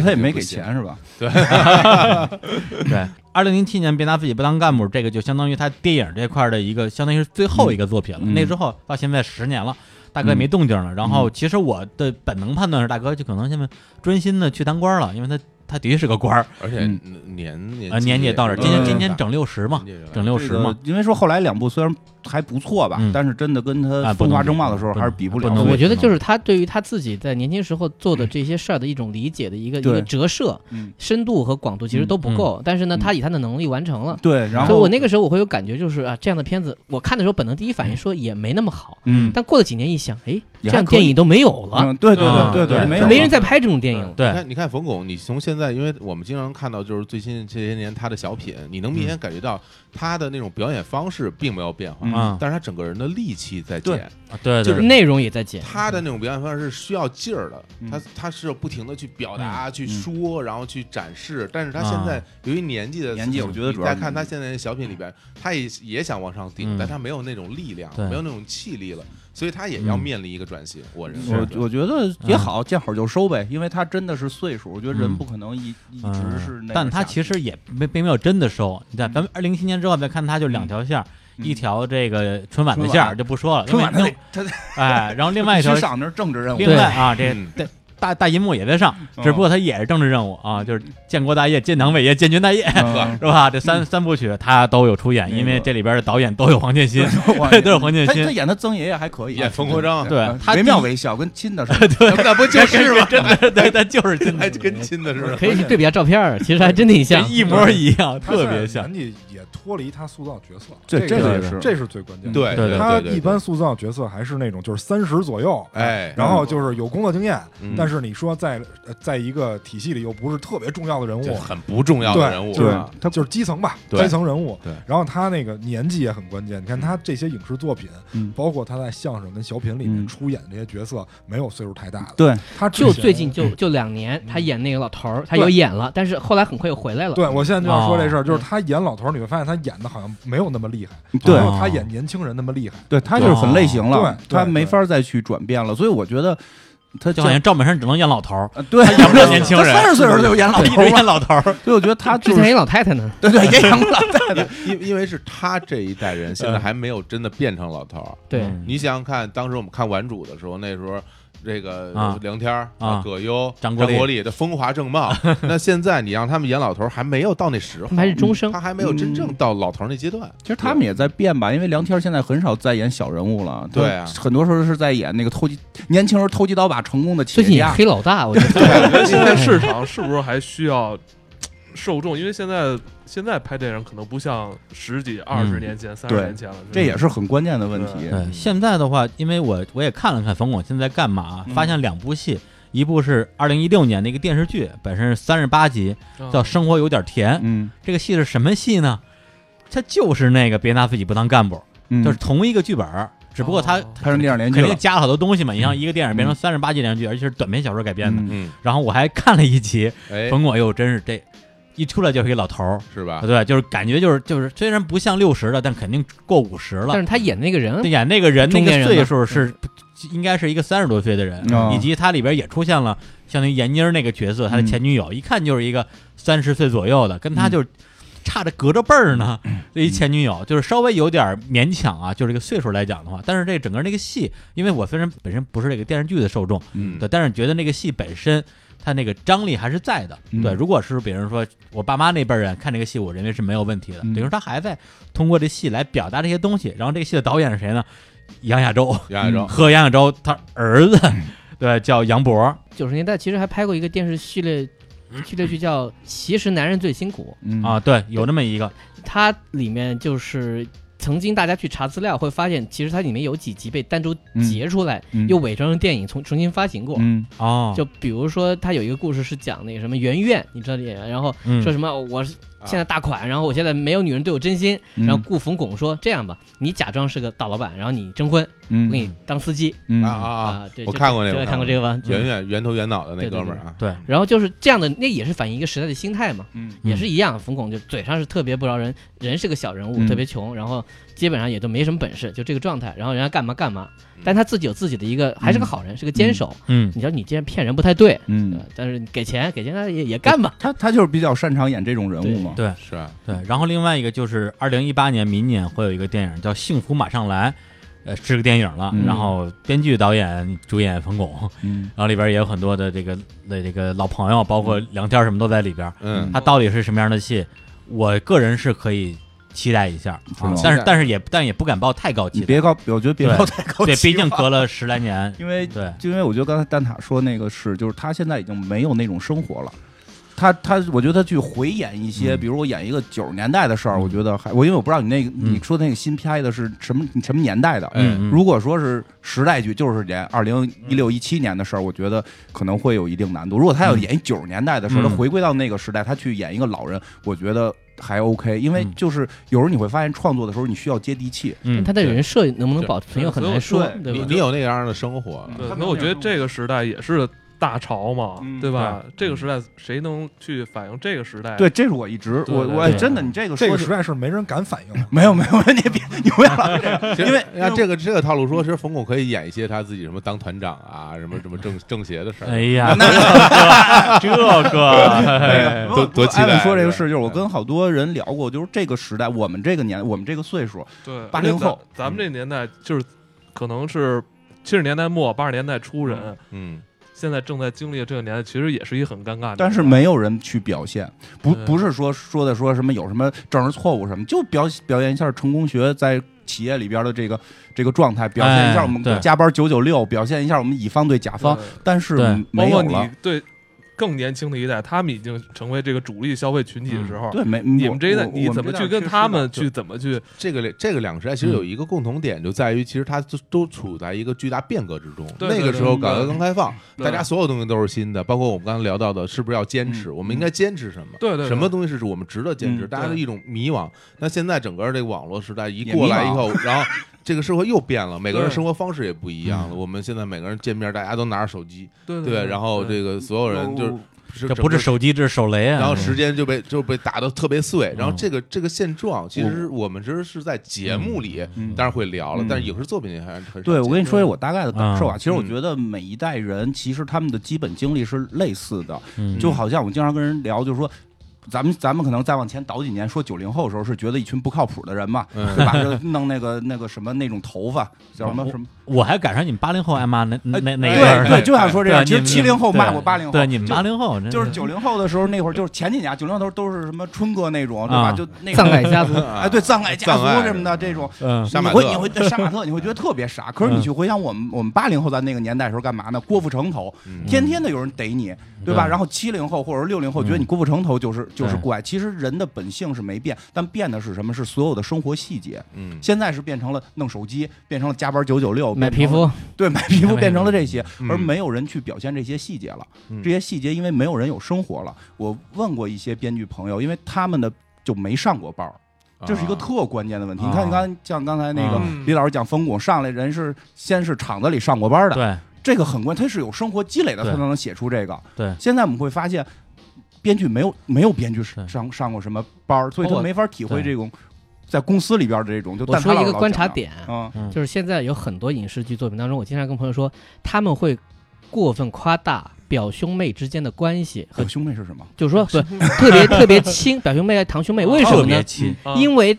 [SPEAKER 2] 他也没给，钱是吧？
[SPEAKER 4] 对，二零零七年别拿自己不当干部，这个就相当于他电影这块儿的一个，相当于是最后一个作品了。
[SPEAKER 2] 嗯
[SPEAKER 4] 那之后到现在十年了，大哥也没动静了。然后其实我的本能判断是，大哥就可能现在专心的去当官了，因为他他的确是个官儿，
[SPEAKER 5] 而且年
[SPEAKER 4] 啊，
[SPEAKER 5] 年
[SPEAKER 4] 年纪也到这儿，今年
[SPEAKER 2] 嗯
[SPEAKER 4] 今年整六十嘛，整六
[SPEAKER 2] 这
[SPEAKER 4] 十
[SPEAKER 2] 个
[SPEAKER 4] 嘛，
[SPEAKER 2] 因为说后来两部虽然还不错吧
[SPEAKER 4] 嗯，
[SPEAKER 2] 但是真的跟
[SPEAKER 4] 啊
[SPEAKER 2] 他《
[SPEAKER 4] 不
[SPEAKER 2] 风
[SPEAKER 4] 能
[SPEAKER 2] 华
[SPEAKER 4] 比
[SPEAKER 2] 正茂》的时候
[SPEAKER 4] 不能
[SPEAKER 2] 还是比不
[SPEAKER 4] 不能
[SPEAKER 2] 了。，
[SPEAKER 4] 比
[SPEAKER 6] 我觉得就是是他对于他自己在年轻时候做的这些事儿的一种理解的一个一个
[SPEAKER 2] 对
[SPEAKER 6] 折射，
[SPEAKER 2] 嗯，
[SPEAKER 6] 深度和广度其实都不够，但是呢，他以他的能力完成了。
[SPEAKER 2] 对，然
[SPEAKER 6] 所以
[SPEAKER 2] 后
[SPEAKER 6] 我那个时候我会有感觉，就是啊，这样的片子我看的时候，本能第一反应说也没那么好，
[SPEAKER 2] 嗯，
[SPEAKER 6] 但过了几年一想，哎，
[SPEAKER 2] 也
[SPEAKER 6] 这
[SPEAKER 2] 还
[SPEAKER 6] 样
[SPEAKER 2] 可以
[SPEAKER 6] 电影都没有了，
[SPEAKER 2] 嗯对对
[SPEAKER 4] 啊
[SPEAKER 2] 对
[SPEAKER 4] 对
[SPEAKER 2] 对，没
[SPEAKER 6] 没
[SPEAKER 2] 有
[SPEAKER 6] 人
[SPEAKER 2] 了嗯
[SPEAKER 6] 再拍这种电影了。
[SPEAKER 4] 对
[SPEAKER 5] 你看，你看冯巩，你从现在，因为我们经常看到，就是最近这些年他的小品，你
[SPEAKER 4] 嗯
[SPEAKER 5] 能明显感觉到他的那种表演方式并没有变化，
[SPEAKER 2] 嗯
[SPEAKER 4] 啊，
[SPEAKER 5] 但是他整个人的力气在
[SPEAKER 2] 对
[SPEAKER 5] 减，
[SPEAKER 4] 啊对
[SPEAKER 6] 就是
[SPEAKER 4] 对，
[SPEAKER 6] 内容也在减，
[SPEAKER 5] 他的那种表演方式是需要劲儿的，
[SPEAKER 2] 嗯
[SPEAKER 5] 他他是不停的去表达、去
[SPEAKER 2] 嗯
[SPEAKER 5] 说，然后去展示。但是他现在
[SPEAKER 4] 啊
[SPEAKER 5] 由于年纪的
[SPEAKER 2] 年纪
[SPEAKER 5] 事情
[SPEAKER 2] 我觉得主
[SPEAKER 5] 你
[SPEAKER 2] 要嗯
[SPEAKER 5] 再
[SPEAKER 2] 是
[SPEAKER 5] 看他现在的小品里边，他也也想往上顶，
[SPEAKER 4] 嗯
[SPEAKER 5] 但他没有那种力量，
[SPEAKER 4] 对
[SPEAKER 5] 没有那种气力了，所以他也要
[SPEAKER 4] 嗯
[SPEAKER 5] 面临一个转型。我认为，
[SPEAKER 2] 我我觉得也好，见好就收呗，因为他真的是岁数，我觉得人
[SPEAKER 4] 嗯
[SPEAKER 2] 不可能一一
[SPEAKER 4] 嗯
[SPEAKER 2] 直是那样下去。
[SPEAKER 4] 但他其实也没并没有真的收。你看，咱们二零七年之后再看，他就两条线儿，
[SPEAKER 2] 嗯
[SPEAKER 4] 一条这个春晚的
[SPEAKER 2] 春晚
[SPEAKER 4] 线儿就不说了，
[SPEAKER 2] 春晚
[SPEAKER 4] 另
[SPEAKER 2] 他
[SPEAKER 4] 外
[SPEAKER 2] 得他得
[SPEAKER 4] 哎，然后另外一 条
[SPEAKER 2] 去上那儿政治任务，
[SPEAKER 4] 另外啊，这
[SPEAKER 5] 嗯
[SPEAKER 4] 大大大银幕也在上，
[SPEAKER 2] 嗯
[SPEAKER 4] 只不过它也是政治任务啊，就是建国大业、建党伟业、建军大业，
[SPEAKER 2] 嗯
[SPEAKER 4] 是吧？这 三三部曲他都有出演，
[SPEAKER 2] 那个
[SPEAKER 4] 因为这里边的导演都有黄建新，
[SPEAKER 2] 对
[SPEAKER 4] 都是黄建
[SPEAKER 2] 他
[SPEAKER 4] 新
[SPEAKER 2] 他演他曾爷爷还可以，啊
[SPEAKER 5] 演冯国璋
[SPEAKER 4] 对他
[SPEAKER 2] 呃惟妙
[SPEAKER 4] 第
[SPEAKER 2] 惟肖，跟亲的似的。
[SPEAKER 5] 那不就是 吗？
[SPEAKER 4] 真的，对，他就是真
[SPEAKER 5] 还
[SPEAKER 2] 哎
[SPEAKER 4] 的，
[SPEAKER 5] 跟亲的似的。
[SPEAKER 6] 可以去对比下照片儿，其实还真挺
[SPEAKER 4] 这
[SPEAKER 6] 像。
[SPEAKER 4] 一模一样，
[SPEAKER 3] 他现
[SPEAKER 4] 特
[SPEAKER 3] 在
[SPEAKER 4] 别像。
[SPEAKER 3] 年纪也脱离他塑造角色，
[SPEAKER 2] 对
[SPEAKER 3] 这
[SPEAKER 2] 这
[SPEAKER 3] 个
[SPEAKER 2] 个是
[SPEAKER 3] 这是最关键的。
[SPEAKER 5] 对
[SPEAKER 4] 对对
[SPEAKER 3] 嗯他
[SPEAKER 5] 对对，
[SPEAKER 3] 一般塑造角色还是那种就是三十左右，
[SPEAKER 5] 哎
[SPEAKER 3] 然后就是有工作经验，
[SPEAKER 5] 嗯
[SPEAKER 3] 但是你说在呃在一个体系里又不是特别重要的人
[SPEAKER 5] 这
[SPEAKER 3] 物，
[SPEAKER 5] 很不重要的人物，啊
[SPEAKER 3] 对
[SPEAKER 5] 是
[SPEAKER 3] 对
[SPEAKER 5] 吧
[SPEAKER 2] 他
[SPEAKER 3] 就是基层吧，
[SPEAKER 5] 对
[SPEAKER 3] 基层人物。
[SPEAKER 5] 对
[SPEAKER 3] 然后他那个年纪也很关键。你看他这些影视作品，
[SPEAKER 2] 嗯
[SPEAKER 3] 包括他在相声跟小品里面
[SPEAKER 2] 嗯
[SPEAKER 3] 出演这些角色，没有岁数太大的。
[SPEAKER 2] 对，
[SPEAKER 3] 他之
[SPEAKER 6] 就
[SPEAKER 3] 前
[SPEAKER 6] 最近就
[SPEAKER 2] 嗯
[SPEAKER 6] 就两年，他演那个老头儿，他
[SPEAKER 3] 对
[SPEAKER 6] 有演了，但是后来很快又回来了。
[SPEAKER 3] 对，我现在就要说这事儿，
[SPEAKER 6] 哦
[SPEAKER 3] 就是他演老头儿，你会发现他演的好像没有那么厉害，
[SPEAKER 2] 对
[SPEAKER 3] 然后他演年轻人那么厉害。
[SPEAKER 2] 对他就是很类型了，
[SPEAKER 3] 对对
[SPEAKER 2] 他没法再去转变了，所以我觉得他
[SPEAKER 4] 就好像赵本山只能演老头儿，
[SPEAKER 2] 呃对，
[SPEAKER 4] 演不了年轻人
[SPEAKER 2] 三十岁的时候就演 老
[SPEAKER 4] 一
[SPEAKER 2] 头
[SPEAKER 4] 直演
[SPEAKER 2] 了，
[SPEAKER 4] 老头儿。
[SPEAKER 2] 所以我觉得他
[SPEAKER 6] 之
[SPEAKER 2] 就
[SPEAKER 6] 前
[SPEAKER 2] 是
[SPEAKER 6] 演老太太呢，
[SPEAKER 2] 对对也演过老太太，
[SPEAKER 5] 因因为是他这一代人现在还没有真的变成老头儿。
[SPEAKER 6] 对，
[SPEAKER 4] 嗯
[SPEAKER 5] 你想想看，当时我们看《顽主》的时候，那时候这个
[SPEAKER 4] 啊
[SPEAKER 5] 梁天儿、
[SPEAKER 4] 啊
[SPEAKER 5] 葛优、
[SPEAKER 4] 张国
[SPEAKER 5] 国
[SPEAKER 4] 立
[SPEAKER 5] 立的风华正茂。那现在你让他们演老头儿，还没有到那时
[SPEAKER 6] 他
[SPEAKER 5] 候，
[SPEAKER 6] 们还是终生
[SPEAKER 2] 嗯
[SPEAKER 5] 他。还没有真正到老头儿那阶段。
[SPEAKER 2] 其实他们也在变吧，因为梁天现在很少再演小人物了，
[SPEAKER 5] 对啊
[SPEAKER 2] 很多时候是在演那个偷鸡，年轻时候偷鸡倒把成功的企
[SPEAKER 6] 最近
[SPEAKER 2] 业
[SPEAKER 6] 演
[SPEAKER 2] 家，
[SPEAKER 6] 黑老大，我觉得
[SPEAKER 1] 我觉得现在市场是不是还需要受众？因为现在现在拍电影可能不像十几、二十年前、三十
[SPEAKER 2] 对
[SPEAKER 1] 年前了。
[SPEAKER 2] 这也是很关键的问题。
[SPEAKER 1] 对
[SPEAKER 4] 对，现在的话，因为我我也看了看冯巩现在干嘛啊，
[SPEAKER 2] 嗯
[SPEAKER 4] 发现两部戏，一部是二零一六年的一个电视剧，本身是三十八集，
[SPEAKER 6] 嗯
[SPEAKER 4] 叫《生活有点甜》。
[SPEAKER 2] 嗯
[SPEAKER 4] 这个戏是什么戏呢？它就是那个别拿自己不当干部，
[SPEAKER 2] 嗯，
[SPEAKER 4] 就是同一个剧本儿，只不过它
[SPEAKER 1] 哦
[SPEAKER 2] 拍成电影连续
[SPEAKER 4] 肯定
[SPEAKER 2] 了，
[SPEAKER 4] 加了好多东西嘛。你像一个电影变
[SPEAKER 2] 嗯
[SPEAKER 4] 成三十八集连续剧，而且是短篇小说改编的。
[SPEAKER 2] 嗯
[SPEAKER 5] 嗯，
[SPEAKER 4] 然后我还看了一集，
[SPEAKER 5] 哎，
[SPEAKER 4] 甭管哟，真是这一出来就是一老头儿，
[SPEAKER 5] 是
[SPEAKER 2] 啊
[SPEAKER 5] 吧？
[SPEAKER 4] 对，就是感觉就是就是虽然不像六十的，但肯定过五十了
[SPEAKER 6] 但。是他演那个
[SPEAKER 4] 对
[SPEAKER 6] 人，
[SPEAKER 4] 演那个人那
[SPEAKER 6] 中年
[SPEAKER 4] 个
[SPEAKER 6] 人嗯
[SPEAKER 4] 岁
[SPEAKER 6] 吧
[SPEAKER 4] 数是应该是一个三十多岁的人，
[SPEAKER 2] 哦
[SPEAKER 4] 以及他里边也出现了相当于闫妮儿那个角色，他的
[SPEAKER 2] 嗯
[SPEAKER 4] 前女友、一看就是一个三十岁左右的，跟他
[SPEAKER 6] 嗯
[SPEAKER 4] 就差着隔着辈儿 呢。这一前女友就是稍微有点勉强啊，就是这个岁数来讲的话，但是这整个那个戏，因为我虽然本身不是这个电视剧的受众，
[SPEAKER 5] 嗯
[SPEAKER 4] 对，但是觉得那个戏本身。它那个张力还是在的，
[SPEAKER 2] 嗯
[SPEAKER 4] 对。如果是比如说我爸妈那辈儿人看这个戏，我认为是没有问题的。
[SPEAKER 2] 嗯
[SPEAKER 4] 等于说他还在通过这戏来表达这些东西。然后这个戏的导演是谁呢？杨亚洲，
[SPEAKER 5] 杨亚洲，
[SPEAKER 4] 和杨亚洲他儿子，
[SPEAKER 2] 嗯
[SPEAKER 4] 对，叫杨博。
[SPEAKER 6] 九十年代其实还拍过一个电视系列系列剧叫《其实男人最辛苦
[SPEAKER 2] 嗯
[SPEAKER 4] 啊，对，有那么一个，》，
[SPEAKER 6] 它里面就是曾经大家去查资料会发现，其实它里面有几集被单独截出来，
[SPEAKER 2] 嗯
[SPEAKER 6] 又伪装成电影重重新发行过。
[SPEAKER 2] 嗯
[SPEAKER 4] 哦，
[SPEAKER 6] 就比如说，他有一个故事是讲那个什么圆圆，你知道这演员，然后
[SPEAKER 4] 嗯
[SPEAKER 6] 说什么、哦我是现在大款，然后我现在没有女人对我真心，
[SPEAKER 2] 嗯
[SPEAKER 6] 然后顾冯巩说这样吧，你假装是个大老板，然后你征婚，我
[SPEAKER 2] 嗯
[SPEAKER 6] 给你当司机
[SPEAKER 2] 嗯
[SPEAKER 5] 啊啊啊！
[SPEAKER 6] 对，
[SPEAKER 5] 我
[SPEAKER 6] 就
[SPEAKER 5] 看过那
[SPEAKER 6] 就
[SPEAKER 5] 个，
[SPEAKER 6] 看过这个吧？
[SPEAKER 5] 圆圆圆头圆脑的那
[SPEAKER 6] 嗯对对
[SPEAKER 5] 哥们儿啊，
[SPEAKER 4] 对，
[SPEAKER 6] 然后就是这样的，那也是反映一个时代的心态嘛，
[SPEAKER 2] 嗯
[SPEAKER 6] 也是一样。冯巩就嘴上是特别不饶人，人是个小人物，
[SPEAKER 2] 嗯
[SPEAKER 6] 特别穷，然后基本上也都没什么本事，就这个状态。然后人家干嘛干嘛
[SPEAKER 5] 嗯，
[SPEAKER 6] 但他自己有自己的一个，还是个好人，是个坚守。
[SPEAKER 4] 嗯，
[SPEAKER 6] 你说你既然骗人不太对，
[SPEAKER 2] 嗯
[SPEAKER 6] 呃，但是你给钱给钱他也也干吧。
[SPEAKER 2] 他他就是比较擅长演这种人物嘛，
[SPEAKER 4] 对
[SPEAKER 5] 是啊，
[SPEAKER 4] 对。然后另外一个就是二零一八年明年会有一个电影叫《幸福马上来》，呃，是个电影了。
[SPEAKER 2] 嗯
[SPEAKER 4] 然后编剧、导演、主演冯巩，
[SPEAKER 2] 嗯
[SPEAKER 4] 然后里边也有很多的这个的这个老朋友，包括梁天儿什么都在里边。
[SPEAKER 5] 嗯
[SPEAKER 4] 它到底是什么样的戏，我个人是可以期待一下
[SPEAKER 2] 是
[SPEAKER 4] 啊
[SPEAKER 2] 吗，
[SPEAKER 4] 但
[SPEAKER 5] 期
[SPEAKER 4] 是
[SPEAKER 5] 待
[SPEAKER 4] 但是也但也不敢抱太高期
[SPEAKER 2] 你
[SPEAKER 4] 待，
[SPEAKER 2] 别高，我觉得别
[SPEAKER 4] 对
[SPEAKER 2] 高太高
[SPEAKER 4] 对，
[SPEAKER 2] 期
[SPEAKER 4] 毕竟
[SPEAKER 2] 望
[SPEAKER 4] 隔了十来年，
[SPEAKER 2] 因为
[SPEAKER 4] 对，
[SPEAKER 2] 就因为我觉得刚才蛋塔说那个是，就是他现在已经没有那种生活了。他他，我觉得他去回演一些，
[SPEAKER 4] 嗯
[SPEAKER 2] 比如我演一个九十年代的事儿，
[SPEAKER 4] 嗯
[SPEAKER 2] 我觉得还我因为我不知道你那个
[SPEAKER 4] 嗯
[SPEAKER 2] 你说的那个新拍的是什么你什么年代的。
[SPEAKER 5] 嗯
[SPEAKER 4] 嗯，
[SPEAKER 2] 哎如果说是时代剧，就是演二零一六一七年的事儿，我觉得可能会有一定难度。如果他要演九十年代的事儿，
[SPEAKER 4] 嗯
[SPEAKER 2] 他回归到那个时代，他去演一个老人，我觉得还 OK。因为
[SPEAKER 4] 嗯
[SPEAKER 2] 就是有时候你会发现，创作的时候你需要接地气。
[SPEAKER 4] 嗯，
[SPEAKER 6] 他的人设能不能
[SPEAKER 5] 对
[SPEAKER 6] 保存又很
[SPEAKER 1] 所以
[SPEAKER 6] 难说，
[SPEAKER 2] 对
[SPEAKER 6] 对
[SPEAKER 5] 你
[SPEAKER 6] 吧？
[SPEAKER 5] 你有那样的生活了，
[SPEAKER 1] 对，
[SPEAKER 2] 他
[SPEAKER 1] 所
[SPEAKER 2] 没
[SPEAKER 1] 以
[SPEAKER 2] 有
[SPEAKER 1] 我觉得
[SPEAKER 2] 这种
[SPEAKER 1] 这个时代也是大潮嘛，
[SPEAKER 2] 嗯
[SPEAKER 1] 对吧？
[SPEAKER 4] 对
[SPEAKER 1] 这个时代谁能去反映这个时代？
[SPEAKER 2] 对，这是我一直
[SPEAKER 1] 对
[SPEAKER 2] 我
[SPEAKER 1] 对
[SPEAKER 2] 我
[SPEAKER 4] 对
[SPEAKER 2] 真的你这个
[SPEAKER 3] 这
[SPEAKER 2] 说
[SPEAKER 3] 个
[SPEAKER 2] 起
[SPEAKER 3] 实在是没人敢反应。啊
[SPEAKER 2] 没有没有，你别你不要老这样，
[SPEAKER 5] 其实
[SPEAKER 2] 因为
[SPEAKER 5] 按这个这个套路说，其实冯巩可以演一些他自己什么当团长啊，什么什么政政协的事
[SPEAKER 4] 哎
[SPEAKER 5] 儿。
[SPEAKER 4] 呀，这 个这
[SPEAKER 2] 哎
[SPEAKER 4] 个，
[SPEAKER 5] 多多期待
[SPEAKER 2] 艾文说这个事，
[SPEAKER 5] 是吧
[SPEAKER 2] 就是我跟好多人聊过，就是这个时代，我们这个年，我们这个岁数，啊
[SPEAKER 1] 对，
[SPEAKER 2] 80后
[SPEAKER 1] 咱，咱们这年代就是可能是七十年代末八十年代初人，
[SPEAKER 5] 嗯，
[SPEAKER 1] 现在正在经历这个年代，其实也是一个很尴尬的年代。
[SPEAKER 2] 但是没有人去表现，不
[SPEAKER 1] 对
[SPEAKER 2] 不是说说的说什么有什么政治错误什么，就表表现一下成功学在企业里边的这个这个状态，表现一下
[SPEAKER 4] 哎
[SPEAKER 2] 我们
[SPEAKER 4] 对
[SPEAKER 2] 加班九九六，表现一下我们乙方对甲方，
[SPEAKER 1] 对
[SPEAKER 2] 但是
[SPEAKER 4] 对
[SPEAKER 1] 包
[SPEAKER 2] 没有
[SPEAKER 1] 括你
[SPEAKER 2] 了，
[SPEAKER 1] 对更年轻的一代，他们已经成为这个主力消费群体的时候，
[SPEAKER 2] 对没
[SPEAKER 1] 你
[SPEAKER 2] 你
[SPEAKER 1] 们这一代你怎么去跟他们去
[SPEAKER 2] 去
[SPEAKER 1] 怎么去？
[SPEAKER 5] 这个这个两个时代其实有一个共同点，就在于其实它都都处在一个巨大变革之中。
[SPEAKER 1] 对对
[SPEAKER 5] 那个时候
[SPEAKER 1] 对
[SPEAKER 5] 改革刚开放，
[SPEAKER 1] 对
[SPEAKER 5] 大家所有东西都是新的，包括我们刚才聊到的，是不是要坚持？我们应该坚持什么？
[SPEAKER 1] 对对对
[SPEAKER 5] 什么东西是我们值得坚持？
[SPEAKER 2] 嗯
[SPEAKER 5] 大家的一种迷惘。那现在整个这个网络时代一
[SPEAKER 2] 也
[SPEAKER 5] 过
[SPEAKER 2] 迷
[SPEAKER 5] 来以
[SPEAKER 2] 茫
[SPEAKER 5] 后，然后这个社会又变了，每个人
[SPEAKER 1] 对
[SPEAKER 5] 生活方式也不一样了。我们现在每个人见面，大家都拿着手机，
[SPEAKER 2] 嗯
[SPEAKER 1] 对
[SPEAKER 5] 对，然后这个所有人就是是
[SPEAKER 4] 这
[SPEAKER 5] 整
[SPEAKER 4] 不是
[SPEAKER 5] 个
[SPEAKER 4] 手机，这是手雷啊！
[SPEAKER 5] 然后时间就被就被打得特别碎，然后
[SPEAKER 4] 嗯
[SPEAKER 5] 这个这个现状，其实我们其实是在节目里
[SPEAKER 2] 嗯
[SPEAKER 5] 当然会聊了
[SPEAKER 2] 嗯，
[SPEAKER 5] 但是影视作品里还是很少
[SPEAKER 2] 对，我跟
[SPEAKER 5] 见
[SPEAKER 2] 你说一下我 大概的感受啊。
[SPEAKER 4] 嗯
[SPEAKER 2] 其实我觉得每一代人，其实他们的基本经历是类似的，
[SPEAKER 4] 嗯
[SPEAKER 2] 就好像我经常跟人聊，就是说。咱们咱们可能再往前倒几年，说九零后的时候是觉得一群不靠谱的人嘛，
[SPEAKER 5] 嗯
[SPEAKER 2] 对吧？就弄那个那个什么那种头发叫什么什么，
[SPEAKER 4] 我还赶上你们八零后挨骂那那那那一
[SPEAKER 5] 哎
[SPEAKER 4] 辈儿
[SPEAKER 2] 对
[SPEAKER 4] 呢
[SPEAKER 2] 对，就想说这样。
[SPEAKER 4] 对
[SPEAKER 2] 其实
[SPEAKER 4] 你们
[SPEAKER 2] 七零后骂
[SPEAKER 4] 对
[SPEAKER 2] 过八零后，
[SPEAKER 4] 对你们
[SPEAKER 2] 就
[SPEAKER 4] 八零后真
[SPEAKER 2] 就是九零后的时候那会儿，就是前几年九零后都都是什么春哥那种，对吧？
[SPEAKER 4] 啊
[SPEAKER 2] 就 那
[SPEAKER 6] 葬
[SPEAKER 2] 种
[SPEAKER 6] 爱家族，
[SPEAKER 2] 哎，对葬爱家
[SPEAKER 5] 葬爱
[SPEAKER 2] 族什么的这种，
[SPEAKER 4] 嗯
[SPEAKER 5] 杀
[SPEAKER 2] 你
[SPEAKER 5] 马
[SPEAKER 2] 会
[SPEAKER 5] 特
[SPEAKER 2] 你会对杀马特，你会觉得特别傻。可是你去回想我们我们八零后在那个年代的时候干嘛呢？郭富城头，
[SPEAKER 5] 嗯
[SPEAKER 2] 天天的有人逮你，对吧？
[SPEAKER 4] 对
[SPEAKER 2] 然后七零后或者六零后
[SPEAKER 4] 嗯
[SPEAKER 2] 觉得你郭富城头就是就是
[SPEAKER 4] 对
[SPEAKER 2] 怪。其实人的本性是没变，但变的是什么？是所有的生活细节。
[SPEAKER 5] 嗯，
[SPEAKER 2] 现在是变成了弄手机，变成了加班九九六，
[SPEAKER 6] 买
[SPEAKER 2] 变成
[SPEAKER 6] 皮
[SPEAKER 2] 了，
[SPEAKER 6] 肤，
[SPEAKER 2] 对，买皮肤
[SPEAKER 4] 买
[SPEAKER 2] 变成了这些，
[SPEAKER 5] 嗯
[SPEAKER 2] 而没有人去表现这些细节了。
[SPEAKER 5] 嗯
[SPEAKER 2] 这些细节因为没有人有生活了。我问过一些编剧朋友，因为他们的就没上过班儿，这是一个
[SPEAKER 5] 啊
[SPEAKER 2] 特关键的问题。
[SPEAKER 4] 啊
[SPEAKER 2] 你看，你刚才像刚才那个
[SPEAKER 1] 嗯
[SPEAKER 2] 李老师讲风骨上来，人是先是厂子里上过班的，
[SPEAKER 4] 对
[SPEAKER 2] 这个很关，他是有生活积累的，他
[SPEAKER 4] 对
[SPEAKER 2] 才能写出这个。
[SPEAKER 4] 对
[SPEAKER 2] 现在我们会发现，编剧没有没有编剧
[SPEAKER 4] 对
[SPEAKER 2] 上上过什么班儿，所以他
[SPEAKER 4] 我
[SPEAKER 2] 没法体会
[SPEAKER 4] 对
[SPEAKER 2] 这种在公司里边的这种。就
[SPEAKER 6] 哦我
[SPEAKER 2] 但
[SPEAKER 6] 说
[SPEAKER 2] 他
[SPEAKER 6] 一
[SPEAKER 2] 老
[SPEAKER 6] 个
[SPEAKER 2] 老
[SPEAKER 6] 观察
[SPEAKER 2] 讲的，
[SPEAKER 6] 点，
[SPEAKER 2] 嗯
[SPEAKER 4] 嗯
[SPEAKER 6] 就是现在有很多影视剧作品当中，我经常跟朋友说，他们会过分夸大表兄妹之间的关系和
[SPEAKER 2] 表兄妹是什么？
[SPEAKER 6] 就 是说不特别特别亲，表兄妹、堂兄妹，
[SPEAKER 2] 哦
[SPEAKER 6] 为什么
[SPEAKER 4] 特
[SPEAKER 6] 呢
[SPEAKER 4] 别？
[SPEAKER 2] 嗯
[SPEAKER 4] 亲，
[SPEAKER 1] 啊
[SPEAKER 6] 因为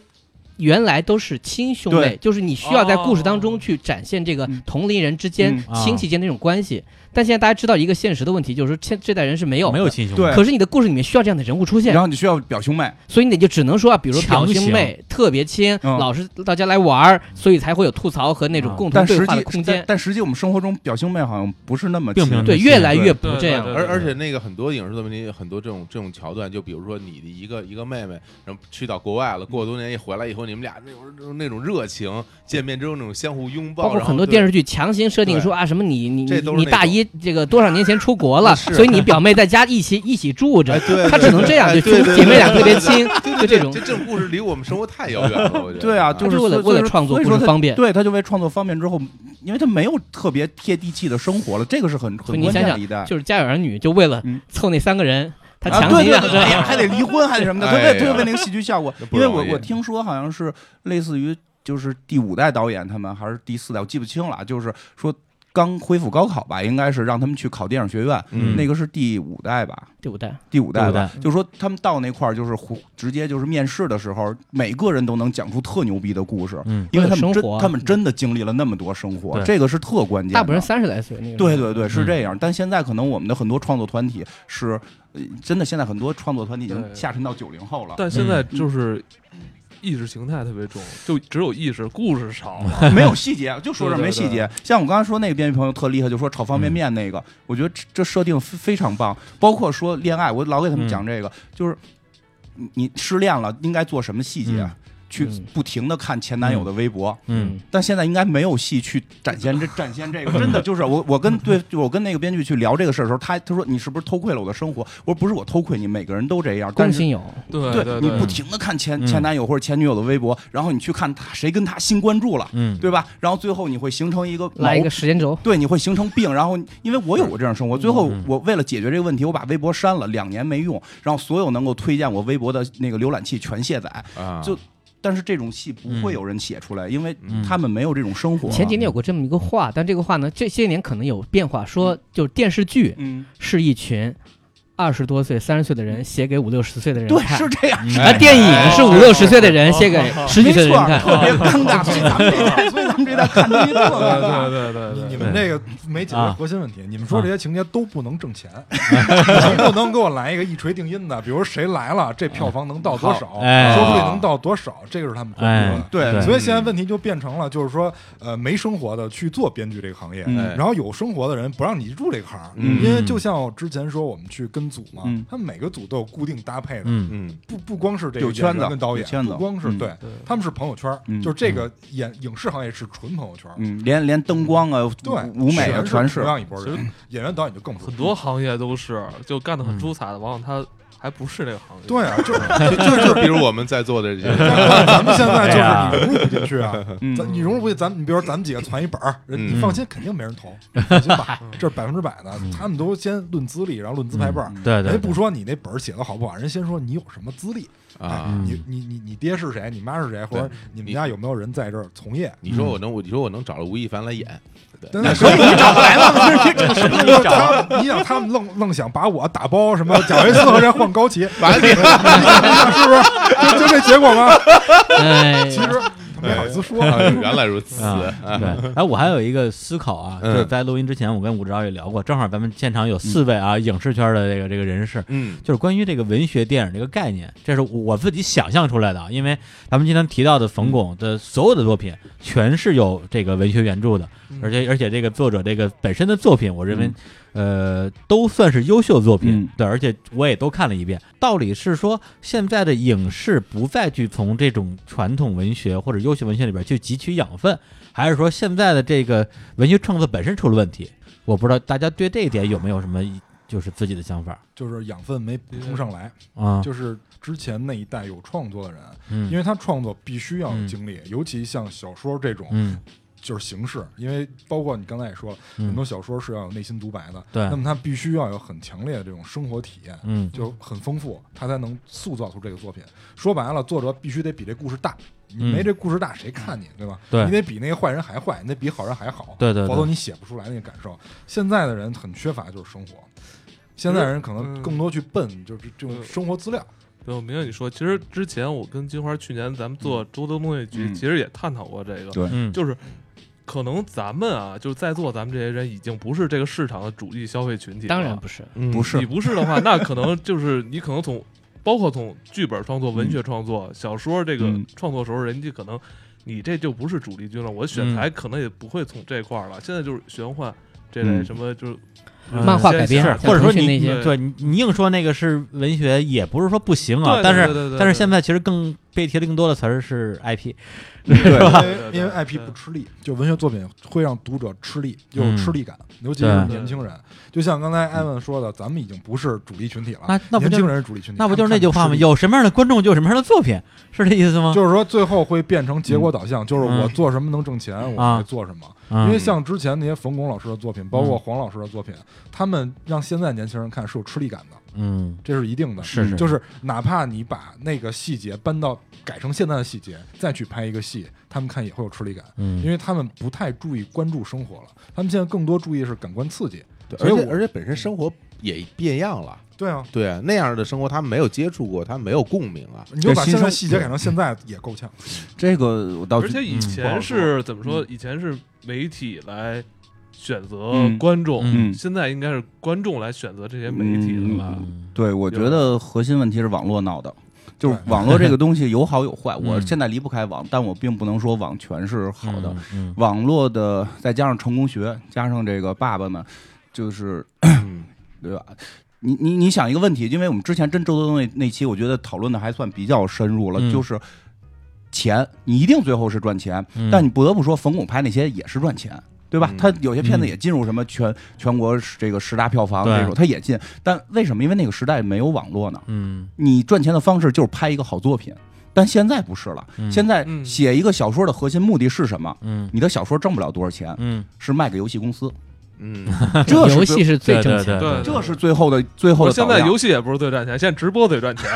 [SPEAKER 6] 原来都是亲兄妹
[SPEAKER 2] 对，哦
[SPEAKER 6] 就是你需要在故事当中去展现这个
[SPEAKER 2] 嗯
[SPEAKER 6] 同龄人之间
[SPEAKER 2] 嗯、
[SPEAKER 4] 啊
[SPEAKER 6] 亲戚间的那种关系。但现在大家知道一个现实的问题，就是说现这代人是没有的
[SPEAKER 4] 没有。亲兄弟，
[SPEAKER 2] 对
[SPEAKER 6] 可是你的故事里面需要这样的人物出现
[SPEAKER 2] 然，后你需要表兄妹，
[SPEAKER 6] 所以你就只能说啊，比如说表
[SPEAKER 4] 强行
[SPEAKER 6] 兄妹特别亲，
[SPEAKER 2] 嗯
[SPEAKER 6] 老是到家来玩儿，所以才会有吐槽和那种
[SPEAKER 4] 啊
[SPEAKER 6] 共同
[SPEAKER 2] 但
[SPEAKER 6] 对
[SPEAKER 2] 实
[SPEAKER 6] 话的
[SPEAKER 2] 际
[SPEAKER 6] 空
[SPEAKER 2] 但
[SPEAKER 6] 间。
[SPEAKER 2] 但实际我们生活中表兄妹好像不是那么
[SPEAKER 4] 并
[SPEAKER 2] 亲
[SPEAKER 4] 没有那么
[SPEAKER 6] 对，
[SPEAKER 4] 对
[SPEAKER 6] 越来越
[SPEAKER 1] 对
[SPEAKER 6] 不这样
[SPEAKER 1] 对。
[SPEAKER 5] 而而且那个很多影视作品里很多这种这种桥段，就比如说你的一个一个妹妹，然后去到国外了，过多年一回来以后，你们俩那种那种热情，见面之后那种相互拥抱，
[SPEAKER 6] 包括
[SPEAKER 5] 然后
[SPEAKER 6] 很多
[SPEAKER 5] 就
[SPEAKER 6] 电视剧强行设定
[SPEAKER 5] 对
[SPEAKER 6] 说啊什么你你
[SPEAKER 5] 这
[SPEAKER 6] 你
[SPEAKER 5] 都是
[SPEAKER 6] 你
[SPEAKER 5] 那
[SPEAKER 6] 大
[SPEAKER 5] 种
[SPEAKER 6] 姨这个多少年前出国了，
[SPEAKER 5] 是
[SPEAKER 6] 所以你表妹在家一起一起住着
[SPEAKER 5] 哎，对，
[SPEAKER 6] 她
[SPEAKER 5] 对
[SPEAKER 6] 只能这样，
[SPEAKER 5] 对
[SPEAKER 6] 就
[SPEAKER 5] 对对
[SPEAKER 6] 姐妹俩
[SPEAKER 5] 对
[SPEAKER 6] 特别
[SPEAKER 5] 对
[SPEAKER 6] 亲，就这种
[SPEAKER 5] 这。这种故事离我们生活太遥远了，我觉得。
[SPEAKER 2] 对啊，就是
[SPEAKER 6] 为了
[SPEAKER 2] 所以
[SPEAKER 6] 为了创作
[SPEAKER 2] 所以
[SPEAKER 6] 不
[SPEAKER 2] 说
[SPEAKER 6] 是
[SPEAKER 2] 他
[SPEAKER 6] 方便
[SPEAKER 2] 对他就为创作方便之后，因为他没有特别贴地气的生活了，这个是很
[SPEAKER 6] 所
[SPEAKER 2] 很
[SPEAKER 6] 以你
[SPEAKER 2] 关
[SPEAKER 6] 想
[SPEAKER 2] 键的
[SPEAKER 6] 想
[SPEAKER 2] 一代，。
[SPEAKER 6] 就是《家有儿女》就为了
[SPEAKER 2] 嗯
[SPEAKER 6] 凑那三个人，他
[SPEAKER 2] 啊
[SPEAKER 6] 强
[SPEAKER 2] 对
[SPEAKER 6] 行
[SPEAKER 2] 对
[SPEAKER 6] 让
[SPEAKER 2] 对
[SPEAKER 6] 这
[SPEAKER 2] 对
[SPEAKER 6] 样。
[SPEAKER 2] 还得离婚，还得什么的，他
[SPEAKER 5] 哎
[SPEAKER 2] 为
[SPEAKER 5] 呀
[SPEAKER 2] 他为那个喜剧效果，
[SPEAKER 5] 不
[SPEAKER 2] 因为
[SPEAKER 5] 容易
[SPEAKER 2] 我我听说好像是类似于就是第五代导演他们还是第四代，我记不清了，就是说刚恢复高考吧，应该是让他们去考电影学院，
[SPEAKER 5] 嗯
[SPEAKER 2] 那个是第五代吧，
[SPEAKER 6] 对不对？
[SPEAKER 2] 第五代吧，
[SPEAKER 4] 第
[SPEAKER 2] 就说他们到那块儿就是胡直接就是面试的时候，每个人都能讲出特牛逼的故事，
[SPEAKER 4] 嗯，
[SPEAKER 2] 因为他们
[SPEAKER 6] 生
[SPEAKER 2] 真
[SPEAKER 6] 活
[SPEAKER 2] 他们真的经历了那么多生活，
[SPEAKER 4] 对
[SPEAKER 2] 这个是特关键的。
[SPEAKER 6] 大部分人三十来岁那个。
[SPEAKER 2] 对对对，是
[SPEAKER 4] 嗯
[SPEAKER 2] 这样。但现在可能我们的很多创作团体是，呃真的现在很多创作团体已经
[SPEAKER 1] 对
[SPEAKER 2] 下沉到九零后了。
[SPEAKER 1] 但现在就是意识形态特别重，就只有意识，故事少了。
[SPEAKER 2] 没有细节，就说这
[SPEAKER 1] 对对
[SPEAKER 2] 没细节。像我刚才说那个编剧朋友特厉害，就说炒方便面那个，我觉得这这设定非非常棒。包括说恋爱，我老给他们讲这个，就是你你失恋了应该做什么细节，
[SPEAKER 4] 嗯
[SPEAKER 2] 去
[SPEAKER 6] 嗯
[SPEAKER 2] 不停的看前男友的微博。
[SPEAKER 4] 嗯，
[SPEAKER 2] 但现在应该没有戏去展现这展现这个，真的就是我我跟对我跟那个编剧去聊这个事儿的时候，他他说你是不是偷窥了我的生活？我说不是我偷窥你，每个人都这样。但
[SPEAKER 6] 共
[SPEAKER 2] 是
[SPEAKER 6] 性有，
[SPEAKER 1] 对
[SPEAKER 2] 对
[SPEAKER 1] 对
[SPEAKER 2] 你不停的看前前
[SPEAKER 4] 嗯
[SPEAKER 2] 男友或者前女友的微博，然后你去看他谁跟他新关注了，
[SPEAKER 4] 嗯，
[SPEAKER 2] 对吧？然后最后你会形成一个毛
[SPEAKER 6] 来一个时间轴，
[SPEAKER 2] 对，你会形成病。然后，因为我有过这样生活，最后
[SPEAKER 4] 嗯
[SPEAKER 2] 我为了解决这个问题，我把微博删了，两年没用，然后所有能够推荐我微博的那个浏览器全卸载。
[SPEAKER 5] 啊，
[SPEAKER 2] 就但是这种戏不会有人写出来，因为
[SPEAKER 5] 嗯
[SPEAKER 2] 他们没有这种生活。
[SPEAKER 6] 前几年有过这么一个话，但这个话呢，这些年可能有变化，说就是电视剧
[SPEAKER 2] 嗯，
[SPEAKER 6] 是一群二十多岁、三十岁的人写给五六十岁的人
[SPEAKER 2] 对，
[SPEAKER 6] 看，
[SPEAKER 2] 是这样，
[SPEAKER 4] 嗯
[SPEAKER 2] 是
[SPEAKER 5] 哎
[SPEAKER 6] 啊，电影是五六十岁的人写给十几
[SPEAKER 2] 没
[SPEAKER 6] 岁的
[SPEAKER 2] 错
[SPEAKER 6] 人，看，哦
[SPEAKER 2] 特别尴尬。所以咱们这代，所以咱们这代看东西特
[SPEAKER 1] 对
[SPEAKER 2] 尴
[SPEAKER 1] 对
[SPEAKER 2] 尬。
[SPEAKER 1] 对对
[SPEAKER 3] 你
[SPEAKER 1] 对，
[SPEAKER 3] 你们这个没解决
[SPEAKER 4] 啊
[SPEAKER 3] 核心问题，你们说这些情节都不能挣钱，你不能给我来一个一锤定音的，比如谁来了，这票房能到多少，
[SPEAKER 4] 哎
[SPEAKER 3] 收视率能到多少，这个是他们关注
[SPEAKER 4] 哎
[SPEAKER 3] 的，。
[SPEAKER 2] 对
[SPEAKER 4] 对，
[SPEAKER 3] 所以现在问题就变成了，就是说，呃，没生活的去做编剧这个行业，
[SPEAKER 2] 嗯
[SPEAKER 5] 哎
[SPEAKER 3] 然后有生活的人不让你入这个行，
[SPEAKER 5] 嗯
[SPEAKER 3] 因为就像我之前说，我们去跟组嘛，
[SPEAKER 2] 嗯
[SPEAKER 3] 他们每个组都有固定搭配的，
[SPEAKER 4] 嗯
[SPEAKER 5] 嗯
[SPEAKER 3] 不不光是这个
[SPEAKER 2] 有圈子
[SPEAKER 3] 演员跟导演，
[SPEAKER 2] 有圈子
[SPEAKER 3] 不光是
[SPEAKER 2] 嗯
[SPEAKER 3] 对，他们是朋友圈，
[SPEAKER 2] 嗯
[SPEAKER 3] 就是这个演影视行业是纯朋友圈，
[SPEAKER 2] 嗯，连连灯光啊、
[SPEAKER 3] 对，
[SPEAKER 2] 舞舞美啊，全
[SPEAKER 3] 全
[SPEAKER 2] 是
[SPEAKER 3] 同。样一拨人，演员导演就更不是
[SPEAKER 1] 很多。行业都是就干得很出彩的，往往他还不是这个行业。
[SPEAKER 3] 对啊，就是
[SPEAKER 5] 就就就比如我们在座的这些，
[SPEAKER 3] 咱咱们现在
[SPEAKER 4] 哎
[SPEAKER 3] 就是你融入不进去啊，
[SPEAKER 2] 嗯
[SPEAKER 3] 咱你融入不进，咱们你比如说咱们几个攒一本儿，人
[SPEAKER 5] 嗯
[SPEAKER 3] 你放心，肯定没人 投，放心吧，这是百分之百的。他们都先论资历，然后论资排辈儿
[SPEAKER 2] 嗯。
[SPEAKER 4] 对对，
[SPEAKER 3] 人家不说你那本儿写的好不好，人先说你有什么资历
[SPEAKER 5] 啊
[SPEAKER 3] 哎。你你你你爹是谁？你妈是谁？或者你们
[SPEAKER 5] 你
[SPEAKER 3] 家有没有人在这儿从业？
[SPEAKER 5] 你说我能，我你说我能找了吴亦凡来演，
[SPEAKER 3] 真的，所以你
[SPEAKER 2] 找来 了，
[SPEAKER 3] 他，你想他们愣愣想把我打包什么贾维斯和这换高旗，
[SPEAKER 5] 完了你
[SPEAKER 3] 是不是？就就这结果吗？哎
[SPEAKER 6] 哎，
[SPEAKER 3] 其实他没好意思说，
[SPEAKER 5] 啊原来如此
[SPEAKER 4] 啊，对，哎，我还有一个思考啊，就
[SPEAKER 5] 嗯
[SPEAKER 4] 是在录音之前，我跟武指导也聊过，正好咱们现场有四位啊，影视圈的这个这个人士，
[SPEAKER 5] 嗯
[SPEAKER 4] 就是关于这个文学电影这个概念，这是我自己想象出来的啊。因为咱们今天提到的冯巩的所有的作品，全是有这个文学原著的，
[SPEAKER 1] 嗯
[SPEAKER 4] 而且而且这个作者这个本身的作品，我认为
[SPEAKER 2] 嗯
[SPEAKER 4] 呃，都算是优秀作品
[SPEAKER 2] 嗯，
[SPEAKER 4] 对，而且我也都看了一遍。道理是说，现在的影视不再去从这种传统文学或者优秀文学里边去汲取养分，还是说现在的这个文学创作本身出了问题？我不知道大家对这一点有没有什么就是自己的想法
[SPEAKER 3] 就是养分没补充上来，
[SPEAKER 4] 啊？
[SPEAKER 3] 就是之前那一代有创作的人，因
[SPEAKER 4] 嗯
[SPEAKER 3] 为他创作必须要有
[SPEAKER 4] 嗯
[SPEAKER 3] 经历，尤其像小说这种
[SPEAKER 4] 嗯
[SPEAKER 3] 就是形式，因为包括你刚才也说了，很
[SPEAKER 4] 嗯
[SPEAKER 3] 多小说是要有内心独白的，
[SPEAKER 4] 对
[SPEAKER 3] 那么他必须要有很强烈的这种生活体验，
[SPEAKER 4] 嗯
[SPEAKER 3] 就很丰富，他才能塑造出这个作品。说白了，作者必须得比这故事大，你
[SPEAKER 4] 嗯
[SPEAKER 3] 没这故事大，谁看你，对吧？
[SPEAKER 4] 对
[SPEAKER 3] 你得比那个坏人还坏，你得比好人还好，
[SPEAKER 4] 对对对
[SPEAKER 3] 否则你写不出来那个感受。现在的人很缺乏就是生活，现在人可能
[SPEAKER 1] 嗯
[SPEAKER 3] 更多去奔就是这种
[SPEAKER 1] 嗯
[SPEAKER 3] 生活 资料，
[SPEAKER 1] 对，我明白你说。其实之前我跟金花去年咱们做周德梦那局，
[SPEAKER 2] 嗯
[SPEAKER 1] 其实也探讨过这个，
[SPEAKER 2] 对
[SPEAKER 4] 嗯，
[SPEAKER 1] 就是可能咱们啊，就是在座咱们这些人已经不是这个市场的主力消费群体了，
[SPEAKER 6] 当然不是，
[SPEAKER 1] 嗯
[SPEAKER 2] 不是
[SPEAKER 1] 你不是的话，那可能就是你可能从包括从剧本创作、文学创作、小说这个
[SPEAKER 2] 嗯
[SPEAKER 1] 创作时候，人家可能你这就不是主力军了，我
[SPEAKER 2] 嗯
[SPEAKER 1] 选材可能也不会从这块儿了。现在就是玄幻这类
[SPEAKER 2] 嗯呃
[SPEAKER 1] 什么，就是
[SPEAKER 4] 嗯
[SPEAKER 6] 漫画改编
[SPEAKER 4] 是，
[SPEAKER 1] 像
[SPEAKER 4] 或者说
[SPEAKER 6] 腾讯
[SPEAKER 4] 你
[SPEAKER 6] 那些
[SPEAKER 4] 你对你你硬说那个是文学，也不是说不行啊
[SPEAKER 1] 对，
[SPEAKER 4] 但
[SPEAKER 1] 对对对
[SPEAKER 4] 是
[SPEAKER 1] 对
[SPEAKER 4] 但是
[SPEAKER 1] 对
[SPEAKER 4] 现在其实更被贴更多的词儿是 IP，
[SPEAKER 2] 对
[SPEAKER 3] 因
[SPEAKER 1] 对
[SPEAKER 3] 为
[SPEAKER 1] 对对
[SPEAKER 3] 因为 IP
[SPEAKER 1] 对
[SPEAKER 3] 不吃力，就文学作品会让读者吃力，有
[SPEAKER 4] 嗯
[SPEAKER 3] 吃力感，尤其是
[SPEAKER 4] 对
[SPEAKER 3] 年轻人。就像刚才艾文说的，咱们已经不是主力群体了，
[SPEAKER 4] 那那不
[SPEAKER 3] 年
[SPEAKER 4] 就
[SPEAKER 3] 轻人是主力群体，
[SPEAKER 4] 那不
[SPEAKER 3] 他
[SPEAKER 4] 就是
[SPEAKER 3] 们
[SPEAKER 4] 那句话吗？
[SPEAKER 3] 看着吃力
[SPEAKER 4] 有什么样的观众，就有什么样的作品，是这意思吗？
[SPEAKER 3] 就是说最后会变成结果导向，就是我做什么能挣钱，我
[SPEAKER 4] 嗯啊
[SPEAKER 3] 会做什么。
[SPEAKER 4] 啊
[SPEAKER 3] 因为像之前那些冯巩老师的作品，包
[SPEAKER 4] 嗯
[SPEAKER 3] 括黄老师的作品，他们让现在年轻人看是有吃力感的，
[SPEAKER 4] 嗯，
[SPEAKER 3] 这是一定的。
[SPEAKER 4] 是是
[SPEAKER 3] 就是哪怕你把那个细节搬到改成现在的细节，再去拍一个戏，他们看也会有吃力感。
[SPEAKER 4] 嗯
[SPEAKER 3] 因为他们不太注意关注生活了，他们现在更多注意是感官刺激。
[SPEAKER 5] 对
[SPEAKER 3] 所以
[SPEAKER 5] 而且
[SPEAKER 3] 我
[SPEAKER 5] 而且本身生活也变样了，
[SPEAKER 3] 对啊，
[SPEAKER 5] 对啊，那样的生活他们没有接触过，他们没有共鸣啊。
[SPEAKER 3] 你就把
[SPEAKER 2] 这新
[SPEAKER 3] 现在
[SPEAKER 2] 生
[SPEAKER 3] 细节改成现在也够呛。
[SPEAKER 2] 这个我倒
[SPEAKER 1] 而且以前是怎么
[SPEAKER 2] 嗯
[SPEAKER 1] 说？以前是媒体来选择
[SPEAKER 2] 嗯
[SPEAKER 1] 观众，
[SPEAKER 2] 嗯
[SPEAKER 1] 现在应该是观众来选择这些媒体了吧？
[SPEAKER 4] 嗯
[SPEAKER 2] 对，我觉得核心问题是网络闹的，就是
[SPEAKER 3] 对
[SPEAKER 2] 网络这个东西有好有 坏。我
[SPEAKER 4] 嗯
[SPEAKER 2] 现在离不开网，但我并不能说网全是好的。，
[SPEAKER 4] 嗯
[SPEAKER 2] 网络的再加上成功学，加上这个爸爸们，就是
[SPEAKER 5] 嗯
[SPEAKER 2] 对吧？你你你想一个问题，因为我们之前真周德东那那期，我觉得讨论的还算比较深入了，
[SPEAKER 4] 嗯
[SPEAKER 2] 就是钱，你一定最后是赚钱，
[SPEAKER 4] 嗯
[SPEAKER 2] 但你不得不说，冯巩拍那些也是赚钱。对吧
[SPEAKER 5] 嗯？
[SPEAKER 2] 他有些片子也进入什么全、全国这个十大票房这种，
[SPEAKER 4] 对
[SPEAKER 2] 他也进，但为什么？因为那个时代没有网络呢，
[SPEAKER 4] 嗯
[SPEAKER 2] 你赚钱的方式就是拍一个好作品，但现在不是了。
[SPEAKER 4] 嗯
[SPEAKER 2] 现在
[SPEAKER 1] 嗯
[SPEAKER 2] 写一个小说的核心目的是什么？
[SPEAKER 4] 嗯
[SPEAKER 2] 你的小说挣不了多少钱，
[SPEAKER 4] 嗯，
[SPEAKER 2] 是卖给游戏公司，
[SPEAKER 5] 嗯，
[SPEAKER 2] 这是
[SPEAKER 6] 游
[SPEAKER 2] 最
[SPEAKER 6] 戏是最挣钱
[SPEAKER 4] 对
[SPEAKER 6] 的。
[SPEAKER 1] 对
[SPEAKER 2] 这是最后的最后
[SPEAKER 1] 不
[SPEAKER 2] 的
[SPEAKER 1] 是
[SPEAKER 2] 导
[SPEAKER 1] 现
[SPEAKER 2] 量。
[SPEAKER 1] 在 游戏也不是最赚钱，现在直播最赚钱。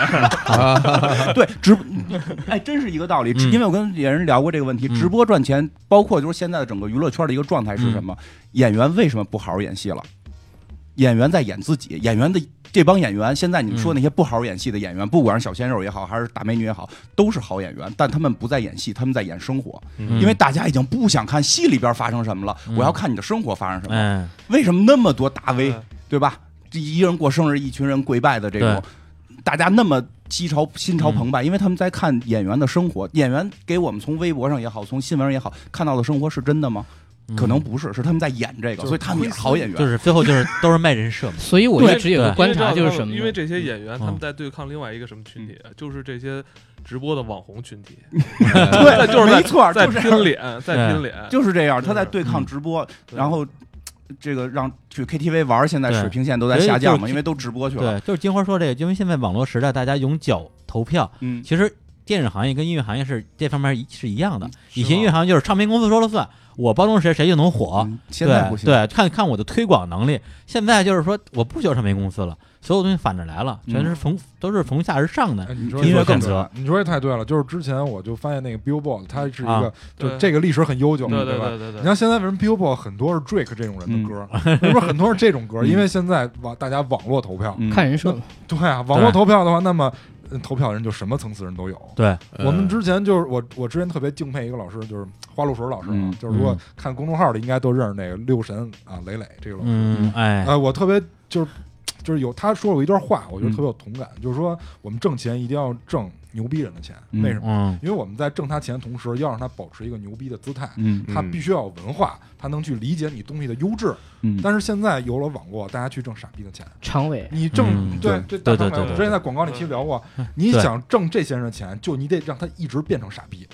[SPEAKER 2] 对直，哎，真是一个道理。直
[SPEAKER 4] 嗯
[SPEAKER 2] 因为我跟演员聊过这个问题，
[SPEAKER 4] 嗯
[SPEAKER 2] 直播赚钱，包括就是现在的整个娱乐圈的一个状态是什么？演员为什么不好好演戏了？演员在演自己，演员的这帮演员，现在你们说那些不好好演戏的演员，不管是小鲜肉也好，还是大美女也好，都是好演员，但他们不在演戏，他们在演生活，
[SPEAKER 4] 嗯
[SPEAKER 2] 因为大家已经不想看戏里边发生什么了，
[SPEAKER 4] 嗯
[SPEAKER 2] 我要看你的生活发生什么。
[SPEAKER 4] 哎，
[SPEAKER 2] 为什么那么多大 V，
[SPEAKER 1] 嗯
[SPEAKER 2] 对吧？这一个人过生日，一群人跪拜的这种，大家那么激潮、心潮澎湃，
[SPEAKER 4] 嗯
[SPEAKER 2] 因为他们在看演员的生活。演员给我们从微博上也好，从新闻上也好看到的生活是真的吗？
[SPEAKER 4] 嗯
[SPEAKER 2] 可能不是，是他们在演这个，
[SPEAKER 3] 就是
[SPEAKER 2] 所以他们也是好演员。
[SPEAKER 4] 就是最后就是都是卖人设嘛，
[SPEAKER 6] 所以我一直有个观察就是什么呢？
[SPEAKER 1] 因为这些演员
[SPEAKER 4] 嗯
[SPEAKER 1] 他们在对抗另外一个什么群
[SPEAKER 2] 嗯
[SPEAKER 1] 体，啊就是这些直播的网红群体，
[SPEAKER 5] 嗯
[SPEAKER 2] 对，
[SPEAKER 1] 就是
[SPEAKER 2] 嗯没错，
[SPEAKER 1] 在
[SPEAKER 2] 就是这
[SPEAKER 1] 拼
[SPEAKER 2] 样，
[SPEAKER 1] 脸，在拼脸。
[SPEAKER 2] 就是这样。
[SPEAKER 1] 对
[SPEAKER 2] 他在对抗直播，然后这个让去 KTV 玩，现在
[SPEAKER 4] 嗯对
[SPEAKER 2] 水平线都在
[SPEAKER 4] 所以
[SPEAKER 2] 下降嘛，
[SPEAKER 4] 就是
[SPEAKER 2] 因为都直播去了。
[SPEAKER 4] 对，就是金花说这个，因为现在网络时代，大家用脚投票，
[SPEAKER 2] 嗯，
[SPEAKER 4] 其实电影行业跟音乐行业是这方面一是一样的。以
[SPEAKER 1] 是
[SPEAKER 4] 前
[SPEAKER 1] 吗
[SPEAKER 4] 音乐行业就是唱片公司说了算，我包装谁谁就能火，
[SPEAKER 2] 嗯现在
[SPEAKER 4] 对
[SPEAKER 2] 不行。
[SPEAKER 4] 对，看看我的推广能力。现在就是说，我不需要唱片公司了，所有东西反着来了，全是从、都是从下而上的
[SPEAKER 3] 哎，你
[SPEAKER 4] 嗯
[SPEAKER 3] 说
[SPEAKER 4] 音
[SPEAKER 3] 这
[SPEAKER 4] 乐
[SPEAKER 3] 太
[SPEAKER 4] 更
[SPEAKER 3] 对
[SPEAKER 4] 自由
[SPEAKER 3] 了你说这太对了。就是之前我就发现那个 Billboard，它是一
[SPEAKER 4] 啊
[SPEAKER 3] 个，就
[SPEAKER 1] 对
[SPEAKER 3] 这个历史很悠久，
[SPEAKER 1] 对对
[SPEAKER 3] 吧？
[SPEAKER 1] 对对对
[SPEAKER 3] 你像现在为什么 Billboard 很多是 Drake 这种
[SPEAKER 4] 嗯
[SPEAKER 3] 人的歌，为什么很多是这 种歌？
[SPEAKER 2] 嗯
[SPEAKER 3] 因为现在网大家网络投票，
[SPEAKER 2] 嗯
[SPEAKER 6] 看人说，
[SPEAKER 3] 对啊，网络投票的话，那么呃投票的人就什么层次人都有。
[SPEAKER 4] 对，
[SPEAKER 5] 嗯
[SPEAKER 2] 呃
[SPEAKER 3] 我们之前就是我，我之前特别敬佩一个老师，就是花露水老师啊
[SPEAKER 2] 嗯，
[SPEAKER 3] 就是如果
[SPEAKER 4] 嗯
[SPEAKER 3] 看公众号的，应该都认识那个六神啊，磊磊这个老师。
[SPEAKER 4] 嗯，哎，
[SPEAKER 3] 呃，我特别就是就是有他说过一段话，我觉得
[SPEAKER 2] 嗯
[SPEAKER 3] 特别有同感，就是说我们挣钱一定要挣牛逼人的钱，
[SPEAKER 2] 嗯
[SPEAKER 3] 为什么？
[SPEAKER 4] 嗯
[SPEAKER 3] 因为我们在挣他钱的同时，要让他保持一个牛逼的姿态，
[SPEAKER 2] 嗯
[SPEAKER 3] 他必须要有文化，他能去理解你东西的优质。
[SPEAKER 2] 嗯，
[SPEAKER 3] 但是现在有了网络，大家去挣傻逼的钱，
[SPEAKER 6] 常委
[SPEAKER 3] 你挣、
[SPEAKER 4] 嗯
[SPEAKER 3] 对
[SPEAKER 2] 对
[SPEAKER 3] 大
[SPEAKER 4] 对
[SPEAKER 3] 张
[SPEAKER 4] 对
[SPEAKER 3] 伟，
[SPEAKER 4] 对
[SPEAKER 3] 我之前在广告里其实聊过，你想挣这些人的钱，就你得让他一直变成傻逼，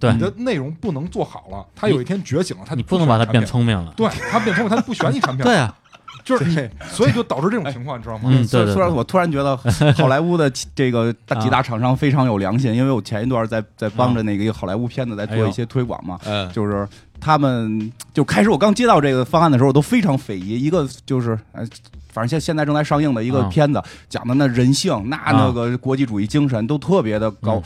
[SPEAKER 4] 对
[SPEAKER 3] 你的内容不能做好了，他有一天觉醒了，他
[SPEAKER 4] 嗯你不能把它
[SPEAKER 3] 他
[SPEAKER 4] 变，聪明了。
[SPEAKER 3] 对他变聪明，他不选你产品，
[SPEAKER 4] 对，啊，
[SPEAKER 3] 就是你，所以就导致这种情况，你知道吗？
[SPEAKER 4] 嗯，对
[SPEAKER 2] 虽
[SPEAKER 4] 对
[SPEAKER 2] 虽然
[SPEAKER 4] 对，
[SPEAKER 2] 我突然 觉得好莱坞的这个大
[SPEAKER 4] 啊
[SPEAKER 2] 几大厂商非常有良心，因为我前一段在在帮着那个一个好莱坞片子在
[SPEAKER 4] 哎
[SPEAKER 2] 做
[SPEAKER 4] 呦
[SPEAKER 2] 一些推广嘛，
[SPEAKER 5] 嗯，
[SPEAKER 2] 就是他们就开始我刚接到这个方案的时候，我都非常匪夷。一个就是呃，反正现现在正在上映的一个
[SPEAKER 4] 啊
[SPEAKER 2] 片子，讲的那人性，那
[SPEAKER 4] 啊
[SPEAKER 2] 那个国际主义精神都特别的高。
[SPEAKER 4] 嗯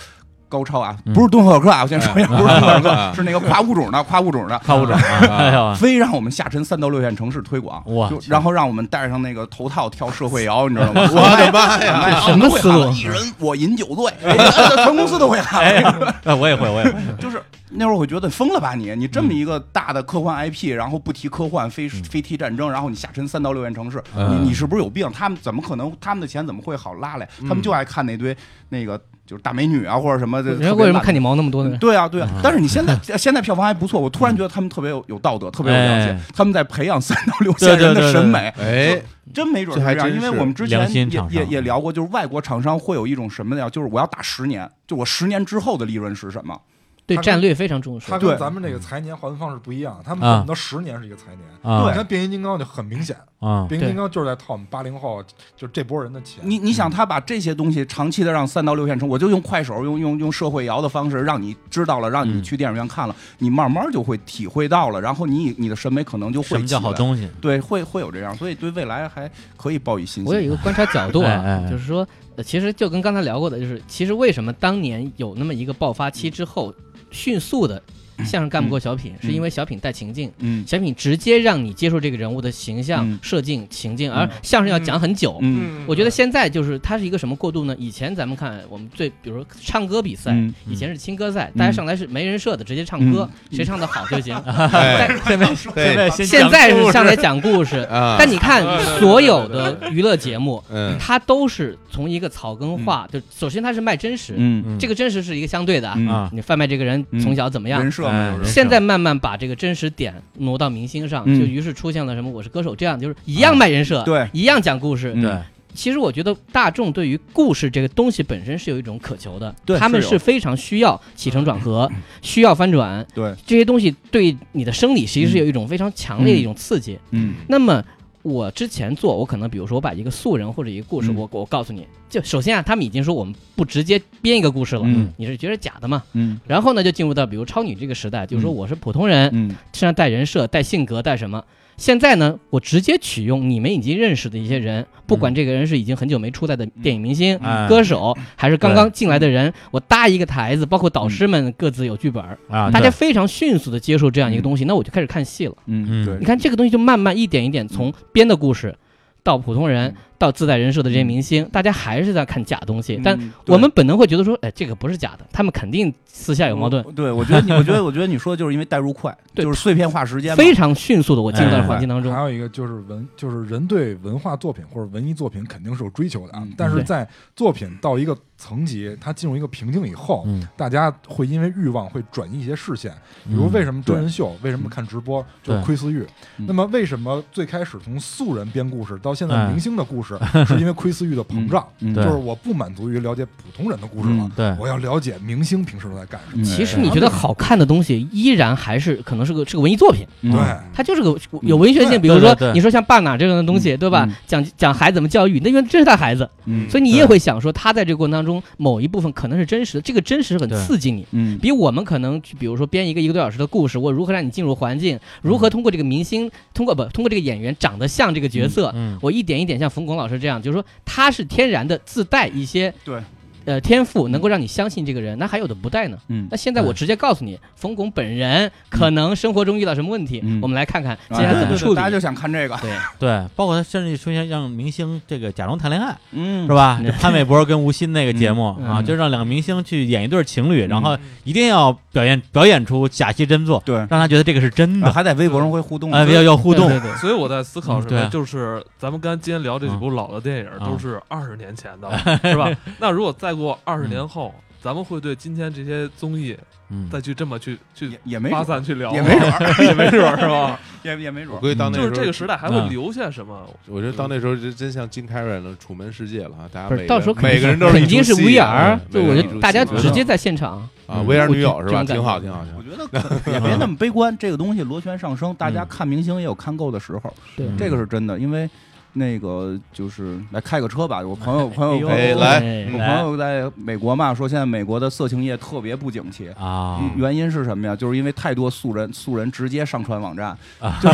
[SPEAKER 2] 高超啊，
[SPEAKER 4] 嗯
[SPEAKER 2] 不是敦刻尔克啊！我先说一下，不是敦刻尔
[SPEAKER 5] 啊
[SPEAKER 2] 克，是那个跨物种的，跨物种的，
[SPEAKER 4] 靠不准啊，哎呦，
[SPEAKER 2] 非让我们下沉三到六线城市推广，
[SPEAKER 4] 哇
[SPEAKER 2] 就然后让我们戴上那个头套跳社会摇，你知道吗？
[SPEAKER 5] 我的妈呀！
[SPEAKER 2] 哎
[SPEAKER 6] 什么思
[SPEAKER 2] 我
[SPEAKER 6] 路
[SPEAKER 2] 会喊一人我饮酒醉，哎全公司都会
[SPEAKER 4] 哎
[SPEAKER 2] 喊。
[SPEAKER 4] 呀， 哎我也会，我 也会，
[SPEAKER 2] 就是那会儿我觉得疯了吧你，你这么一个大的科幻 IP，然后不提科幻，非非提战争，然后你下沉三到六线城市，
[SPEAKER 5] 嗯
[SPEAKER 2] 你你是不是有病？他们怎么可能？他们的钱怎么会好拉来？他们就爱看那堆那个就是大美女啊或者什么的。
[SPEAKER 6] 人家为
[SPEAKER 2] 特别
[SPEAKER 6] 什么
[SPEAKER 2] 烂的
[SPEAKER 6] 看你毛那么多呢？
[SPEAKER 2] 对啊，对啊，但是你现在现在票房还不错，我突然觉得他们特别有有道德，特别有良
[SPEAKER 4] 哎
[SPEAKER 2] 心，他们在培养三到六线人
[SPEAKER 4] 对对
[SPEAKER 2] 的
[SPEAKER 4] 对对
[SPEAKER 2] 审美，
[SPEAKER 5] 哎，
[SPEAKER 2] 真没准
[SPEAKER 5] 这
[SPEAKER 2] 是
[SPEAKER 5] 还
[SPEAKER 2] 这样，
[SPEAKER 5] 真
[SPEAKER 2] 因为
[SPEAKER 5] 是
[SPEAKER 2] 我们之
[SPEAKER 4] 良
[SPEAKER 2] 前
[SPEAKER 4] 心
[SPEAKER 2] 也
[SPEAKER 4] 厂商嗯
[SPEAKER 2] 也也聊过，就是外国厂商会有一种什么呀？就是我要打十年，就我十年之后的利润是什么？
[SPEAKER 6] 对
[SPEAKER 3] 他跟
[SPEAKER 6] 战略非常重视
[SPEAKER 3] 他。跟
[SPEAKER 2] 对
[SPEAKER 3] 咱们这个财年划分方式不一样，他们
[SPEAKER 4] 啊
[SPEAKER 3] 我们的十年是一个财年。
[SPEAKER 4] 啊
[SPEAKER 3] 你看变形金刚就很明显，
[SPEAKER 4] 啊，
[SPEAKER 3] 变形金刚就是在套我们八零后，就这波人的钱。
[SPEAKER 2] 你
[SPEAKER 4] 嗯
[SPEAKER 2] 你想，他把这些东西长期的让三到六线城，我就用快手，用用用社会摇的方式，让你知道了，让你
[SPEAKER 4] 嗯
[SPEAKER 2] 去电影院看了，你慢慢就会体会到了，然后你你的审美可能就
[SPEAKER 4] 什
[SPEAKER 2] 会
[SPEAKER 4] 么叫
[SPEAKER 2] 起
[SPEAKER 4] 好
[SPEAKER 2] 来
[SPEAKER 4] 东西？
[SPEAKER 2] 对，会会有这样，所以对未来还可以抱以信
[SPEAKER 6] 我有一
[SPEAKER 2] 心。
[SPEAKER 6] 个观察角度
[SPEAKER 4] 哎
[SPEAKER 6] 啊
[SPEAKER 4] 哎，哎
[SPEAKER 6] 就是说，呃其实就跟刚才聊过的，就是其实为什么当年有那么一个爆发期之后，迅速的相声干不过小品，
[SPEAKER 2] 嗯
[SPEAKER 6] 是因为小品带情境。
[SPEAKER 2] 嗯
[SPEAKER 6] 小品直接让你接受这个人物的形象
[SPEAKER 2] 嗯、
[SPEAKER 6] 设境、情境，
[SPEAKER 2] 嗯
[SPEAKER 6] 而相声要讲很久。
[SPEAKER 2] 嗯
[SPEAKER 6] 我觉得现在就是它是一个什么过渡呢？以前咱们看我们最，比如说唱歌比赛，
[SPEAKER 2] 嗯
[SPEAKER 6] 以前是亲歌赛，
[SPEAKER 2] 嗯
[SPEAKER 6] 大家上来是没人设的，直接唱歌，
[SPEAKER 2] 嗯
[SPEAKER 6] 谁唱的好就行。
[SPEAKER 5] 哎
[SPEAKER 6] 但
[SPEAKER 4] 现在
[SPEAKER 5] 对
[SPEAKER 4] 先
[SPEAKER 6] 现
[SPEAKER 4] 讲
[SPEAKER 6] 在
[SPEAKER 4] 故
[SPEAKER 6] 是
[SPEAKER 4] 事
[SPEAKER 6] 上来讲故事，
[SPEAKER 5] 啊，
[SPEAKER 6] 但你看
[SPEAKER 1] 对对对
[SPEAKER 6] 所有的娱乐节目，
[SPEAKER 5] 嗯
[SPEAKER 6] 它都是从一个草根化，就首先它是卖真实，
[SPEAKER 2] 嗯
[SPEAKER 4] 嗯
[SPEAKER 6] 这个真实是一个相对的啊，
[SPEAKER 2] 嗯
[SPEAKER 4] 啊，
[SPEAKER 6] 你贩卖这个人从小怎么样
[SPEAKER 2] 人。设嘛，有人
[SPEAKER 4] 哎
[SPEAKER 2] 设
[SPEAKER 6] 现在慢慢把这个真实点挪到明星上，
[SPEAKER 2] 嗯
[SPEAKER 6] 就于是出现了什么《我是歌手》这样，就是一样卖人设，
[SPEAKER 2] 对
[SPEAKER 6] 一样讲故事，
[SPEAKER 2] 嗯
[SPEAKER 4] 对，
[SPEAKER 6] 其实我觉得大众对于故事这个东西本身是有一种渴求的，
[SPEAKER 2] 对
[SPEAKER 6] 他们
[SPEAKER 2] 是有嗯
[SPEAKER 6] 是非常需要起承转合，需要翻转，
[SPEAKER 2] 对
[SPEAKER 6] 这些东西对你的生理其实是有一种非常强烈的一种刺激。
[SPEAKER 2] 嗯
[SPEAKER 6] 那么我之前做，我可能比如说我把一个素人或者一个故事，
[SPEAKER 2] 嗯
[SPEAKER 6] 我我告诉你，就首先啊，他们已经说我们不直接编一个故事了，
[SPEAKER 2] 嗯
[SPEAKER 6] 你是觉得假的嘛？
[SPEAKER 2] 嗯
[SPEAKER 6] 然后呢，就进入到比如超女这个时代，就是说
[SPEAKER 2] 嗯
[SPEAKER 6] 我是普通人，
[SPEAKER 2] 嗯
[SPEAKER 6] 身上带人设、带性格、带什么。现在呢，我直接取用你们已经认识的一些人，不管这个人是已经很久没出来的电影明星、
[SPEAKER 2] 嗯
[SPEAKER 4] 哎
[SPEAKER 6] 歌手，还是刚刚进来的人，我搭一个台子，包括导师们各自有剧
[SPEAKER 2] 嗯
[SPEAKER 6] 本，
[SPEAKER 4] 啊，
[SPEAKER 6] 大家
[SPEAKER 4] 对
[SPEAKER 6] 非常迅速的接受这样一个东西，那我就开始看戏了。
[SPEAKER 2] 嗯对
[SPEAKER 6] 你看这个东西就慢慢一点一点从编的故事。到普通人
[SPEAKER 2] 嗯，
[SPEAKER 6] 到自带人设的这些明星，大家还是在看假东西，但
[SPEAKER 2] 嗯对
[SPEAKER 6] 我们本能会觉得说，哎，这个不是假的，他们肯定私下有矛盾，
[SPEAKER 2] 嗯我对，我觉得你，我觉得，我觉得你说的就是因为代入快，
[SPEAKER 6] 对
[SPEAKER 2] 就是碎片化时间嘛，
[SPEAKER 6] 非常迅速的我进入到
[SPEAKER 4] 哎
[SPEAKER 6] 环境当中
[SPEAKER 3] 还。有一个就是文，就是人对文化作品或者文艺作品肯定是有追求的啊
[SPEAKER 2] 嗯，
[SPEAKER 3] 但是
[SPEAKER 6] 对
[SPEAKER 3] 在作品到一个层级，它进入一个瓶颈以后，
[SPEAKER 4] 嗯，
[SPEAKER 3] 大家会因为欲望会转移一些视线，比如为什么真人秀，为什么看直播，就是
[SPEAKER 4] 对
[SPEAKER 3] 窥私欲。
[SPEAKER 2] 嗯
[SPEAKER 3] 那么为什么最开始从素人编故事到现
[SPEAKER 4] 哎
[SPEAKER 3] 在明星的故事，是因为窥私欲的膨胀？
[SPEAKER 2] 嗯
[SPEAKER 4] 对
[SPEAKER 3] 就是我不满足于了解普通人的故事了
[SPEAKER 2] 嗯，
[SPEAKER 4] 对
[SPEAKER 3] 我要了解明星平时都在干
[SPEAKER 2] 哎
[SPEAKER 3] 什么。
[SPEAKER 6] 其实你觉得好看的东西，依然还是可能是个是个文艺作品，
[SPEAKER 2] 嗯
[SPEAKER 3] 对，
[SPEAKER 6] 它就是个有文学性。比如
[SPEAKER 4] 对
[SPEAKER 6] 说
[SPEAKER 4] 对对，
[SPEAKER 6] 你说像《爸哪》这样的东西，对吧
[SPEAKER 2] 嗯？
[SPEAKER 6] 讲讲孩子怎么教育，那因为这是他孩子，
[SPEAKER 2] 嗯
[SPEAKER 6] 所以你也会想说，他在这个过程当中某一部分可能是真实的，这个真实很
[SPEAKER 4] 对
[SPEAKER 6] 刺激你。
[SPEAKER 2] 嗯
[SPEAKER 6] 比我们可能，比如说编一个一个多小时的故事，我如何让你进入环境，如何通过这个明
[SPEAKER 2] 嗯
[SPEAKER 6] 星，通过不通过这个演员长得像这个角色，
[SPEAKER 4] 嗯
[SPEAKER 6] 我一点一点像冯巩老师这样，就是说他是天然的自带一些
[SPEAKER 2] 对
[SPEAKER 6] 呃天赋能够让你相信这个人，那还有的不带呢。
[SPEAKER 2] 嗯
[SPEAKER 6] 那现在我直接告诉你，冯巩本人可能生活中遇到什么问题，
[SPEAKER 2] 嗯
[SPEAKER 6] 我们来看看接
[SPEAKER 2] 啊
[SPEAKER 6] 下来怎么
[SPEAKER 2] 对对对
[SPEAKER 6] 处理
[SPEAKER 2] 大。家就想看这个，
[SPEAKER 6] 对，
[SPEAKER 4] 对，包括他甚至出现让明星这个假装谈恋爱，
[SPEAKER 2] 嗯
[SPEAKER 4] 是吧？这潘玮柏跟吴昕那个节目
[SPEAKER 6] 嗯
[SPEAKER 4] 啊，
[SPEAKER 2] 嗯
[SPEAKER 4] 就让两个明星去演一对情侣，然后
[SPEAKER 1] 嗯
[SPEAKER 4] 一定要表演表演出假戏真做，
[SPEAKER 2] 对，
[SPEAKER 4] 让他觉得这个是真的
[SPEAKER 2] 啊，还在微博上会互动，
[SPEAKER 4] 啊，要要互动
[SPEAKER 6] 对，对 对
[SPEAKER 1] 所以我在思考什
[SPEAKER 4] 嗯对
[SPEAKER 1] 么，
[SPEAKER 4] 啊
[SPEAKER 1] 就是咱们刚才今天聊这
[SPEAKER 2] 嗯
[SPEAKER 1] 几部老的电影
[SPEAKER 4] 啊
[SPEAKER 1] 都是二十年前的， 是吧？那如果再过
[SPEAKER 2] 嗯
[SPEAKER 1] 二十年后，咱们会对今天这些综艺
[SPEAKER 4] 嗯，
[SPEAKER 1] 再去这么去去
[SPEAKER 2] 也也没
[SPEAKER 1] 发
[SPEAKER 2] 准
[SPEAKER 1] 散去聊吗，
[SPEAKER 2] 也没准儿 也没准儿是吧？也也没准
[SPEAKER 5] 我
[SPEAKER 2] 儿，
[SPEAKER 5] 估计到那
[SPEAKER 1] 就是
[SPEAKER 5] 时
[SPEAKER 1] 这
[SPEAKER 5] 候
[SPEAKER 1] 个，时代还会
[SPEAKER 4] 嗯
[SPEAKER 1] 留下什么？
[SPEAKER 5] 我觉得到那时候就真像金凯瑞了，楚门世界了啊！大家
[SPEAKER 6] 不
[SPEAKER 5] 每
[SPEAKER 6] 是
[SPEAKER 5] 个
[SPEAKER 6] 到时候
[SPEAKER 5] 人每个人都是
[SPEAKER 6] 肯定
[SPEAKER 5] 一出
[SPEAKER 6] 是
[SPEAKER 5] 戏啊
[SPEAKER 6] VR，就我觉得大
[SPEAKER 5] 每
[SPEAKER 6] 家
[SPEAKER 5] 个人一出戏
[SPEAKER 6] 直接在现场，
[SPEAKER 5] 啊，VR 女友
[SPEAKER 6] 我觉得
[SPEAKER 5] 是吧？
[SPEAKER 6] 这种感觉
[SPEAKER 5] 挺好，挺好，挺好
[SPEAKER 2] 我。觉得可也别那么悲观，这个东西螺旋上升，大家看明星也有看够的时候，
[SPEAKER 6] 对
[SPEAKER 4] 嗯
[SPEAKER 2] 这个是真的。因为那个就是来开个车吧，我朋友朋友
[SPEAKER 5] 哎来
[SPEAKER 2] 我
[SPEAKER 4] 来
[SPEAKER 2] 朋友在美国嘛，说现在美国的色情业特别不景气。
[SPEAKER 4] 啊，
[SPEAKER 2] 原因是什么呀？就是因为太多素人，素人直接上传网站，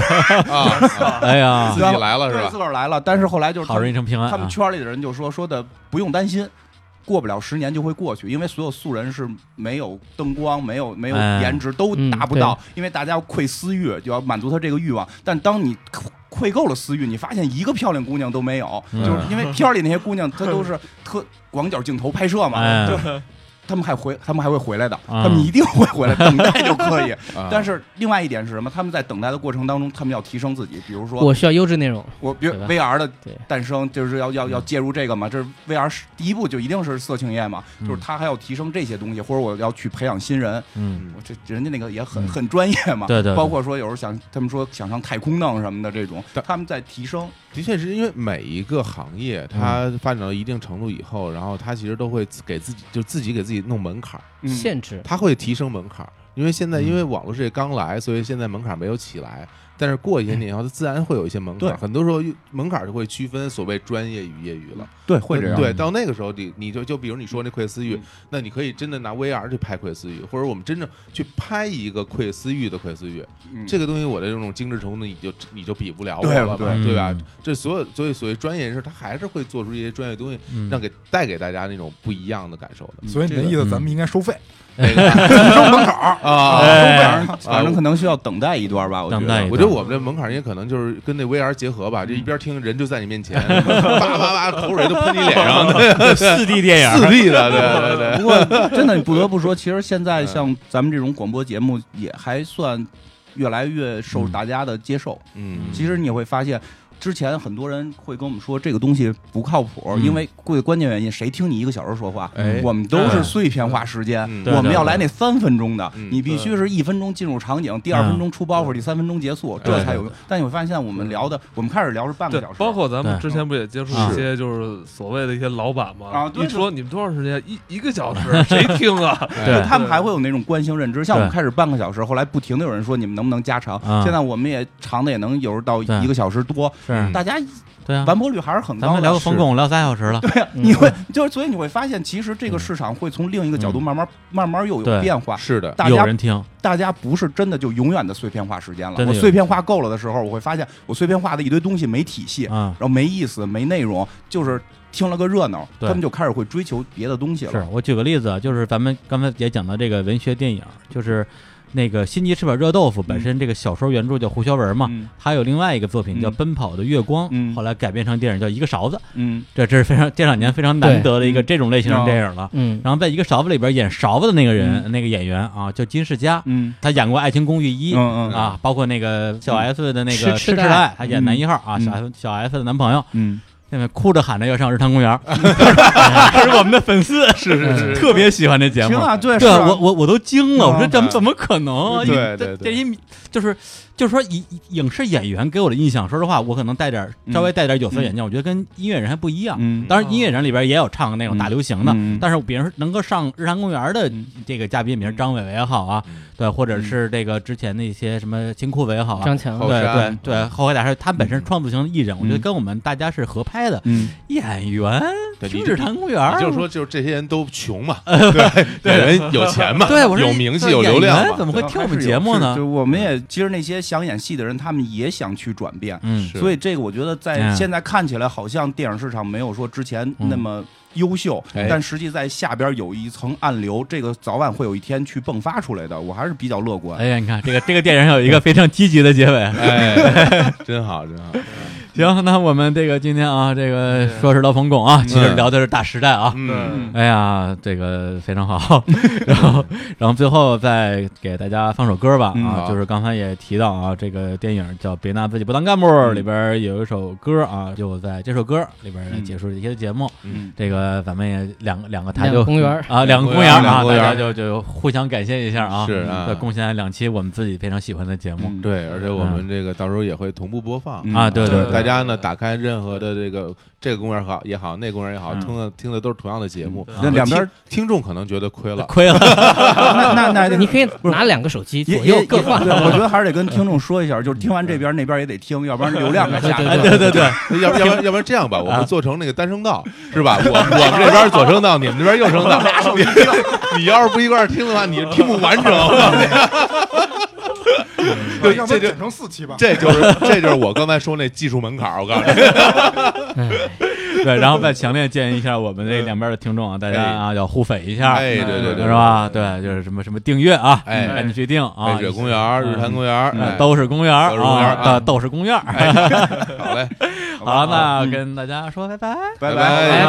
[SPEAKER 5] 啊，
[SPEAKER 4] 哎呀
[SPEAKER 5] 自，己来了是
[SPEAKER 2] 对，
[SPEAKER 5] 吧
[SPEAKER 2] 自？个儿来了。但是后来就是他
[SPEAKER 4] 好人一
[SPEAKER 2] 们
[SPEAKER 4] 生平安
[SPEAKER 2] 嗯他们
[SPEAKER 4] 啊，
[SPEAKER 2] 圈里的人就说说的不用担心，过不了十年就会过去，因为所有素人是没有灯光、没有没有
[SPEAKER 4] 哎
[SPEAKER 2] 颜值都
[SPEAKER 6] 嗯
[SPEAKER 2] 达不到，因为大家要窥私欲，就要满足他这个欲望。但当你窥窥够了私欲，你发现一个漂亮姑娘都没有，
[SPEAKER 4] 嗯
[SPEAKER 2] 就是因 为片儿里那些姑娘她都是特广角镜头拍摄嘛，
[SPEAKER 4] 哎
[SPEAKER 2] 就是。他们还回，他们还会回来的，
[SPEAKER 4] 啊
[SPEAKER 2] 他们一定会 回来，等待就可以。
[SPEAKER 4] 嗯
[SPEAKER 5] 啊
[SPEAKER 2] 但是另外一点是什么？他们在等待的过程当中，他们要提升自己，比如说
[SPEAKER 6] 我需要优质内容。
[SPEAKER 2] 我比如
[SPEAKER 4] 对吧嗯
[SPEAKER 2] VR 的
[SPEAKER 6] 对
[SPEAKER 2] 诞生，就是要要要介入这个嘛，这是 VR 是第一步就一定是色情业嘛，
[SPEAKER 4] 嗯
[SPEAKER 2] 就是他还要提升这些东西，或者我要去培养新人，
[SPEAKER 4] 嗯，
[SPEAKER 2] 我这人家那个也很
[SPEAKER 4] 嗯
[SPEAKER 2] 很专业嘛，
[SPEAKER 4] 对对对
[SPEAKER 2] 包括说有时候想他们说想上太空弄什么的这种
[SPEAKER 5] 但，
[SPEAKER 2] 他们在提升，
[SPEAKER 5] 的确是因为每一个行业它发展到一定程度以后，然后它其实都会自给自己就自己给自己弄门槛儿，
[SPEAKER 2] 嗯
[SPEAKER 6] 限制，
[SPEAKER 5] 它会提升门槛儿。因为现在
[SPEAKER 4] 嗯
[SPEAKER 5] 因为网络世界刚来，所以现在门槛儿没有起来。但是过一些年以后，它自然会有一些门槛儿。
[SPEAKER 2] 对
[SPEAKER 5] 很多时候门槛儿就会区分所谓专业与业余了。呃
[SPEAKER 2] 对会这样，
[SPEAKER 5] 对，到那个时候你你就就比如你说那窥私欲，那你可以真的拿 VR 去拍窥私欲，或者我们真正去拍一个窥私欲的窥私欲。
[SPEAKER 2] 嗯
[SPEAKER 5] 这个东西我的这种精致程度，你就你就比不了我
[SPEAKER 2] 对
[SPEAKER 5] 了嘛，
[SPEAKER 2] 对
[SPEAKER 5] 对吧
[SPEAKER 4] 嗯？
[SPEAKER 5] 这所有所以所谓专业人士，他还是会做出一些专业东西，
[SPEAKER 4] 嗯
[SPEAKER 5] 让给带给大家那种不一样的感受
[SPEAKER 2] 嗯
[SPEAKER 5] 的。
[SPEAKER 3] 所以你的意思，咱们应该收费，
[SPEAKER 5] 那个
[SPEAKER 2] 升门槛儿，
[SPEAKER 5] 啊，
[SPEAKER 4] 哎，
[SPEAKER 2] 反正可能需要等待一段吧，我觉
[SPEAKER 4] 等待
[SPEAKER 2] 得
[SPEAKER 4] 一。
[SPEAKER 5] 我觉得我们这门槛也可能就是跟那 VR 结合
[SPEAKER 4] 嗯
[SPEAKER 5] 吧，这一边听人就在你面 前，叭叭叭口水都喷你脸上，对
[SPEAKER 4] 四 D 电影
[SPEAKER 5] 四 D 的，对对对。
[SPEAKER 2] 不过真的，你不得不说，其实现在像咱们这种广播节目也还算越来越受
[SPEAKER 4] 嗯
[SPEAKER 2] 大家的接受。
[SPEAKER 5] 嗯，
[SPEAKER 2] 其实你也会发现，之前很多人会跟我们说这个东西不靠谱，
[SPEAKER 4] 嗯
[SPEAKER 2] 因为最关键原因，谁听你一个小时说话？
[SPEAKER 5] 哎
[SPEAKER 2] 我们都是碎片化时间，
[SPEAKER 5] 嗯
[SPEAKER 2] 我们要来那三分钟的，
[SPEAKER 5] 嗯
[SPEAKER 2] 你必须是一分钟进入场景，第二分钟出包袱，第三分钟结束，
[SPEAKER 5] 对
[SPEAKER 2] 这才有用。但你会发现，我们聊的，我们开始聊是半
[SPEAKER 1] 对
[SPEAKER 2] 个小时，，
[SPEAKER 1] 包括咱们
[SPEAKER 4] 对
[SPEAKER 1] 之前不也接触
[SPEAKER 4] 啊
[SPEAKER 1] 一些就是所谓的一些老板嘛？
[SPEAKER 2] 啊对
[SPEAKER 1] 一说你们多长时间？一一个小时，谁听 啊？
[SPEAKER 5] 哎
[SPEAKER 4] 对
[SPEAKER 2] 他们还会有那种惯性认知，像我们
[SPEAKER 4] 对
[SPEAKER 2] 开始半个小时，后来不停的有人说你们能不能加长
[SPEAKER 4] 啊，
[SPEAKER 2] 现在我们也长的也能有时候到
[SPEAKER 4] 对
[SPEAKER 2] 一个小时多，
[SPEAKER 4] 是，
[SPEAKER 2] 大家
[SPEAKER 4] 对啊，
[SPEAKER 2] 完播率还是很
[SPEAKER 4] 咱
[SPEAKER 2] 高的。
[SPEAKER 4] 们聊个冯巩聊仨小时了，
[SPEAKER 2] 对呀，
[SPEAKER 6] 嗯
[SPEAKER 2] 你会就是，所以你会发现，其实这个市场会从另一个角度慢慢、慢慢又
[SPEAKER 4] 嗯对
[SPEAKER 2] 有变化。
[SPEAKER 5] 是的，
[SPEAKER 2] 大
[SPEAKER 4] 有
[SPEAKER 2] 家
[SPEAKER 4] 人听，
[SPEAKER 2] 大家不是真的就永远的碎片化时间了
[SPEAKER 4] 真。的
[SPEAKER 2] 我
[SPEAKER 4] 有
[SPEAKER 2] 碎片化够了的时候，我会发现我碎片化的一堆东西没体系，
[SPEAKER 4] 嗯
[SPEAKER 2] 然，后没意思、没内容，就是听了个热闹，
[SPEAKER 4] 对
[SPEAKER 2] 他们就开始会追求别的东西
[SPEAKER 4] 是
[SPEAKER 2] 了。
[SPEAKER 4] 我举个例子啊，就是咱们刚才也讲到这个文学电影，就是那个《心急吃饱热豆腐》本身这个小说原著叫胡小文嘛，
[SPEAKER 2] 嗯
[SPEAKER 4] 他有另外一个作品叫
[SPEAKER 2] 嗯
[SPEAKER 4] 《奔跑的月光》，
[SPEAKER 2] 嗯
[SPEAKER 4] 后来改编成电影叫《一个勺子》，
[SPEAKER 2] 嗯，
[SPEAKER 4] 这这是非常这两年非常难得的一个
[SPEAKER 2] 对
[SPEAKER 4] 这种类型的
[SPEAKER 2] 嗯
[SPEAKER 4] 电影了。
[SPEAKER 6] 嗯，
[SPEAKER 4] 然后在《一个勺子》里边演勺子的那个人，那个演员啊，叫金世佳，
[SPEAKER 2] 嗯
[SPEAKER 4] 他演过《爱情公寓一》
[SPEAKER 2] 嗯嗯
[SPEAKER 4] 啊，包括那个小 S 的那个
[SPEAKER 6] 痴痴
[SPEAKER 4] 痴痴
[SPEAKER 6] 的
[SPEAKER 4] 的
[SPEAKER 6] 爱
[SPEAKER 4] 爱，他演男一号啊，
[SPEAKER 2] 嗯
[SPEAKER 4] 小 S 小 S 的男朋友，
[SPEAKER 2] 嗯，
[SPEAKER 4] 现在哭着喊着要上日坛公园， 他是我们的粉丝，是是是，特别喜欢这节目
[SPEAKER 2] 行。啊，对，是
[SPEAKER 4] 对
[SPEAKER 2] 啊
[SPEAKER 4] 我我我都惊了，
[SPEAKER 2] 嗯
[SPEAKER 4] 我说怎么怎么可能啊？
[SPEAKER 5] 哦对
[SPEAKER 4] 一
[SPEAKER 5] 对
[SPEAKER 4] 这这一就是就是说影影视演员给我的印象，说实话，我可能戴点稍微戴点有色
[SPEAKER 5] 嗯
[SPEAKER 4] 眼镜，我觉得跟音乐人还不一样。
[SPEAKER 2] 嗯
[SPEAKER 4] 当然，音乐人里边也有唱那种大流行的，
[SPEAKER 2] 嗯嗯
[SPEAKER 4] 但是比如说能够上日坛公园的这个嘉宾，比如张伟伟也好啊，
[SPEAKER 5] 嗯
[SPEAKER 4] 对，或者是这个之前那些什么金库伟也好啊
[SPEAKER 6] 张，强
[SPEAKER 5] 好
[SPEAKER 4] 对
[SPEAKER 5] 山嗯
[SPEAKER 4] 对对，后海大师他本身创作型的艺人，我觉得跟我们大家是合拍的。
[SPEAKER 2] 嗯
[SPEAKER 4] 演员
[SPEAKER 5] 对，
[SPEAKER 4] 就
[SPEAKER 5] 你
[SPEAKER 4] 日坛公园儿，
[SPEAKER 5] 你就说就是这些人都 穷嘛，对，演员有钱 嘛，
[SPEAKER 4] 对，我说
[SPEAKER 5] 有
[SPEAKER 4] 你
[SPEAKER 5] 名气
[SPEAKER 4] 这
[SPEAKER 5] 有流
[SPEAKER 4] 演员
[SPEAKER 5] 量
[SPEAKER 4] 怎么
[SPEAKER 5] 嘛，
[SPEAKER 4] 会
[SPEAKER 2] 对
[SPEAKER 4] 听
[SPEAKER 2] 嗯还
[SPEAKER 4] 我们
[SPEAKER 2] 是有
[SPEAKER 4] 节目
[SPEAKER 2] 是
[SPEAKER 4] 呢嗯
[SPEAKER 2] 就？我们也其实那些想演戏的人，他们也想去转变，
[SPEAKER 4] 嗯，
[SPEAKER 5] 是
[SPEAKER 2] 所以这个我觉得在
[SPEAKER 4] 嗯
[SPEAKER 2] 现在看起来好像电影市场没有说之前
[SPEAKER 4] 嗯
[SPEAKER 2] 那么优秀，
[SPEAKER 5] 哎
[SPEAKER 2] 但实际在下边有一层暗流，这个早晚会有一天去迸发出来的，我还是比较乐观。
[SPEAKER 4] 哎呀，你看这个这个电影有一个非常积极的结尾。
[SPEAKER 5] 哎，真好真好，
[SPEAKER 4] 行，那我们这个今天啊，这个说是老冯巩啊，其实聊的是大时代啊。
[SPEAKER 5] 嗯，
[SPEAKER 4] 哎呀，这个非常好。 然后，然后最后再给大家放首歌吧
[SPEAKER 2] 嗯
[SPEAKER 4] 啊，
[SPEAKER 5] 好
[SPEAKER 4] 就是刚才也提到啊，这个电影叫《别拿自己不当干部》，里边有一首歌啊，就在这首歌里边来结束这期的节目。
[SPEAKER 2] 嗯，
[SPEAKER 4] 这个咱们也两个两个台
[SPEAKER 6] 两
[SPEAKER 4] 就
[SPEAKER 6] 个公园儿，
[SPEAKER 4] 啊，两个
[SPEAKER 5] 公
[SPEAKER 4] 公
[SPEAKER 5] 园
[SPEAKER 4] 园
[SPEAKER 5] 儿两
[SPEAKER 4] 啊，大
[SPEAKER 5] 个公
[SPEAKER 4] 家
[SPEAKER 5] 园
[SPEAKER 4] 就就互相感谢一下啊，
[SPEAKER 5] 是啊嗯
[SPEAKER 4] 对贡献两期我们自己非常喜欢的节目。
[SPEAKER 5] 对，而且我们这个到时候也会同步播放。
[SPEAKER 2] 嗯
[SPEAKER 4] 嗯啊对嗯对对
[SPEAKER 5] 大家呢打开任何的这个这个公园好也好，那公园也好，
[SPEAKER 4] 嗯
[SPEAKER 5] 听的听的都是同样的节目
[SPEAKER 1] 嗯。
[SPEAKER 2] 那两边
[SPEAKER 5] 听听众可能觉得亏了，
[SPEAKER 4] 亏 了，
[SPEAKER 2] 那那那
[SPEAKER 6] 你可以拿两个手机
[SPEAKER 2] 也
[SPEAKER 6] 左
[SPEAKER 2] 也
[SPEAKER 6] 右各放。
[SPEAKER 2] 对我觉得还是得跟听众说一下，就是听完这边那边也得听，要不然流量该下来。
[SPEAKER 4] 对对对，啊
[SPEAKER 5] 要不要不然要不然这样吧，我们做成那个单声道是吧？我我们这边左声道，你们这边右声道。你你要是不一块儿听的话，你听不完整。 对
[SPEAKER 3] 要不
[SPEAKER 5] 这就
[SPEAKER 3] 然剪成四期吧。
[SPEAKER 5] 这就是这就是我刚才说那技术门槛儿，我告诉你。
[SPEAKER 4] 对，然后再强烈建议一下我们这两边的听众啊，大家啊要互粉一下，
[SPEAKER 5] 嗯哎，对对对，
[SPEAKER 4] 是吧？对，就是什么什么订阅啊，
[SPEAKER 5] 哎
[SPEAKER 4] 赶紧去订
[SPEAKER 5] 哎？
[SPEAKER 4] 啊，
[SPEAKER 5] 北水公园、日坛公园，
[SPEAKER 4] 嗯
[SPEAKER 5] 哎
[SPEAKER 4] 都是公园儿
[SPEAKER 5] 都是公园儿
[SPEAKER 4] 啊，
[SPEAKER 5] 啊
[SPEAKER 4] 都都是公园儿。
[SPEAKER 5] 好嘞。
[SPEAKER 4] 好，那跟大家说拜拜，
[SPEAKER 2] 拜
[SPEAKER 5] 拜
[SPEAKER 2] 拜
[SPEAKER 6] 拜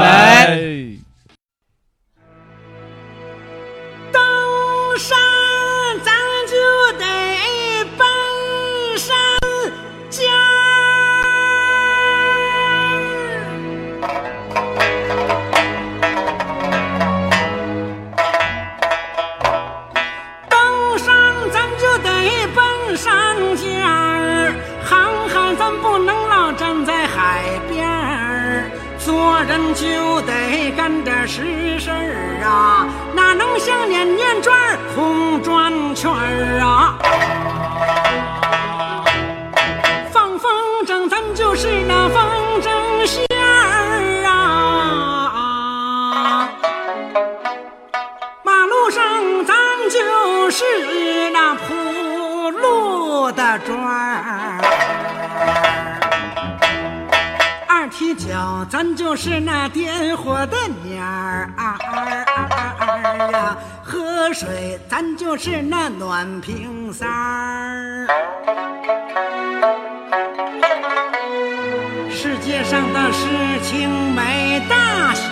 [SPEAKER 6] 拜。
[SPEAKER 7] 登山咱就得奔山尖儿。登山咱就得奔山尖儿，航海咱不能老站在海边儿，做人就得干点实事儿啊，哪能像碾碾砖儿红转圈儿啊？放风筝，咱就是那风筝线儿啊。马路上咱就是那铺路的砖儿，二踢脚咱就是那点火的鸟儿啊啊啊！喝水咱就是那暖瓶塞儿。世界上的事情没大小，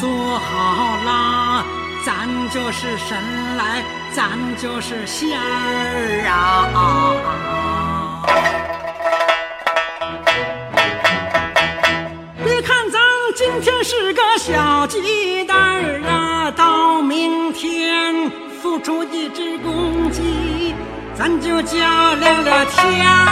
[SPEAKER 7] 做好啦，咱就是神来，咱就是仙儿啊！别看咱今天是个小鸡蛋儿啊，到明天孵出一只公鸡，咱就较量了天啊